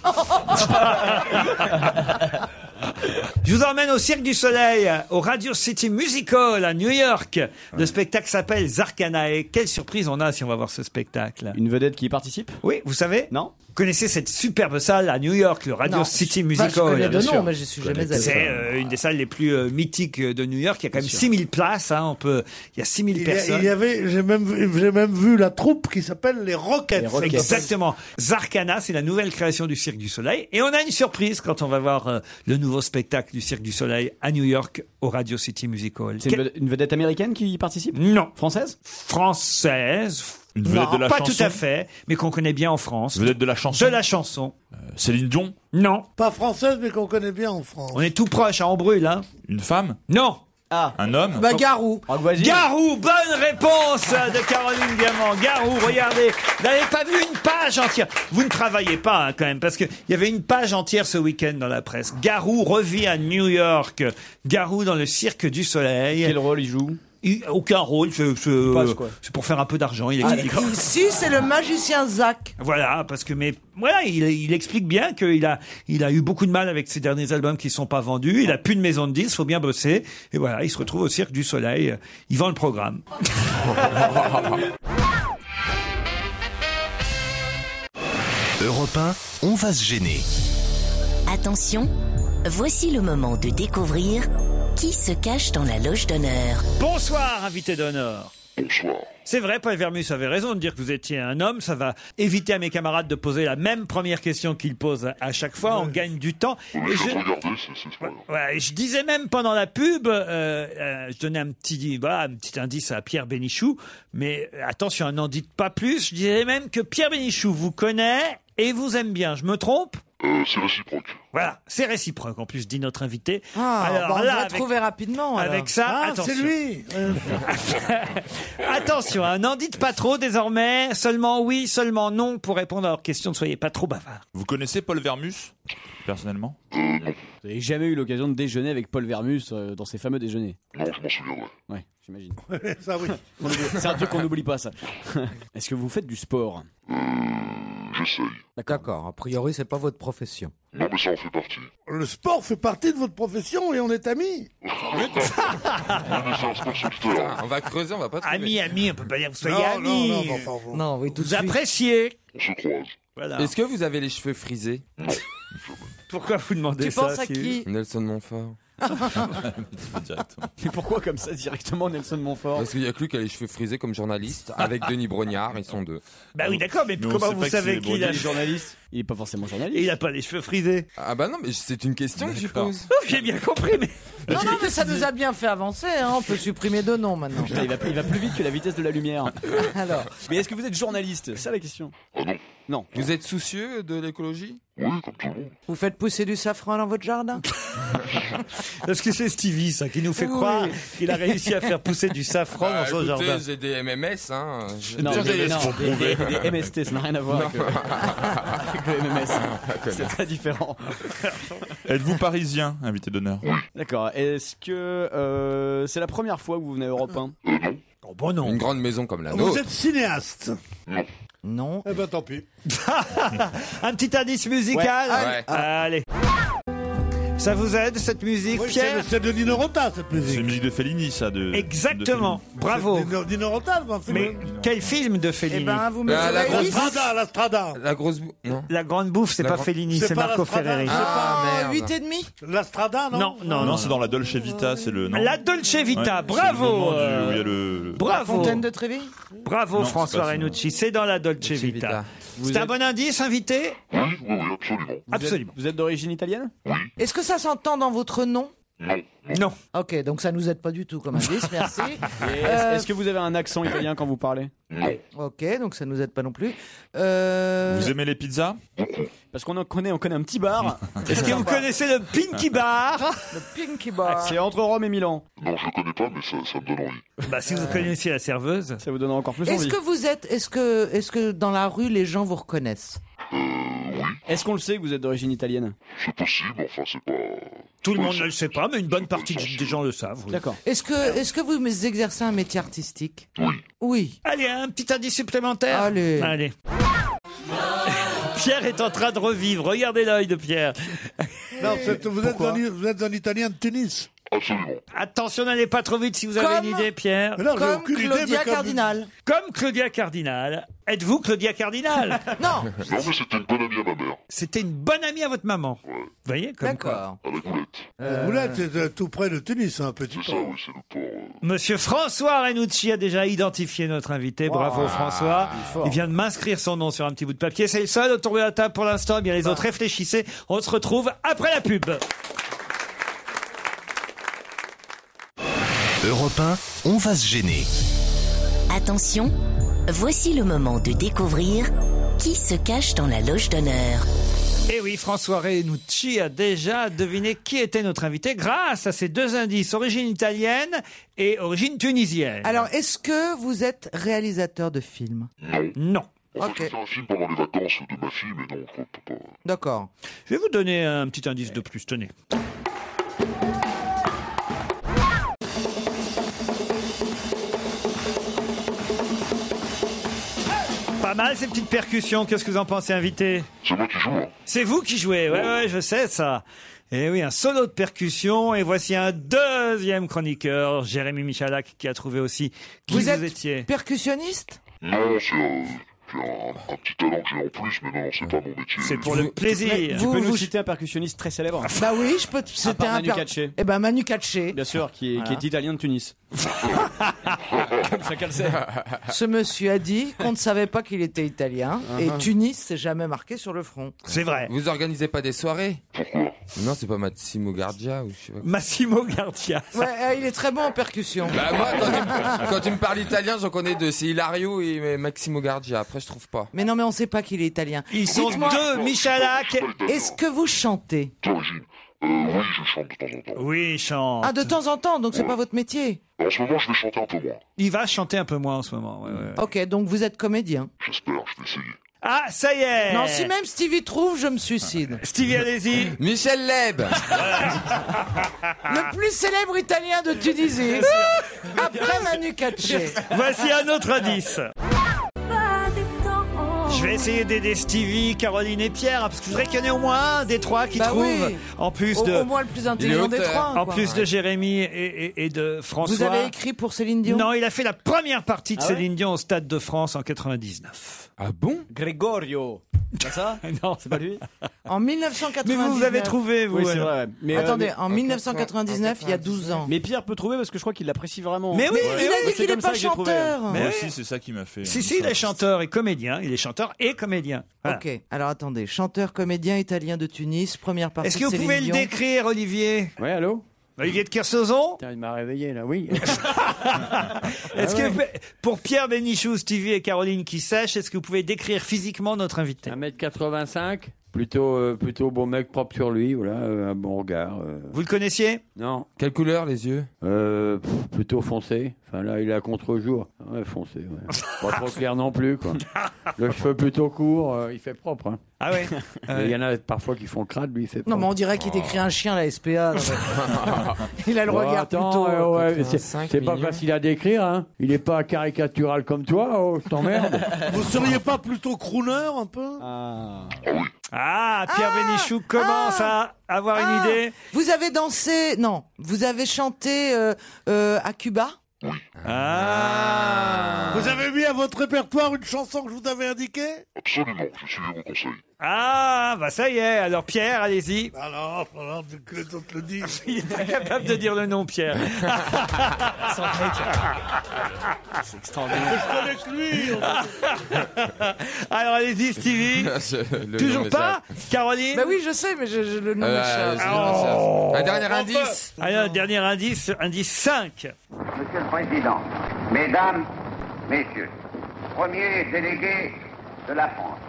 Speaker 3: Je vous emmène au Cirque du Soleil, au Radio City Musical à New York. Le spectacle s'appelle Zarkanae. Quelle surprise on a si on va voir ce spectacle. Une vedette qui y participe Oui, vous savez Non Vous connaissez cette superbe salle à New York, le Radio
Speaker 14: Non.
Speaker 3: City
Speaker 14: Bah, je
Speaker 3: Musical
Speaker 14: connais de
Speaker 3: Bien
Speaker 14: nom,
Speaker 3: sûr.
Speaker 14: mais j'y suis jamais allé.
Speaker 3: C'est euh, une des salles les plus euh, mythiques de New York. Il y a quand même
Speaker 5: sûr.
Speaker 3: 6000 places. hein, on peut... Il y a 6000
Speaker 5: Il y, a-
Speaker 3: personnes.
Speaker 5: il y avait, j'ai même, vu- j'ai même vu la troupe qui s'appelle les Rockets.
Speaker 3: Exactement. Zarkana, c'est la nouvelle création du Cirque du Soleil. Et on a une surprise quand on va voir euh, le nouveau spectacle du Cirque du Soleil à New York au Radio City Music Hall.
Speaker 6: C'est une vedette- une vedette américaine qui y participe
Speaker 3: Non.
Speaker 6: Française
Speaker 3: Française.
Speaker 6: Une
Speaker 3: Non,
Speaker 6: vedette de la
Speaker 3: pas
Speaker 6: chanson
Speaker 3: tout à fait, mais qu'on connaît bien en France.
Speaker 8: Vedette de la chanson Euh,
Speaker 3: De la chanson.
Speaker 8: Céline Dion
Speaker 3: Non.
Speaker 5: Pas française, mais qu'on connaît bien en France.
Speaker 3: On est tout proche, à Ambrule, hein.
Speaker 8: Une femme
Speaker 3: Non.
Speaker 6: Ah.
Speaker 8: Un homme
Speaker 3: Bah, Garou. Garou, bonne réponse de Caroline Diamant. Garou, regardez, vous n'avez pas vu une page entière. Vous ne travaillez pas hein, quand même, parce qu'il y avait une page entière ce week-end dans la presse. Garou revit à New York. Garou dans le cirque du soleil. Quel rôle il joue Aucun rôle, c'est- c'est
Speaker 6: passe, quoi.
Speaker 3: c'est pour faire un peu d'argent, il
Speaker 14: Ah,
Speaker 3: explique.
Speaker 14: (laughs) Ici, c'est le magicien Zach.
Speaker 3: Voilà, parce que mais voilà, il, il explique bien qu'il a il a eu beaucoup de mal avec ses derniers albums qui sont pas vendus. Il a plus de maison de disques, faut bien bosser. Et voilà, il se retrouve au Cirque du Soleil. Il vend le programme.
Speaker 2: Europe 1, on va se gêner.
Speaker 13: Attention, voici le moment de découvrir qui se cache dans la loge d'honneur.
Speaker 3: Bonsoir, invité d'honneur. Bonsoir. C'est vrai, Paul Vermus avait raison de dire que vous étiez un homme. Ça va éviter à mes camarades de poser la même première question qu'ils posent à chaque fois. On gagne du temps. Et je- Ouais, je disais même pendant la pub, euh, euh, je donnais un petit, bah, un petit indice à Pierre Bénichou, mais attention, hein, n'en dites pas plus. Je disais même que Pierre Bénichou vous connaît et vous aime bien. Je me trompe
Speaker 8: Euh,
Speaker 17: c'est réciproque.
Speaker 3: Voilà, c'est réciproque en plus, dit notre invité.
Speaker 14: Ah, bah, on va
Speaker 3: avec-
Speaker 14: trouver rapidement. alors.
Speaker 3: avec ça,
Speaker 14: Ah,
Speaker 3: attention.
Speaker 14: c'est lui.
Speaker 5: Euh,
Speaker 3: Attention, hein, n'en dites pas trop désormais. Seulement oui, seulement non pour répondre à leurs questions. Ne soyez pas trop bavard.
Speaker 8: Vous connaissez Paul Vermus Personnellement
Speaker 6: Vous n'avez jamais eu l'occasion de déjeuner avec Paul Vermus euh, dans ses fameux déjeuners
Speaker 4: Ah,
Speaker 17: Non, je m'en souviendrai.
Speaker 6: Ouais, j'imagine.
Speaker 5: (laughs)
Speaker 4: (laughs)
Speaker 5: ça, oui.
Speaker 6: On oublie- C'est un truc qu'on n'oublie pas, ça. (laughs) Est-ce que vous faites du sport
Speaker 15: D'accord, a priori, c'est pas votre profession.
Speaker 17: Non, mais ça en fait
Speaker 1: (laughs)
Speaker 17: partie.
Speaker 5: Le sport fait partie de votre profession et on est amis.
Speaker 1: On va creuser, on va pas trouver.
Speaker 3: Ami, ami, on peut pas dire que vous soyez
Speaker 1: Non,
Speaker 3: ami.
Speaker 1: non, non, non, pardon. Non, Ah, oui, tout de
Speaker 3: vous
Speaker 1: suite.
Speaker 3: appréciez.
Speaker 17: On se croise.
Speaker 3: Voilà.
Speaker 1: Est-ce que vous avez les cheveux frisés
Speaker 3: Pourquoi vous demandez
Speaker 1: Tu
Speaker 3: ça
Speaker 1: penses à
Speaker 3: Sylvie
Speaker 1: qui
Speaker 3: (laughs)
Speaker 1: Nelson Montfort. (laughs)
Speaker 6: Mais pourquoi comme ça directement Nelson Montfort
Speaker 1: Parce qu'il y a que lui qui a les cheveux frisés
Speaker 3: (laughs)
Speaker 1: comme journaliste, avec Denis Brognard, ils sont deux.
Speaker 3: Bah oui, d'accord, mais Mais on comment sait vous pas savez s'il est qu'il a- brognard.
Speaker 6: journaliste Il est pas forcément journaliste.
Speaker 3: Il a pas les cheveux frisés.
Speaker 1: Ah bah non, mais c'est une question que je pose.
Speaker 3: (laughs) J'ai bien compris, mais.
Speaker 6: Euh,
Speaker 14: Non, non, mais ça
Speaker 3: (laughs)
Speaker 14: nous a bien fait avancer. hein. On peut supprimer deux noms maintenant.
Speaker 6: Putain, il, va, il va plus vite que la vitesse de la lumière.
Speaker 14: (laughs) Alors.
Speaker 6: Mais est-ce que vous êtes journaliste C'est ça la question. Non.
Speaker 1: Vous êtes soucieux de l'écologie
Speaker 17: Oui, comme tout le monde.
Speaker 14: Vous faites pousser du safran dans votre jardin
Speaker 3: (laughs) Parce que c'est Stevie, ça, qui nous fait
Speaker 14: Oui.
Speaker 3: croire qu'il a réussi à
Speaker 1: (laughs)
Speaker 3: faire pousser du safran
Speaker 1: Ah,
Speaker 3: dans son
Speaker 1: écoutez,
Speaker 3: jardin.
Speaker 1: J'ai des MMS, hein. Je-
Speaker 6: Non,
Speaker 1: Tiens,
Speaker 6: mais-
Speaker 1: j'ai-
Speaker 6: non,
Speaker 1: pour
Speaker 6: des-
Speaker 1: prouver.
Speaker 6: des- des MST, ça n'a rien à voir avec le- (laughs)
Speaker 1: (laughs)
Speaker 6: avec le
Speaker 4: (laughs) Ah,
Speaker 6: MMS. C'est très différent.
Speaker 8: Êtes-vous parisien, invité d'honneur
Speaker 6: D'accord. Est-ce que euh, c'est la première fois que vous venez à Europe
Speaker 3: Euh,
Speaker 6: 1
Speaker 3: Oh, bon, non.
Speaker 1: Une grande maison comme la
Speaker 6: Vous
Speaker 1: nôtre.
Speaker 6: êtes
Speaker 5: cinéaste
Speaker 1: Non.
Speaker 14: Non.
Speaker 5: Eh ben tant pis.
Speaker 3: (laughs) Un petit indice musical.
Speaker 5: Ouais. Ouais.
Speaker 3: Allez. Ça vous aide cette musique,
Speaker 5: Oui,
Speaker 3: Pierre
Speaker 5: c'est- c'est de Nino Rota cette musique.
Speaker 8: C'est une musique de Fellini, ça. De,
Speaker 3: Exactement. Bravo.
Speaker 5: ben, C'est de Nino- Nino Rota, le film.
Speaker 3: Mais quel film de Fellini
Speaker 5: Eh ben, vous me La- la direz grosse- La Strada, la Strada.
Speaker 1: La grosse bouffe. Non.
Speaker 3: La grande bouffe, c'est
Speaker 1: La
Speaker 3: pas
Speaker 1: grande-
Speaker 3: Fellini,
Speaker 1: C'est
Speaker 3: c'est
Speaker 1: pas la
Speaker 3: Marco
Speaker 1: Strada,
Speaker 3: Ferreri.
Speaker 1: c'est Ah, pas- merde. huit et
Speaker 14: demi
Speaker 5: La Strada, non
Speaker 3: Ah, Non,
Speaker 8: Non, non, c'est dans la Dolce Vita, c'est le. Non.
Speaker 3: La Dolce Vita,
Speaker 8: c'est le
Speaker 3: bravo,
Speaker 8: moment du-
Speaker 3: euh,
Speaker 8: où il y a le-
Speaker 3: Bravo.
Speaker 14: Fontaine de Trévi
Speaker 3: Bravo
Speaker 8: Non, c'est
Speaker 3: François
Speaker 8: pas ça.
Speaker 3: Renucci, c'est dans la Dolce Vita. C'est un bon indice, invité
Speaker 17: Oui, oui, oui, absolument.
Speaker 3: Absolument.
Speaker 6: Vous êtes d'origine italienne
Speaker 14: Est-ce que ça s'entend dans votre nom
Speaker 10: Non.
Speaker 4: Non.
Speaker 14: Ok, donc ça nous aide pas du tout comme indice, merci. Euh,
Speaker 4: Est-ce que vous avez un accent italien quand vous parlez
Speaker 14: Ok, donc ça nous aide pas non plus. Euh,
Speaker 8: Vous aimez les pizzas
Speaker 4: Parce qu'on en connaît, on connaît un petit
Speaker 14: (laughs)
Speaker 4: bar.
Speaker 3: Est-ce que vous connaissez le Pinky Bar
Speaker 14: Le Pinky Bar.
Speaker 4: Ah, C'est entre Rome et Milan.
Speaker 10: Non, je le connais pas, mais ça, ça me donne envie.
Speaker 3: Bah, si vous connaissiez la serveuse.
Speaker 4: Ça vous donnera encore plus
Speaker 14: Est-ce que vous êtes, est-ce que, est-ce que dans la rue les gens vous reconnaissent
Speaker 4: Est-ce qu'on le sait que vous êtes d'origine italienne
Speaker 10: C'est possible, enfin, c'est pas.
Speaker 3: Tout le monde ne le sait pas, mais une bonne partie des gens le savent.
Speaker 4: D'accord.
Speaker 14: Est-ce que, est-ce que vous exercez un métier artistique Oui. Oui.
Speaker 3: Allez, un petit indice supplémentaire.
Speaker 14: Allez.
Speaker 3: Allez. Pierre est en train de revivre. Regardez l'œil de Pierre.
Speaker 5: Non, vous êtes, vous êtes un, vous êtes un Italien de tennis.
Speaker 10: Absolument.
Speaker 3: Attention, n'allez pas trop vite si vous avez
Speaker 14: Comme-
Speaker 3: une idée, Pierre.
Speaker 5: Mais non, j'ai Comme aucune idée, Claudia mais comme-
Speaker 14: Cardinal.
Speaker 3: Comme Claudia Cardinal. Êtes-vous Claudia Cardinal
Speaker 14: Non.
Speaker 10: Non, mais c'était une bonne amie à ma mère.
Speaker 3: C'était une bonne amie à votre maman. Vous voyez comme quoi.
Speaker 10: À la goulette.
Speaker 5: Vous l'êtes, c'est euh, tout près de tennis, un petit
Speaker 10: C'est ça,
Speaker 5: peu.
Speaker 10: oui, c'est le port.
Speaker 3: Monsieur François Renucci a déjà identifié notre invité. Bravo
Speaker 4: Wow. Ah,
Speaker 3: François.
Speaker 4: Il est fort.
Speaker 3: Il vient de m'inscrire son nom sur un petit bout de papier. C'est le seul autour de la table pour l'instant. Eh Bien
Speaker 4: Ah.
Speaker 3: les autres, réfléchissez. On se retrouve après la pub.
Speaker 18: Europe 1, on va se gêner.
Speaker 13: Attention, voici le moment de découvrir qui se cache dans la loge d'honneur.
Speaker 3: Et Eh oui, François Renucci a déjà deviné qui était notre invité grâce à ces deux indices, origine italienne et origine tunisienne.
Speaker 14: Alors, est-ce que vous êtes réalisateur de films
Speaker 3: Non.
Speaker 10: Enfin, j'ai fait un film pendant les vacances de ma fille, mais non, je ne peux pas.
Speaker 14: D'accord.
Speaker 3: Je vais vous donner un petit indice de plus, tenez. Pas mal ces petites percussions, qu'est-ce que vous en pensez, invité
Speaker 10: C'est moi qui joue, hein.
Speaker 3: C'est vous qui jouez, ouais, ouais, je sais ça. Et oui, un solo de percussion, et voici un deuxième chroniqueur, Jérémy Michalak, qui a trouvé aussi qui vous,
Speaker 14: Vous êtes
Speaker 3: étiez.
Speaker 14: Percussionniste
Speaker 4: Hmm.
Speaker 10: Non, c'est euh, c'est un, un petit talent que j'ai en plus, mais non, non, c'est pas mon métier.
Speaker 3: C'est pour le plaisir.
Speaker 4: Tu peux nous
Speaker 14: vous-
Speaker 4: citer un percussionniste très célèbre
Speaker 14: (laughs) Bah oui, je peux. C'était
Speaker 4: part
Speaker 14: un
Speaker 4: Manu
Speaker 14: per-
Speaker 4: Katché.
Speaker 14: Eh ben Manu Katché.
Speaker 4: Bien sûr, qui est, qui est italien de
Speaker 3: (laughs)
Speaker 4: Tunis. Comme chacun le sait. Ah.
Speaker 14: Ce monsieur a dit qu'on ne savait pas qu'il était italien et
Speaker 1: Uh-huh.
Speaker 14: Tunis c'est jamais marqué sur le front.
Speaker 3: C'est vrai.
Speaker 1: Vous organisez pas des soirées Non, c'est pas Massimo Gardia ou je sais pas.
Speaker 3: Massimo Gardia.
Speaker 14: Ouais, euh, il est très bon en percussion.
Speaker 1: Bah moi, quand tu,
Speaker 14: (laughs)
Speaker 1: me- quand tu me parles italien, j'en connais deux. C'est Hilario et Maximo Gardia. Après, je trouve pas.
Speaker 14: Mais non, mais on ne sait pas qu'il est italien.
Speaker 3: Ils sont
Speaker 14: Dites-moi,
Speaker 3: deux, Michalak.
Speaker 14: Est-ce que vous chantez
Speaker 10: D'origine. Euh, oui, je chante de temps en temps.
Speaker 3: Oui, il chante.
Speaker 14: Ah, de temps en temps, donc c'est pas votre métier.
Speaker 10: En ce moment, je vais chanter un peu moins.
Speaker 3: Il va chanter un peu moins en ce moment. ouais, ouais, ouais.
Speaker 14: Ok, donc vous êtes comédien.
Speaker 10: J'espère, je vais essayer.
Speaker 3: Ah, ça y est
Speaker 14: Non, si même Stevie trouve, je me suicide.
Speaker 3: Ah, Stevie, allez-y.
Speaker 1: Michel Leb
Speaker 3: (laughs) Ah.
Speaker 14: Le plus célèbre italien de Tunisie. (laughs) Après Manu Katché.
Speaker 3: (laughs) Voici un autre indice. Je vais essayer d'aider Stevie, Caroline et Pierre, hein, parce que je voudrais qu'il y en ait au moins un des trois qui
Speaker 14: Bah
Speaker 3: trouvent,
Speaker 14: oui.
Speaker 3: en plus
Speaker 14: Au,
Speaker 3: de,
Speaker 14: au moins le plus intelligent des
Speaker 1: auteur.
Speaker 14: trois.
Speaker 3: en
Speaker 14: quoi.
Speaker 3: plus de Jérémy et, et- et de François.
Speaker 14: Vous avez écrit pour Céline Dion
Speaker 3: Non, il a fait la première partie de
Speaker 4: Ah ouais
Speaker 3: Céline Dion au Stade de France en 99.
Speaker 1: Ah bon
Speaker 4: Gregorio. C'est ça
Speaker 3: (laughs) Non,
Speaker 4: C'est pas lui
Speaker 14: En 1999.
Speaker 3: mais vous, vous avez trouvé, vous.
Speaker 4: Oui, c'est
Speaker 3: alors.
Speaker 4: vrai. ouais. Mais, euh,
Speaker 14: Attendez,
Speaker 4: mais-
Speaker 14: en 1999, il y a 12 ans.
Speaker 4: mais Pierre peut trouver parce que je crois qu'il l'apprécie vraiment.
Speaker 3: Mais oui,
Speaker 14: Il
Speaker 3: mais oui.
Speaker 14: a dit
Speaker 4: c'est
Speaker 14: qu'il n'est
Speaker 4: comme ça
Speaker 14: pas
Speaker 4: que j'ai trouvé.
Speaker 14: chanteur.
Speaker 8: Moi
Speaker 3: Mais
Speaker 8: aussi, c'est ça qui m'a fait.
Speaker 3: Si, si, il est chanteur et comédien. Il est chanteur et comédien. Voilà.
Speaker 14: Ok, alors attendez, chanteur, comédien italien de Tunis, première partie.
Speaker 3: Est-ce que
Speaker 14: de
Speaker 3: vous pouvez
Speaker 14: Céline
Speaker 3: le
Speaker 14: Dion.
Speaker 3: décrire, Olivier
Speaker 4: Ouais, allô
Speaker 3: Olivier de Kersauzon
Speaker 4: Putain, il m'a réveillé là,
Speaker 3: (laughs)
Speaker 4: oui. Ah
Speaker 3: Est-ce que vous- pour Pierre Bénichou, Stevie et Caroline qui sèchent, est-ce que vous pouvez décrire physiquement notre invité
Speaker 4: 1m85 Plutôt, euh, plutôt bon mec propre sur lui, voilà, euh, un bon regard. euh.
Speaker 3: Vous le connaissiez
Speaker 4: Non,
Speaker 1: Quelle couleur les yeux
Speaker 4: euh, pff, plutôt foncé. Enfin là, il est à contre-jour. Ouais, foncé, ouais. Pas trop clair non plus,
Speaker 3: (laughs)
Speaker 4: quoi. Le cheveu plutôt court, euh, il fait propre. hein.
Speaker 3: Ah ouais. Euh,
Speaker 4: Mais Il y en a parfois qui font crade, lui, il fait propre.
Speaker 14: Non, mais on dirait
Speaker 4: Oh.
Speaker 14: qu'il décrit un chien à la SPA. non, mais-
Speaker 4: (laughs)
Speaker 14: il a le
Speaker 4: Bon,
Speaker 14: regard
Speaker 4: attends,
Speaker 14: plutôt. hein,
Speaker 4: euh, ouais, c'est-
Speaker 1: 85
Speaker 4: c'est pas
Speaker 1: millions.
Speaker 4: facile à décrire, hein. Il est pas caricatural comme toi, oh, je
Speaker 3: (laughs)
Speaker 4: t'emmerde.
Speaker 5: (laughs) Vous seriez pas plutôt crooner un peu
Speaker 3: Ah, Pierre Bénichou commence à avoir
Speaker 14: Ah,
Speaker 3: une idée.
Speaker 14: Vous avez dansé, non, vous avez chanté euh, euh, à Cuba
Speaker 3: Ah
Speaker 5: Vous avez mis à votre répertoire une chanson que je vous avais indiquée
Speaker 17: Absolument, je suis vos conseils.
Speaker 3: Ah, bah ça y est, alors Pierre, allez-y.
Speaker 5: Bah,
Speaker 3: Ah,
Speaker 5: Alors, alors que les autres le disent.
Speaker 3: Il est pas capable de dire le nom, (laughs) Pierre.
Speaker 19: C'est
Speaker 5: extraordinaire. Je connais que lui.
Speaker 3: Alors allez-y,
Speaker 1: (laughs)
Speaker 3: Stevie.
Speaker 1: Ah, Le
Speaker 3: Toujours
Speaker 1: nom
Speaker 3: pas Caroline
Speaker 14: Bah oui, je sais, mais je, je- le nom
Speaker 3: Euh,
Speaker 14: m'échappe.
Speaker 3: Oh. Ah,
Speaker 1: Un dernier indice
Speaker 3: Allez, un dernier indice, indice 5.
Speaker 20: Monsieur le Président, Mesdames, Messieurs, premier délégué de la France,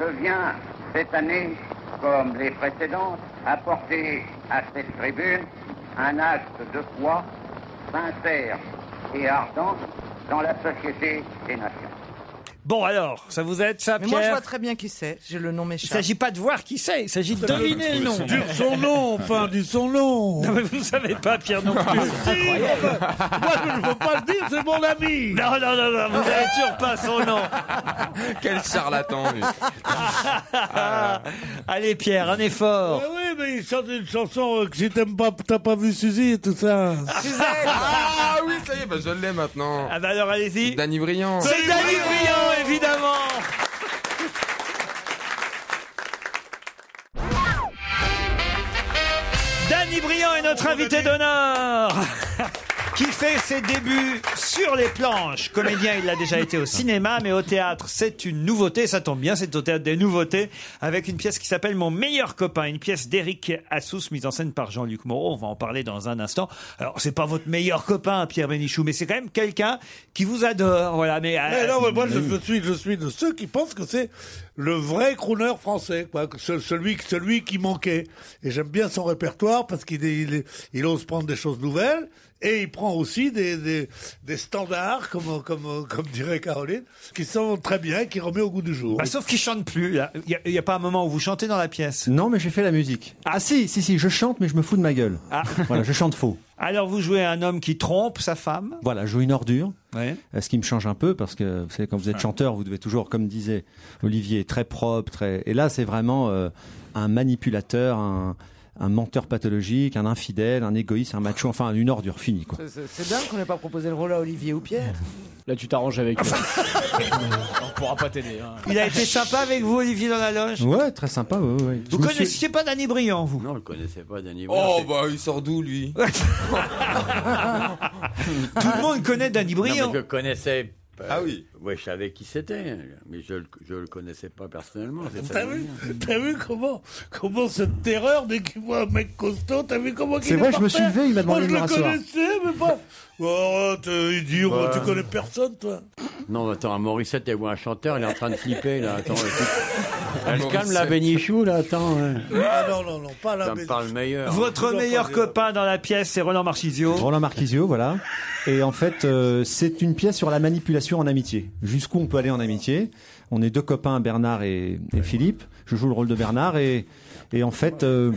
Speaker 20: je viens cette année, comme les précédentes, apporter à cette tribune un acte de foi sincère et ardent dans la société des nations.
Speaker 3: Bon alors, ça vous aide ça,
Speaker 14: Mais
Speaker 3: Pierre
Speaker 14: moi, je vois très bien qui c'est. J'ai le nom
Speaker 3: Il
Speaker 14: m'échappe.
Speaker 3: s'agit pas de voir qui c'est, il s'agit de
Speaker 14: Ça veut
Speaker 3: deviner le
Speaker 14: dire
Speaker 3: nom.
Speaker 14: son nom. Son nom, enfin,
Speaker 5: du son nom.
Speaker 3: Non mais vous ne savez pas, Pierre non plus.
Speaker 5: Moi, je ne veux pas le dire, c'est mon ami.
Speaker 3: Non, non, non, non, vous n'avez toujours pas son nom.
Speaker 1: Quel charlatan, lui.
Speaker 3: Allez, Pierre, un effort.
Speaker 5: Mais Ah oui, mais il chante une chanson euh, que si t'aimes pas, t'as pas vu Suzy et tout ça. (laughs)
Speaker 1: Ah oui, ça y est, bah, je l'ai maintenant.
Speaker 3: Ah bah alors allez-y.
Speaker 1: Danny Briand. Ah
Speaker 3: C'est Danny Briand, évidemment Danny Briand est notre invité d'honneur qui fait ses débuts sur les planches. Comédien, il l'a déjà été au cinéma, mais au théâtre, c'est une nouveauté. Ça tombe bien, c'est au théâtre des nouveautés, avec une pièce qui s'appelle Mon meilleur copain, une pièce d'Éric Assous, mise en scène par Jean-Luc Moreau. On va en parler dans un instant. Alors, c'est pas votre meilleur copain, Pierre Bénichou, mais c'est quand même quelqu'un qui vous adore. Voilà, mais, euh,
Speaker 5: Mais non, mais moi, je, je suis, je suis de ceux qui pensent que c'est le vrai crooner français, quoi, que ce- celui, celui qui manquait. Et j'aime bien son répertoire parce qu'il est- il, est- il ose prendre des choses nouvelles et il prend aussi des, des, des standards, comme, comme, comme dirait Caroline, qui sont très bien, qui remet au goût du jour.
Speaker 3: bah, sauf qu'il chante plus. là. Il n'y a, pas un moment où vous chantez dans la pièce.
Speaker 19: Non, mais j'ai fait la musique. Ah si, si, si, je chante, mais je me fous de ma gueule.
Speaker 3: Ah.
Speaker 19: (laughs) Voilà, je chante faux.
Speaker 3: Alors, vous jouez un homme qui trompe sa femme.
Speaker 19: Voilà, je joue une ordure.
Speaker 3: Ouais.
Speaker 19: Euh, Ce qui me change un peu parce que vous savez quand vous
Speaker 3: Ah.
Speaker 19: êtes chanteur, vous devez toujours, comme disait Olivier, très propre, très. Et là, c'est vraiment euh, un manipulateur, un, un menteur pathologique, un infidèle, un égoïste, un macho, enfin une ordure finie quoi.
Speaker 14: C'est- C'est c'est dingue qu'on n'ait pas proposé le rôle à Olivier
Speaker 3: (laughs)
Speaker 14: ou Pierre.
Speaker 19: Là, tu t'arranges avec. (laughs)
Speaker 14: On pourra pas t'aider.
Speaker 3: Il a été sympa avec vous, Olivier, dans la loge.
Speaker 19: Ouais, très sympa. Ouais, ouais, ouais. Je
Speaker 3: Vous
Speaker 19: me
Speaker 3: connaissiez
Speaker 19: suis-
Speaker 3: pas Danny Briand, vous
Speaker 4: Non, je connaissais pas Danny
Speaker 1: Oh, bah, il sort d'où,
Speaker 4: (laughs)
Speaker 1: lui
Speaker 3: Tout le monde connaît Danny Briand.
Speaker 4: Non, mais je connaissais. euh,
Speaker 1: ah oui.
Speaker 4: Ouais, je savais qui c'était, mais je le- je le connaissais pas personnellement. c'est ça
Speaker 5: T'as
Speaker 4: le
Speaker 5: vu,
Speaker 4: dire.
Speaker 5: t'as vu comment, comment cette terreur dès qu'il voit un mec costaud, t'as vu comment qu'il
Speaker 19: C'est
Speaker 5: est
Speaker 19: vrai, je me
Speaker 5: par terre
Speaker 19: suis levé, il m'a demandé
Speaker 5: Moi,
Speaker 19: de me
Speaker 5: je le
Speaker 19: rasseoir. Bah.
Speaker 5: connaissais, mais pas. Oh, t'es idiot,
Speaker 4: Ouais.
Speaker 5: tu connais personne, toi.
Speaker 4: Non, mais attends, Morissette, elle voit un chanteur, il est en train de flipper, là. Attends, écoute. elle se calme, la
Speaker 5: Morissette.
Speaker 4: bénichou, là, attends. ouais.
Speaker 5: Ah non, non, non, pas la
Speaker 4: Ça me parle meilleur.
Speaker 3: Votre meilleur
Speaker 4: hein.
Speaker 3: copain dans la pièce, c'est Roland Marchisio.
Speaker 19: Roland Marquisio, voilà. Et en fait, euh, c'est une pièce sur la manipulation en amitié. Jusqu'où on peut aller en amitié. On est deux copains, Bernard et, et Philippe. Je joue le rôle de Bernard et, et en fait, euh,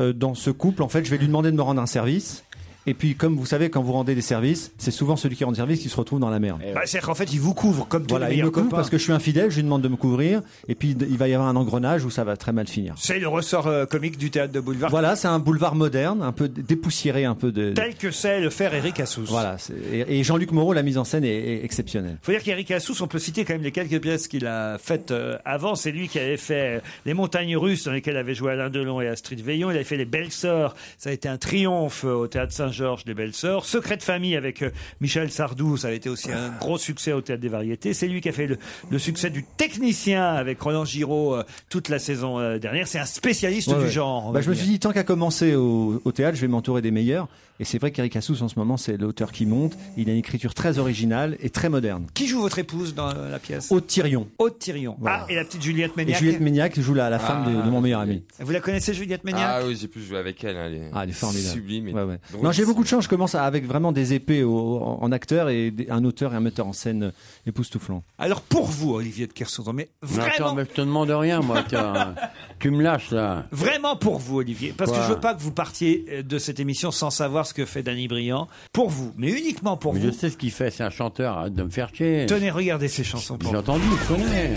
Speaker 19: euh, dans ce couple, en fait, je vais lui demander de me rendre un service. Et puis, comme vous savez, quand vous rendez des services, c'est souvent celui qui rend le service qui se retrouve dans la merde.
Speaker 3: Bah, C'est-à-dire qu'en fait, il vous couvre comme tous
Speaker 19: Voilà,
Speaker 3: les
Speaker 19: il
Speaker 3: meilleurs
Speaker 19: me couvre
Speaker 3: copains.
Speaker 19: parce que je suis infidèle, je lui demande de me couvrir, et puis d- il va y avoir un engrenage où ça va très mal finir.
Speaker 3: C'est le ressort euh, comique du théâtre de boulevard.
Speaker 19: Voilà, c'est un boulevard moderne, un peu dépoussiéré, un peu de.
Speaker 3: Tel que c'est le faire Eric Assous.
Speaker 19: Voilà, c'est- et et Jean-Luc Moreau, la mise en scène est, est exceptionnelle.
Speaker 3: Faut dire qu'Eric Assous, on peut citer quand même les quelques pièces qu'il a faites euh, avant. C'est lui qui avait fait euh, Les Montagnes Russes, dans lesquelles avait joué Alain Delon et Astrid Veillon. Il avait fait Les Belles Sœurs. Ça a été un triomphe euh, au Théâtre Saint-Georges des Belles Sœurs. Secret de famille avec euh, Michel Sardou. Ça a été aussi un gros succès au Théâtre des Variétés. C'est lui qui a fait le, le succès du Technicien avec Roland Giraud euh, toute la saison euh, dernière. C'est un spécialiste
Speaker 19: Ouais,
Speaker 3: du
Speaker 19: ouais.
Speaker 3: genre. on
Speaker 19: Bah,
Speaker 3: va
Speaker 19: je me
Speaker 3: dire.
Speaker 19: suis dit, tant qu'à commencer au, au théâtre, je vais m'entourer des meilleurs. Et c'est vrai qu'Eric Assous, en ce moment, c'est l'auteur qui monte. Il a une écriture très originale et très moderne.
Speaker 3: Qui joue votre épouse dans euh, la pièce
Speaker 19: Haute Tyrion.
Speaker 3: Haute Thirion.
Speaker 19: Voilà.
Speaker 3: Ah, et la petite Juliette
Speaker 19: Et
Speaker 3: Méniac.
Speaker 19: Juliette Méniac joue la, la femme
Speaker 1: Ah,
Speaker 19: de, de mon meilleur ami.
Speaker 3: Vous la connaissez, Juliette Méniac
Speaker 1: Ah oui, j'ai pu jouer avec elle. Elle est,
Speaker 19: Ah, elle est formidable.
Speaker 1: sublime. et
Speaker 19: Ouais, ouais.
Speaker 1: drôle.
Speaker 19: Non, j'ai beaucoup de chance. Je commence à- avec vraiment des épées au- en, en acteur et des- un auteur et un metteur en scène époustouflant.
Speaker 3: Alors pour vous, Olivier de Kersauzon, mais
Speaker 4: Mais
Speaker 3: vraiment,
Speaker 4: attends, mais je te demande rien, moi. tiens.
Speaker 3: (laughs)
Speaker 4: tu me lâches, là.
Speaker 3: vraiment pour vous, Olivier, parce que
Speaker 4: Quoi
Speaker 3: je veux pas que vous partiez euh, de cette émission sans savoir ce que fait Danny Briand. Pour vous, mais uniquement pour
Speaker 4: Mais
Speaker 3: vous.
Speaker 4: je sais ce qu'il fait, c'est un chanteur, arrête de me faire chier.
Speaker 3: Tenez, regardez ces chansons pour
Speaker 4: J'ai
Speaker 3: vous.
Speaker 4: entendu, je connais.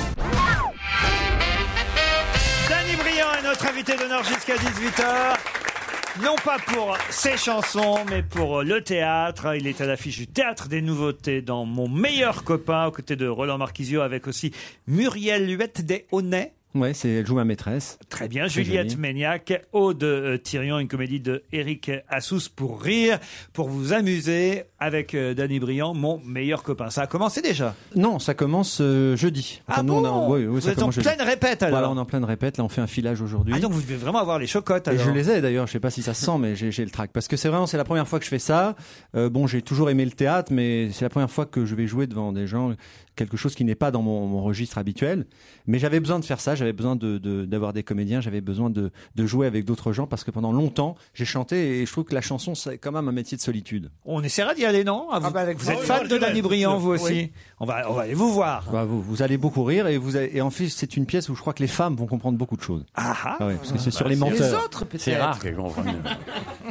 Speaker 3: Danny Briand est notre invité d'honneur jusqu'à 18h. non pas pour ses chansons, mais pour euh, le théâtre. Il est à l'affiche du Théâtre des Nouveautés dans Mon meilleur copain, aux côtés de Roland Marquisio, avec aussi Muriel Huette des Honnets.
Speaker 19: Ouais, c'est elle joue ma maîtresse.
Speaker 3: Très bien, Juliette Méniac, Aude euh, Thirion, une comédie de Eric Assous pour rire, pour vous amuser avec euh, Danny Briand, mon meilleur copain. Ça a commencé déjà.
Speaker 19: Non, ça commence euh, jeudi.
Speaker 3: Ah
Speaker 19: nous, on a-
Speaker 3: bon
Speaker 19: ouais, ouais,
Speaker 3: Vous
Speaker 19: ça
Speaker 3: êtes
Speaker 19: commence
Speaker 3: en
Speaker 19: jeudi.
Speaker 3: pleine répète, alors.
Speaker 19: Voilà, on est en pleine répète. Là, on fait un filage aujourd'hui.
Speaker 3: Ah donc vous devez vraiment avoir les chocottes
Speaker 19: Et
Speaker 3: alors.
Speaker 19: je les ai d'ailleurs, je sais pas si ça se sent, mais j'ai j'ai le trac. Parce que c'est vraiment, c'est la première fois que je fais ça. Euh, bon, j'ai toujours aimé le théâtre, mais c'est la première fois que je vais jouer devant des gens quelque chose qui n'est pas dans mon, mon registre habituel. Mais j'avais besoin de faire ça, j'avais besoin d'avoir de, d'avoir des comédiens, j'avais besoin de, de jouer avec d'autres gens parce que pendant longtemps, j'ai chanté et je trouve que la chanson, c'est quand même un métier de solitude.
Speaker 3: On essaiera d'y aller, non Ah, vous, vous êtes
Speaker 19: bah, grand
Speaker 3: fan de
Speaker 19: plaisir.
Speaker 3: Danny Briand, vous aussi
Speaker 19: Oui.
Speaker 3: on, va, on va aller vous voir.
Speaker 19: Bah, vous, vous allez beaucoup rire et, vous allez- et en fait, c'est une pièce où je crois que les femmes vont comprendre beaucoup de choses.
Speaker 3: Ah,
Speaker 19: ouais, parce que c'est sur
Speaker 4: Bah,
Speaker 19: les
Speaker 4: c'est-
Speaker 19: menteurs.
Speaker 4: Les autres, peut-être. C'est rare qu'elles comprennent.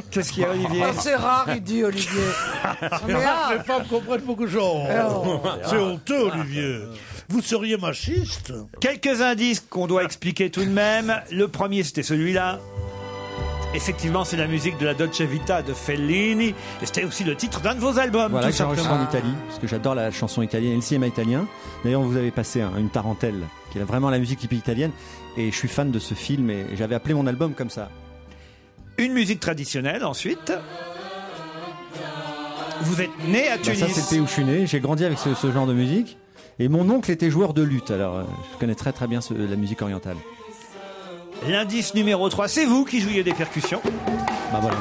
Speaker 3: Qu'est-ce qu'il y a, Olivier
Speaker 14: Oh, c'est rare, il dit Olivier.
Speaker 5: Mais ah, les femmes comprennent beaucoup de gens. C'est honteux, Olivier. Vous seriez machiste
Speaker 3: Quelques indices qu'on doit expliquer tout de même. Le premier, c'était celui-là. Effectivement, c'est la musique de la Dolce Vita de Fellini. Et c'était aussi le titre d'un de vos albums,
Speaker 19: Voilà,
Speaker 3: tout
Speaker 19: que j'ai enregistré en
Speaker 3: simplement.
Speaker 19: Italie, parce que j'adore la chanson italienne et le cinéma italien. D'ailleurs, vous avez passé un- une tarentelle, qui est vraiment la musique typique italienne, et je suis fan de ce film, et j'avais appelé mon album comme ça.
Speaker 3: Une musique traditionnelle, ensuite. Vous êtes né à
Speaker 19: Bah,
Speaker 3: Tunis.
Speaker 19: ça, c'est le pays où je suis né, j'ai grandi avec ce, ce genre de musique, et mon oncle était joueur de lutte, alors euh, je connais très très bien ce- la musique orientale.
Speaker 3: L'indice numéro 3, c'est vous qui jouiez des percussions.
Speaker 19: Bah voilà.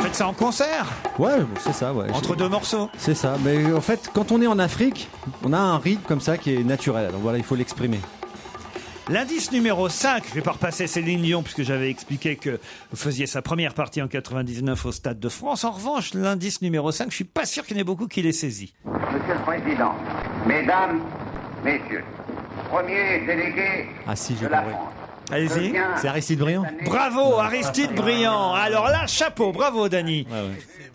Speaker 3: Faites ça en concert
Speaker 19: Ouais, bon, c'est ça, ouais.
Speaker 3: Entre deux morceaux
Speaker 19: C'est ça, mais en fait, quand on est en Afrique, on a un rythme comme ça qui est naturel, donc voilà, il faut l'exprimer.
Speaker 3: L'indice numéro 5, je vais pas repasser Céline Dion puisque j'avais expliqué que vous faisiez sa première partie en 99 au Stade de France. En revanche, l'indice numéro 5, je suis pas sûr qu'il y en ait beaucoup qui l'aient saisi.
Speaker 20: Monsieur le Président, Mesdames, Messieurs, premier délégué
Speaker 19: Ah si, j'ai compris.
Speaker 3: Allez-y.
Speaker 19: C'est Aristide Briand
Speaker 3: Bravo Aristide Briand. Alors là, chapeau, bravo Dany.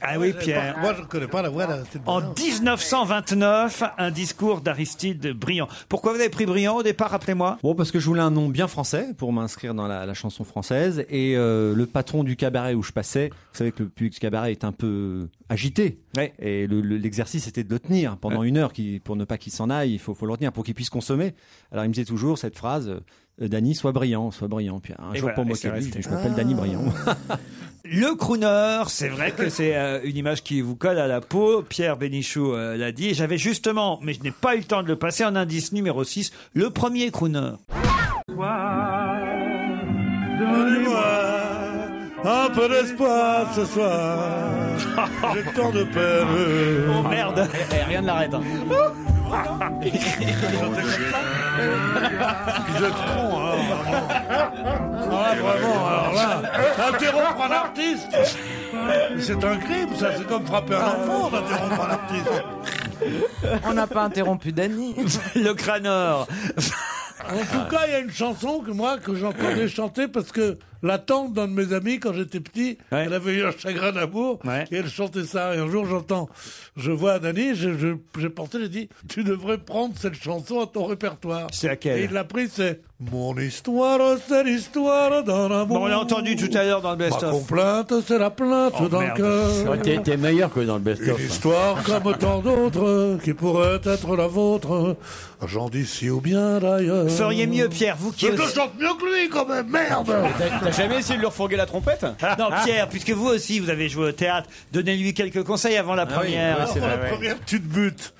Speaker 3: Ah oui Pierre.
Speaker 5: Moi, je ne connais pas la voix d'Aristide
Speaker 3: En 1929, un discours d'Aristide Briand. Pourquoi vous avez pris Briand au départ, rappelez-moi
Speaker 19: Bon, parce que je voulais un nom bien français pour m'inscrire dans la, la chanson française. Et euh, le patron du cabaret où je passais, vous savez que le public du cabaret est un peu agité. Et le- le- l'exercice était de le tenir pendant une heure qui, pour ne pas qu'il s'en aille. Il faut, faut le retenir pour qu'il puisse consommer. Alors il me disait toujours cette phrase euh, Dany, sois brillant, sois brillant. Puis un
Speaker 3: Et
Speaker 19: jour,
Speaker 3: voilà,
Speaker 19: pour
Speaker 3: et
Speaker 19: moquer
Speaker 3: c'est
Speaker 19: de lui,
Speaker 3: resté.
Speaker 19: je m'appelle Dany Briand.
Speaker 3: Le crooner, c'est vrai que c'est euh, une image qui vous colle à la peau. Pierre Bénichou euh, l'a dit. Et J'avais justement, mais je n'ai pas eu le temps de le passer, en indice numéro 6, le premier crooner.
Speaker 5: Donnez-moi un peu d'espoir
Speaker 3: (laughs)
Speaker 5: ce soir. J'ai tant de peine.
Speaker 3: Oh merde Rien ne l'arrête. hein.
Speaker 5: Vous êtes cons, hein. Alors là, vraiment, alors là, interrompre un artiste, c'est un crime, ça, c'est comme frapper
Speaker 3: Ah.
Speaker 5: un enfant d'interrompre un artiste.
Speaker 14: On n'a pas interrompu Dany.
Speaker 3: le crâneur.
Speaker 5: En tout cas, il y a une chanson que moi,
Speaker 3: (coughs)
Speaker 5: que j'entendais chanter parce que la tante d'un de mes amis, quand j'étais petit, elle avait eu un chagrin d'amour et elle chantait ça. Et un jour, j'entends, je vois Dany, je- je- j'ai pensé, j'ai dit, tu devrais prendre cette chanson à ton répertoire.
Speaker 3: C'est laquelle
Speaker 5: Et il l'a prise, c'est Mon histoire, c'est l'histoire d'un amour.
Speaker 3: Bon, on l'a entendu tout à l'heure dans le best-of.
Speaker 5: Ma complainte, c'est la plainte
Speaker 3: Oh,
Speaker 5: dans
Speaker 3: merde.
Speaker 5: le
Speaker 4: Ouais,
Speaker 5: cœur.
Speaker 4: t'es- T'es meilleur que dans le
Speaker 5: Une
Speaker 4: best-of.
Speaker 5: histoire comme tant d'autres qui pourraient être la vôtre, j'en d'ici ou bien
Speaker 14: Oh.
Speaker 5: d'ailleurs.
Speaker 3: Feriez mieux, Pierre, vous qui
Speaker 5: Je
Speaker 3: aussi-
Speaker 5: chante mieux que lui, quand même, merde
Speaker 21: T'as jamais essayé de lui refourguer la trompette
Speaker 3: Non, Pierre, puisque vous aussi, vous avez joué au théâtre, donnez-lui quelques conseils avant
Speaker 21: Ah
Speaker 3: la première.
Speaker 5: Alors, Ah pour la première, tu te butes.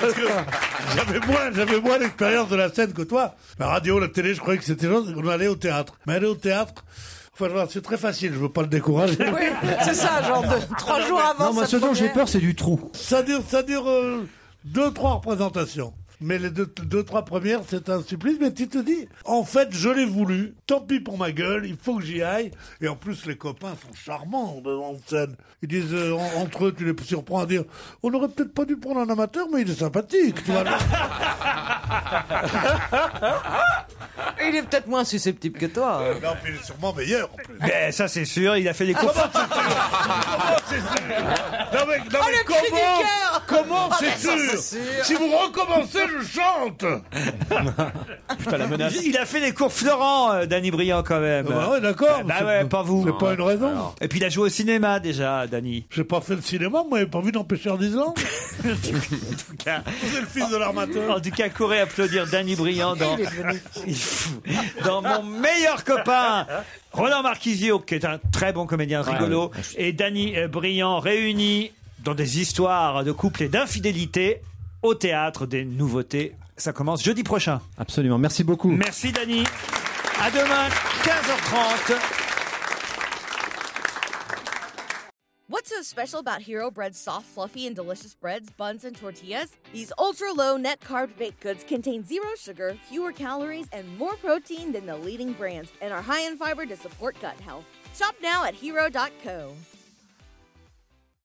Speaker 5: Parce que J'avais moins, j'avais moins d'expérience de la scène que toi. La radio, la télé, je croyais que c'était genre, on allait au théâtre. Mais aller au théâtre, enfin, voilà, c'est très facile, je veux pas le décourager.
Speaker 14: Oui, c'est ça, genre deux- trois jours avant
Speaker 5: Non, moi,
Speaker 14: sa
Speaker 5: ce dont j'ai
Speaker 14: première.
Speaker 5: peur,
Speaker 19: Ah, c'est du trou.
Speaker 5: Ça dure, ça dure euh, deux, trois représentations. Mais les deux, deux, trois premières, c'est un supplice. Mais tu te dis, en fait, je l'ai voulu. Tant pis pour ma gueule. Il faut que j'y aille. Et en plus, les copains sont charmants de- en scène. Ils disent euh, en- entre eux, tu les surprends à dire, on aurait peut-être pas dû prendre (laughs) un amateur, mais il est sympathique. Tu vois.
Speaker 14: Il est peut-être moins susceptible que toi.
Speaker 5: Non, mais il est sûrement meilleur. en plus. Ah,
Speaker 3: Mais Ben, ça, c'est sûr, il a fait des courses.
Speaker 5: Comment Ah, c'est sûr Non, mais, non,
Speaker 3: Oh,
Speaker 5: mais
Speaker 3: le cri du
Speaker 5: comment
Speaker 3: cœur
Speaker 5: Comment
Speaker 3: Ah,
Speaker 5: c'est
Speaker 3: mais ça,
Speaker 5: sûr
Speaker 3: c'est sûr.
Speaker 5: Si vous recommencez, je chante
Speaker 3: Putain, la menace. Il a fait les cours Florent, euh, Danny Briand, quand même.
Speaker 5: Bah ouais, d'accord.
Speaker 3: Bah
Speaker 5: C'est-
Speaker 3: ouais, pas vous.
Speaker 5: c'est pas une raison.
Speaker 3: Alors. Et puis il a joué au cinéma déjà, Danny.
Speaker 5: J'ai pas fait le cinéma, moi, j'avais pas envie d'empêcher en
Speaker 3: (laughs)
Speaker 5: disant. Vous êtes le fils de l'armateur.
Speaker 3: En tout cas, courez applaudir Danny Briand dans,
Speaker 5: Il est devenu fou.
Speaker 3: Il est fou. (laughs) dans Mon meilleur copain. Roland Marquisio, qui est un très bon comédien rigolo, et Danny euh, Briand réunis dans des histoires de couple et d'infidélité au théâtre des nouveautés. Ça commence jeudi prochain.
Speaker 19: Absolument. Merci beaucoup.
Speaker 3: Merci Dani. À demain, 15h30.
Speaker 22: What's so special about Hero Bread's soft, fluffy, and delicious breads, buns, and tortillas? These ultra low net carb baked goods contain zero sugar, fewer calories, and more protein than the leading brands, and are high in fiber to support gut health. Shop now at hero.co.